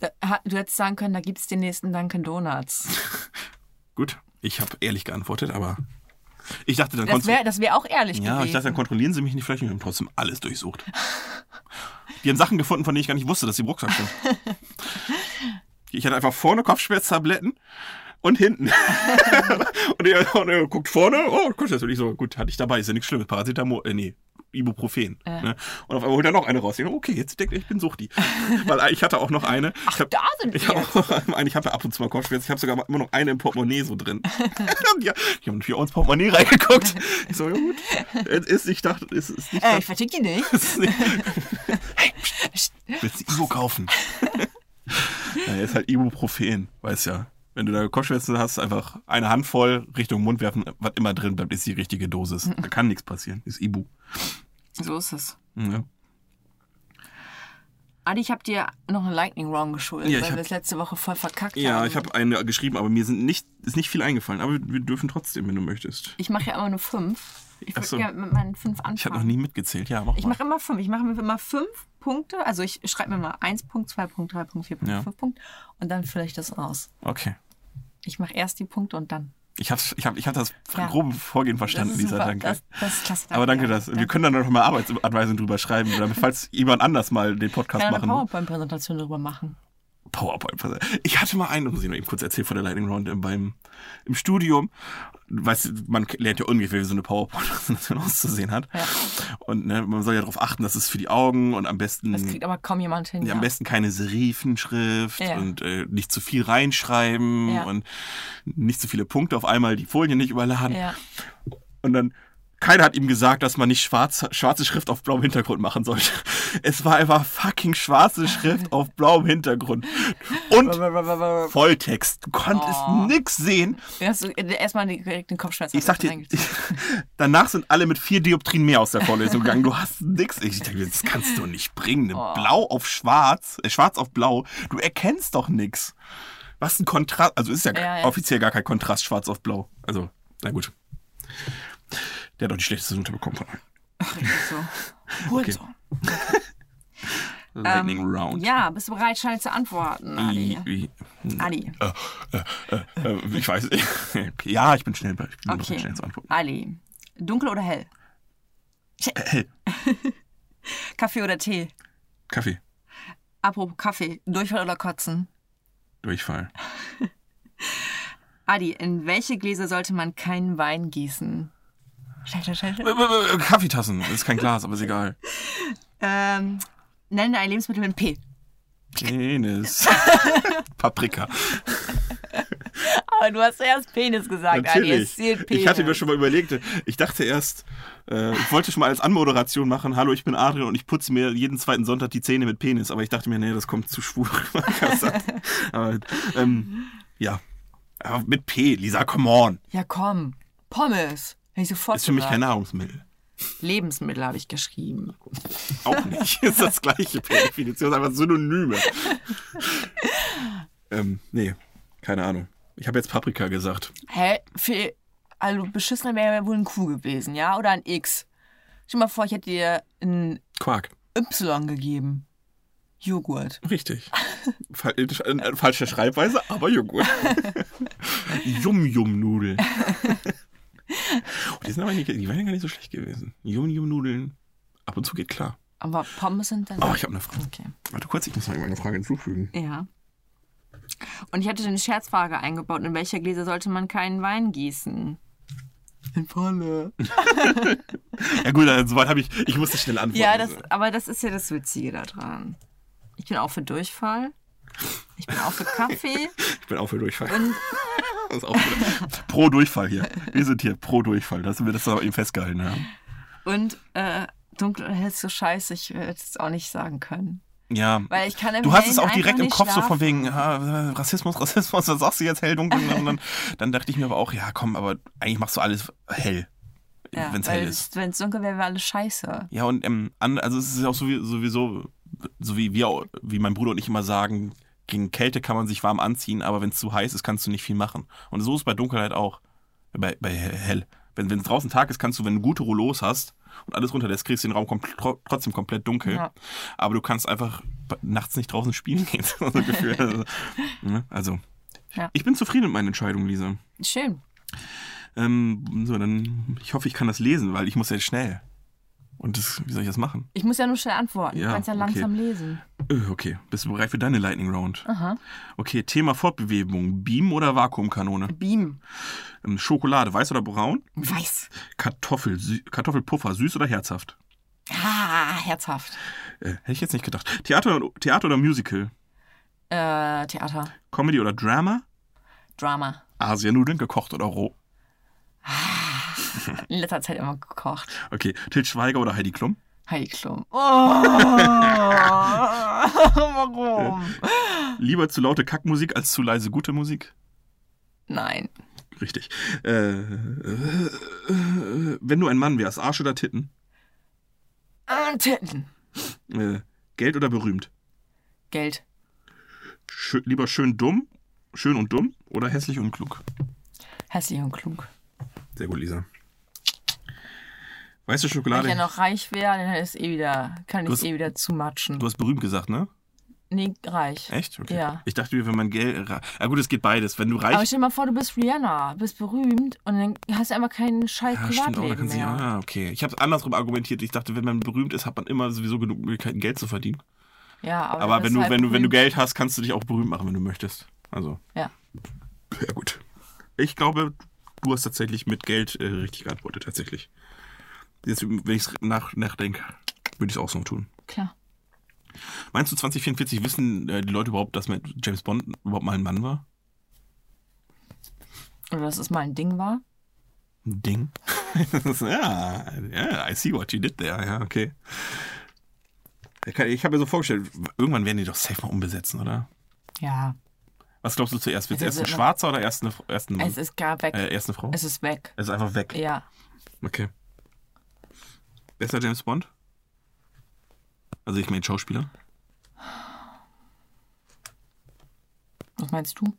[SPEAKER 5] Da, ha- du hättest sagen können, da gibt es den nächsten Dunkin' Donuts.
[SPEAKER 4] Gut, ich habe ehrlich geantwortet, aber ich dachte, dann
[SPEAKER 5] Das
[SPEAKER 4] kontrollieren.
[SPEAKER 5] wäre das wär auch ehrlich
[SPEAKER 4] Ja,
[SPEAKER 5] gewesen.
[SPEAKER 4] ich dachte, dann kontrollieren Sie mich nicht vielleicht und haben trotzdem alles durchsucht. Die haben Sachen gefunden, von denen ich gar nicht wusste, dass sie im Rucksack sind. Ich hatte einfach vorne Kopfschmerztabletten und hinten. und, er, und er guckt vorne, oh, guck, das will ich so, gut, hatte ich dabei, ist ja nichts Schlimmes. Paracetamol, äh, nee, Ibuprofen. Ne? Und auf einmal holt er noch eine raus. Ich, okay, jetzt denkt er, ich bin Suchti. Weil ich hatte auch noch eine. Ach, ich hab,
[SPEAKER 5] da sind
[SPEAKER 4] ich
[SPEAKER 5] wir.
[SPEAKER 4] hab auch noch eine. Ich habe ja ab und zu mal Kopfschmerzen. Ich habe sogar immer noch eine im Portemonnaie so drin. die, die haben natürlich auch ins Portemonnaie reingeguckt. Ich so, ja gut. Es ist, ich dachte, es ist nicht.
[SPEAKER 5] Äh, ich vertick die nicht.
[SPEAKER 4] Es ist nicht Willst du Ibu kaufen? ja, ist halt Ibuprofen, weiß ja. Wenn du da Kopfschmerzen hast, einfach eine Handvoll Richtung Mund werfen, was immer drin bleibt, ist die richtige Dosis. Da kann nichts passieren. Ist Ibu. Hm,
[SPEAKER 5] So ist es.
[SPEAKER 4] Ja.
[SPEAKER 5] Adi, ich habe dir noch einen Lightning Round geschuldet,
[SPEAKER 4] Ja, ich
[SPEAKER 5] weil
[SPEAKER 4] hab-
[SPEAKER 5] wir es letzte Woche voll verkackt haben.
[SPEAKER 4] Ja, ich habe eine geschrieben, aber mir sind nicht, ist nicht viel eingefallen. Aber wir dürfen trotzdem, wenn du möchtest.
[SPEAKER 5] Ich mache ja immer nur fünf. Ich
[SPEAKER 4] Ach
[SPEAKER 5] würde
[SPEAKER 4] so.
[SPEAKER 5] gerne mit meinen fünf anfangen.
[SPEAKER 4] Ich habe noch nie mitgezählt. Ja, mach
[SPEAKER 5] Ich
[SPEAKER 4] mal.
[SPEAKER 5] mache immer fünf. Ich mache mir immer fünf Punkte. Also ich schreibe mir mal eins Punkt, zwei Punkt, drei Punkt, vier Punkt,
[SPEAKER 4] Ja.
[SPEAKER 5] fünf Punkt und dann fülle ich das aus.
[SPEAKER 4] Okay.
[SPEAKER 5] Ich mache erst die Punkte und dann.
[SPEAKER 4] Ich habe ich hab, ich hab das
[SPEAKER 5] Ja.
[SPEAKER 4] grobe Vorgehen verstanden,
[SPEAKER 5] das ist
[SPEAKER 4] Lisa.
[SPEAKER 5] super.
[SPEAKER 4] Danke.
[SPEAKER 5] Das, das ist klasse.
[SPEAKER 4] aber danke, dass wir können dann noch mal Arbeitsanweisungen drüber schreiben, damit, falls jemand anders mal den
[SPEAKER 5] Ich
[SPEAKER 4] Podcast
[SPEAKER 5] kann eine
[SPEAKER 4] machen.
[SPEAKER 5] PowerPoint-Präsentation darüber machen.
[SPEAKER 4] PowerPoint. Ich hatte mal einen, muss ich noch eben kurz erzählen von der Lightning Round im- beim, im Studium. Weißt du, man lernt ja ungefähr, wie so eine PowerPoint-Präsentation auszusehen hat. Und ne, man soll ja darauf achten, dass es für die Augen und am besten,
[SPEAKER 5] Das kriegt aber kaum jemand hin.
[SPEAKER 4] Hm. ja, am besten keine Serifenschrift
[SPEAKER 5] Ja.
[SPEAKER 4] und äh, nicht zu viel reinschreiben
[SPEAKER 5] Ja.
[SPEAKER 4] und nicht zu viele Punkte auf einmal, die Folien nicht überladen.
[SPEAKER 5] Ja.
[SPEAKER 4] Und dann, keiner hat ihm gesagt, dass man nicht schwarz, schwarze Schrift auf blauem Hintergrund machen sollte. Es war einfach fucking schwarze Schrift auf blauem Hintergrund. Und Volltext. Du konntest
[SPEAKER 5] Oh.
[SPEAKER 4] nix sehen.
[SPEAKER 5] Du hast äh, erstmal direkt den Kopfschmerz.
[SPEAKER 4] Ich sag dir,
[SPEAKER 5] reingezogen.
[SPEAKER 4] danach sind alle mit vier Dioptrien mehr aus der Vorlesung gegangen. Du hast nix. Ich denke, das kannst du nicht bringen.
[SPEAKER 5] Oh.
[SPEAKER 4] Blau auf schwarz, äh, schwarz auf blau. Du erkennst doch nix. Was ein Kontrast. Also ist ja,
[SPEAKER 5] Ja, ja.
[SPEAKER 4] offiziell gar kein Kontrast schwarz auf blau. Also, na gut. Der hat doch die schlechteste Note bekommen von allen.
[SPEAKER 5] so.
[SPEAKER 4] Okay. Mhm. Lightning Round.
[SPEAKER 5] Ähm, Ja, bist du bereit, schnell zu antworten, Adi?
[SPEAKER 4] I- I-
[SPEAKER 5] Adi.
[SPEAKER 4] Äh, äh, äh, äh, ich weiß nicht. Okay, Ja, ich bin schnell bei. Ich bin noch
[SPEAKER 5] Okay.
[SPEAKER 4] schnell zu antworten.
[SPEAKER 5] Adi. Dunkel oder hell?
[SPEAKER 4] Äh,
[SPEAKER 5] Kaffee oder Tee?
[SPEAKER 4] Kaffee.
[SPEAKER 5] Apropos Kaffee, Durchfall oder Kotzen?
[SPEAKER 4] Durchfall.
[SPEAKER 5] Adi, in welche Gläser sollte man keinen Wein gießen? Schlechter, schlechter.
[SPEAKER 4] Äh, äh, äh, Kaffeetassen. Ist kein Glas, aber ist egal.
[SPEAKER 5] Ähm, nenne ein Lebensmittel mit P.
[SPEAKER 4] Penis. Paprika.
[SPEAKER 5] Aber Ah, du hast erst Penis gesagt, Adi. Es
[SPEAKER 4] Natürlich.
[SPEAKER 5] zählt Penis.
[SPEAKER 4] Ich hatte mir schon mal überlegt, ich dachte erst, äh, ich wollte schon mal als Anmoderation machen, hallo, ich bin Adrian und ich putze mir jeden zweiten Sonntag die Zähne mit Penis, aber ich dachte mir, nee, das kommt zu schwul. aber, ähm, ja. Aber mit P, Lisa, come on.
[SPEAKER 5] ja, komm. Pommes. Hätte ich sofort
[SPEAKER 4] Ist für mich
[SPEAKER 5] gesagt.
[SPEAKER 4] kein Nahrungsmittel.
[SPEAKER 5] Lebensmittel habe ich geschrieben.
[SPEAKER 4] Auch nicht. Ist das gleiche per Definition, einfach Synonyme. ähm, nee, keine Ahnung. Ich habe jetzt Paprika gesagt.
[SPEAKER 5] Hä? Für, also beschissener wäre ja wohl ein Q gewesen, ja? Oder ein X. Stell dir mal vor, ich hätte dir ein
[SPEAKER 4] Quark.
[SPEAKER 5] Y gegeben. Joghurt.
[SPEAKER 4] Richtig. Fal äh, äh, falsche Schreibweise, aber Joghurt. Yum-Yum-Nudeln. Oh, die sind aber nicht, die waren ja gar nicht so schlecht gewesen. Yum-Yum-Nudeln. Ab und zu geht klar.
[SPEAKER 5] Aber Pommes sind dann.
[SPEAKER 4] Oh, ich habe eine Frage.
[SPEAKER 5] Okay.
[SPEAKER 4] Warte kurz, ich muss noch eine Frage hinzufügen.
[SPEAKER 5] Ja. Und ich hatte eine Scherzfrage eingebaut. In welcher Gläser sollte man keinen Wein gießen? In Pfanne.
[SPEAKER 4] Ja gut, also, soweit habe ich, ich musste schnell antworten.
[SPEAKER 5] Ja, das, aber das ist ja das Witzige daran. Ich bin auch für Durchfall. Ich bin auch für Kaffee.
[SPEAKER 4] Ich bin auch für Durchfall. Das ist auch wieder- pro Durchfall hier. Wir sind hier pro Durchfall, dass wir das aber eben festgehalten haben.
[SPEAKER 5] Und äh, dunkel und hell ist so scheiße, ich hätte es auch nicht sagen können.
[SPEAKER 4] Ja.
[SPEAKER 5] Weil ich kann im
[SPEAKER 4] Du hast es
[SPEAKER 5] Hellen
[SPEAKER 4] auch direkt
[SPEAKER 5] einfach
[SPEAKER 4] im
[SPEAKER 5] nicht
[SPEAKER 4] Kopf so
[SPEAKER 5] schlafen.
[SPEAKER 4] von wegen ah, Rassismus, Rassismus, was sagst du jetzt hell, dunkel? Und dann, dann dachte ich mir aber auch, ja komm, aber eigentlich machst du alles hell,
[SPEAKER 5] Ja,
[SPEAKER 4] wenn es
[SPEAKER 5] weil
[SPEAKER 4] hell ist.
[SPEAKER 5] Wenn es dunkel wäre, wäre alles scheiße.
[SPEAKER 4] Ja und ähm, an, also es ist ja auch sowie- sowieso, so wie wir, auch- wie mein Bruder und ich immer sagen, gegen Kälte kann man sich warm anziehen, aber wenn es zu heiß ist, kannst du nicht viel machen. Und so ist bei Dunkelheit auch, bei, bei hell. Wenn es draußen Tag ist, kannst du, wenn du gute Rollos hast und alles runterlässt, kriegst du den Raum kom tro trotzdem komplett dunkel.
[SPEAKER 5] Ja.
[SPEAKER 4] Aber du kannst einfach b- nachts nicht draußen spielen gehen. so ein Gefühl. also, ne? also.
[SPEAKER 5] Ja.
[SPEAKER 4] ich bin zufrieden mit meiner Entscheidung, Lisa.
[SPEAKER 5] Schön.
[SPEAKER 4] Ähm, so, dann, ich hoffe, ich kann das lesen, weil ich muss ja schnell. Und das, wie soll ich das machen?
[SPEAKER 5] Ich muss ja nur schnell antworten.
[SPEAKER 4] Ja,
[SPEAKER 5] du kannst ja
[SPEAKER 4] okay.
[SPEAKER 5] langsam lesen.
[SPEAKER 4] Äh, Okay, bist du bereit für deine Lightning Round? Aha. Okay, Thema Fortbewegung. Beam oder Vakuumkanone?
[SPEAKER 5] Beam.
[SPEAKER 4] Ähm, Schokolade, weiß oder braun?
[SPEAKER 5] Weiß.
[SPEAKER 4] Kartoffel, sü Kartoffelpuffer, süß oder herzhaft?
[SPEAKER 5] Ah, herzhaft.
[SPEAKER 4] Äh, hätte ich jetzt nicht gedacht. Theater, Theater oder Musical?
[SPEAKER 5] Äh, Theater.
[SPEAKER 4] Comedy oder Drama?
[SPEAKER 5] Drama.
[SPEAKER 4] Asiennudeln, gekocht oder roh?
[SPEAKER 5] In letzter Zeit immer gekocht.
[SPEAKER 4] Okay, Til Schweiger oder Heidi Klum?
[SPEAKER 5] Heidi Klum. Oh, warum?
[SPEAKER 4] Lieber zu laute Kackmusik als zu leise gute Musik?
[SPEAKER 5] Nein.
[SPEAKER 4] Richtig. Äh, äh, äh, wenn du ein Mann wärst, Arsch oder Titten?
[SPEAKER 5] Ah, Titten.
[SPEAKER 4] Äh, Geld oder berühmt?
[SPEAKER 5] Geld.
[SPEAKER 4] Schö lieber schön dumm, schön und dumm oder hässlich und klug?
[SPEAKER 5] Hässlich und klug.
[SPEAKER 4] Sehr gut, Lisa. Weiße
[SPEAKER 5] Wenn ich
[SPEAKER 4] Schokolade.
[SPEAKER 5] ja noch reich wäre, dann ist eh wieder, kann
[SPEAKER 4] Du
[SPEAKER 5] ich
[SPEAKER 4] hast-
[SPEAKER 5] eh wieder zumatschen.
[SPEAKER 4] du hast berühmt gesagt, ne?
[SPEAKER 5] Nee, reich.
[SPEAKER 4] Echt? Okay.
[SPEAKER 5] Ja.
[SPEAKER 4] Ich dachte mir, wenn man Geld. Ja, gut, es geht beides. Wenn du
[SPEAKER 5] Aber
[SPEAKER 4] reich.
[SPEAKER 5] stell dir mal vor, du bist Rihanna, bist berühmt und dann hast du einfach keinen scheiß
[SPEAKER 4] Ja, stimmt auch. Da
[SPEAKER 5] Privatleben
[SPEAKER 4] kannst du,
[SPEAKER 5] mehr.
[SPEAKER 4] ah, okay. Ich habe andersrum argumentiert. Ich dachte, wenn man berühmt ist, hat man immer sowieso genug Möglichkeiten, Geld zu verdienen.
[SPEAKER 5] Ja, aber,
[SPEAKER 4] Aber
[SPEAKER 5] dann
[SPEAKER 4] wenn
[SPEAKER 5] bist
[SPEAKER 4] du,
[SPEAKER 5] halt
[SPEAKER 4] wenn, du, wenn du
[SPEAKER 5] berühmt.
[SPEAKER 4] Geld hast, kannst du dich auch berühmt machen, wenn du möchtest. Also.
[SPEAKER 5] Ja.
[SPEAKER 4] Ja, gut. Ich glaube, du hast tatsächlich mit Geld äh, richtig geantwortet, tatsächlich. Jetzt, wenn ich es nach, nachdenke, würde ich es auch so tun.
[SPEAKER 5] Klar.
[SPEAKER 4] Meinst du, 2044 wissen äh, die Leute überhaupt, dass mit James Bond überhaupt mal ein Mann war?
[SPEAKER 5] Oder dass es mal ein Ding war.
[SPEAKER 4] Ein Ding? ja, ja, I see what you did there. Ja, okay. Ich, kann- ich habe mir so vorgestellt, irgendwann werden die doch safe mal umbesetzen, oder?
[SPEAKER 5] Ja.
[SPEAKER 4] Was glaubst du zuerst? Wird
[SPEAKER 5] Also
[SPEAKER 4] erst ein
[SPEAKER 5] so-
[SPEAKER 4] Schwarzer oder erst eine, erst ein Mann?
[SPEAKER 5] Es ist gar weg.
[SPEAKER 4] Mhm. äh, erst eine Frau?
[SPEAKER 5] es ist weg.
[SPEAKER 4] Es ist einfach weg.
[SPEAKER 5] Ja.
[SPEAKER 4] Okay. Besser James Bond? Also ich meine Schauspieler.
[SPEAKER 5] Was meinst du?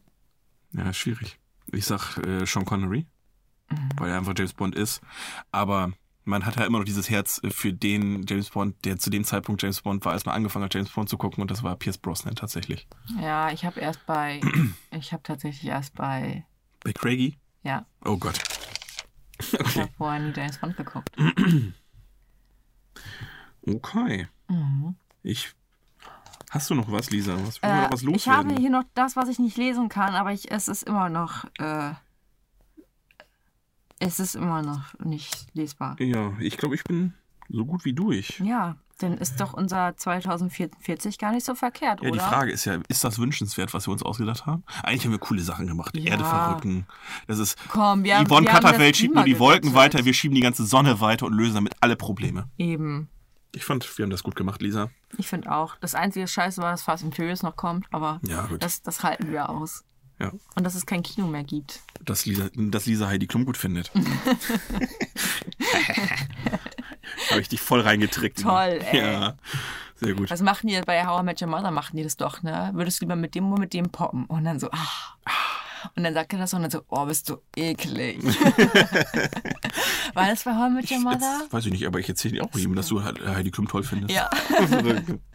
[SPEAKER 4] Ja, schwierig. Ich sag äh, Sean Connery,
[SPEAKER 5] Mhm.
[SPEAKER 4] weil er einfach James Bond ist. Aber man hat ja immer noch dieses Herz äh, für den James Bond, der zu dem Zeitpunkt James Bond war, als man angefangen hat, James Bond zu gucken. Und das war Pierce Brosnan tatsächlich.
[SPEAKER 5] Ja, ich habe erst bei. ich habe tatsächlich erst bei.
[SPEAKER 4] Bei Craigie?
[SPEAKER 5] Ja,
[SPEAKER 4] Oh Gott.
[SPEAKER 5] ich
[SPEAKER 4] Okay.
[SPEAKER 5] habe vorher nie James Bond geguckt.
[SPEAKER 4] Okay. Ich. Hast du noch was, Lisa? Was, wollen wir
[SPEAKER 5] Äh,
[SPEAKER 4] noch was
[SPEAKER 5] ich habe
[SPEAKER 4] loswerden?
[SPEAKER 5] hier noch das, was ich nicht lesen kann, aber ich, es ist immer noch. Äh, es ist immer noch nicht lesbar.
[SPEAKER 4] ja, ich glaube, ich bin so gut wie durch.
[SPEAKER 5] Ja, dann ist doch unser 2044 gar nicht so verkehrt,
[SPEAKER 4] Ja,
[SPEAKER 5] oder?
[SPEAKER 4] die Frage ist ja, ist das wünschenswert, was wir uns ausgedacht haben? Eigentlich haben wir coole Sachen gemacht. Erde verrücken. Das ist.
[SPEAKER 5] Komm, wir haben-
[SPEAKER 4] Yvonne
[SPEAKER 5] wir haben
[SPEAKER 4] Katterfeld
[SPEAKER 5] das
[SPEAKER 4] schiebt
[SPEAKER 5] Klima
[SPEAKER 4] nur die Wolken
[SPEAKER 5] gerettet.
[SPEAKER 4] weiter, wir schieben die ganze Sonne weiter und lösen damit alle Probleme.
[SPEAKER 5] Eben.
[SPEAKER 4] Ich fand, wir haben das gut gemacht, Lisa.
[SPEAKER 5] Ich finde auch. Das einzige Scheiße war, dass Fast and Furious noch kommt, aber
[SPEAKER 4] Ja, gut.
[SPEAKER 5] das, das halten wir aus.
[SPEAKER 4] Ja.
[SPEAKER 5] Und dass es kein Kino mehr gibt.
[SPEAKER 4] Dass Lisa, dass Lisa Heidi Klum gut findet. Habe ich dich voll reingetrickt.
[SPEAKER 5] Toll, ey.
[SPEAKER 4] Ja, sehr gut.
[SPEAKER 5] Was machen die bei How I Met Your Mother? Machen die das doch, ne? Würdest du lieber mit dem oder mit dem poppen? Und dann so, ah. Und dann sagt er das und dann so, oh, bist du eklig. war das bei How I Met Your Mother?
[SPEAKER 4] Jetzt, weiß ich nicht, aber ich erzähle auch jedem, dass du He- Heidi Klum toll findest.
[SPEAKER 5] Ja.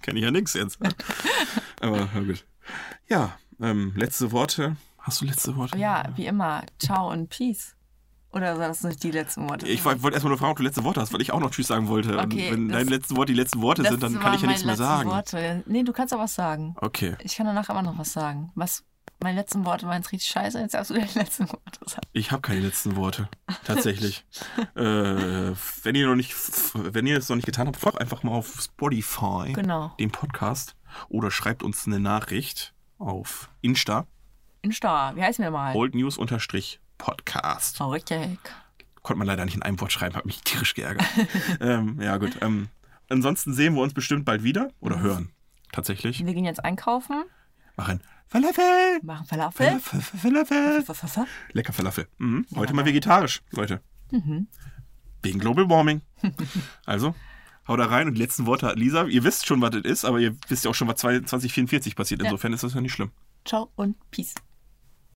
[SPEAKER 4] Kenne ich ja nichts jetzt. Aber na gut. Ja, ähm, letzte Worte. Hast du letzte Worte?
[SPEAKER 5] Ja, wie immer. Ciao und Peace. Oder war das nicht die letzten Worte?
[SPEAKER 4] Ich wollte erstmal nur fragen, ob du letzte Worte hast, weil ich auch noch Tschüss sagen wollte.
[SPEAKER 5] Okay,
[SPEAKER 4] Und wenn
[SPEAKER 5] das-
[SPEAKER 4] deine letzten Worte die letzten Worte
[SPEAKER 5] das
[SPEAKER 4] sind, also dann kann ich ja
[SPEAKER 5] waren
[SPEAKER 4] nichts mehr
[SPEAKER 5] meine
[SPEAKER 4] sagen.
[SPEAKER 5] letzten Worte. Nee, du kannst auch was sagen.
[SPEAKER 4] Okay.
[SPEAKER 5] Ich kann danach immer noch was sagen. Was, meine letzten Worte waren jetzt richtig scheiße, jetzt darfst du deine letzten Worte sagen.
[SPEAKER 4] Ich habe keine letzten Worte, tatsächlich. äh, wenn ihr noch nicht, wenn ihr es noch nicht getan habt, folgt einfach mal auf Spotify,
[SPEAKER 5] Genau.
[SPEAKER 4] dem Podcast, oder schreibt uns eine Nachricht auf Insta,
[SPEAKER 5] Insta, wie heißen wir mal?
[SPEAKER 4] oldnews-podcast.
[SPEAKER 5] Oh, richtig.
[SPEAKER 4] Konnte man leider nicht in einem Wort schreiben, hat mich tierisch geärgert. ähm, ja gut. Ähm, ansonsten sehen wir uns bestimmt bald wieder
[SPEAKER 5] Mhm.
[SPEAKER 4] oder hören. Tatsächlich.
[SPEAKER 5] Wir gehen jetzt einkaufen,
[SPEAKER 4] Machen. Falafel!
[SPEAKER 5] machen Falafel.
[SPEAKER 4] Falafel! Falafel!
[SPEAKER 5] Falafel.
[SPEAKER 4] Lecker Falafel. Mhm. Heute mal vegetarisch, Leute. Wegen Global Warming. also, hau da rein und die letzten Worte hat Lisa. Ihr wisst schon, was das ist, aber ihr wisst ja auch schon, was 2044 passiert. Insofern ist das ja nicht schlimm.
[SPEAKER 5] Ciao und Peace.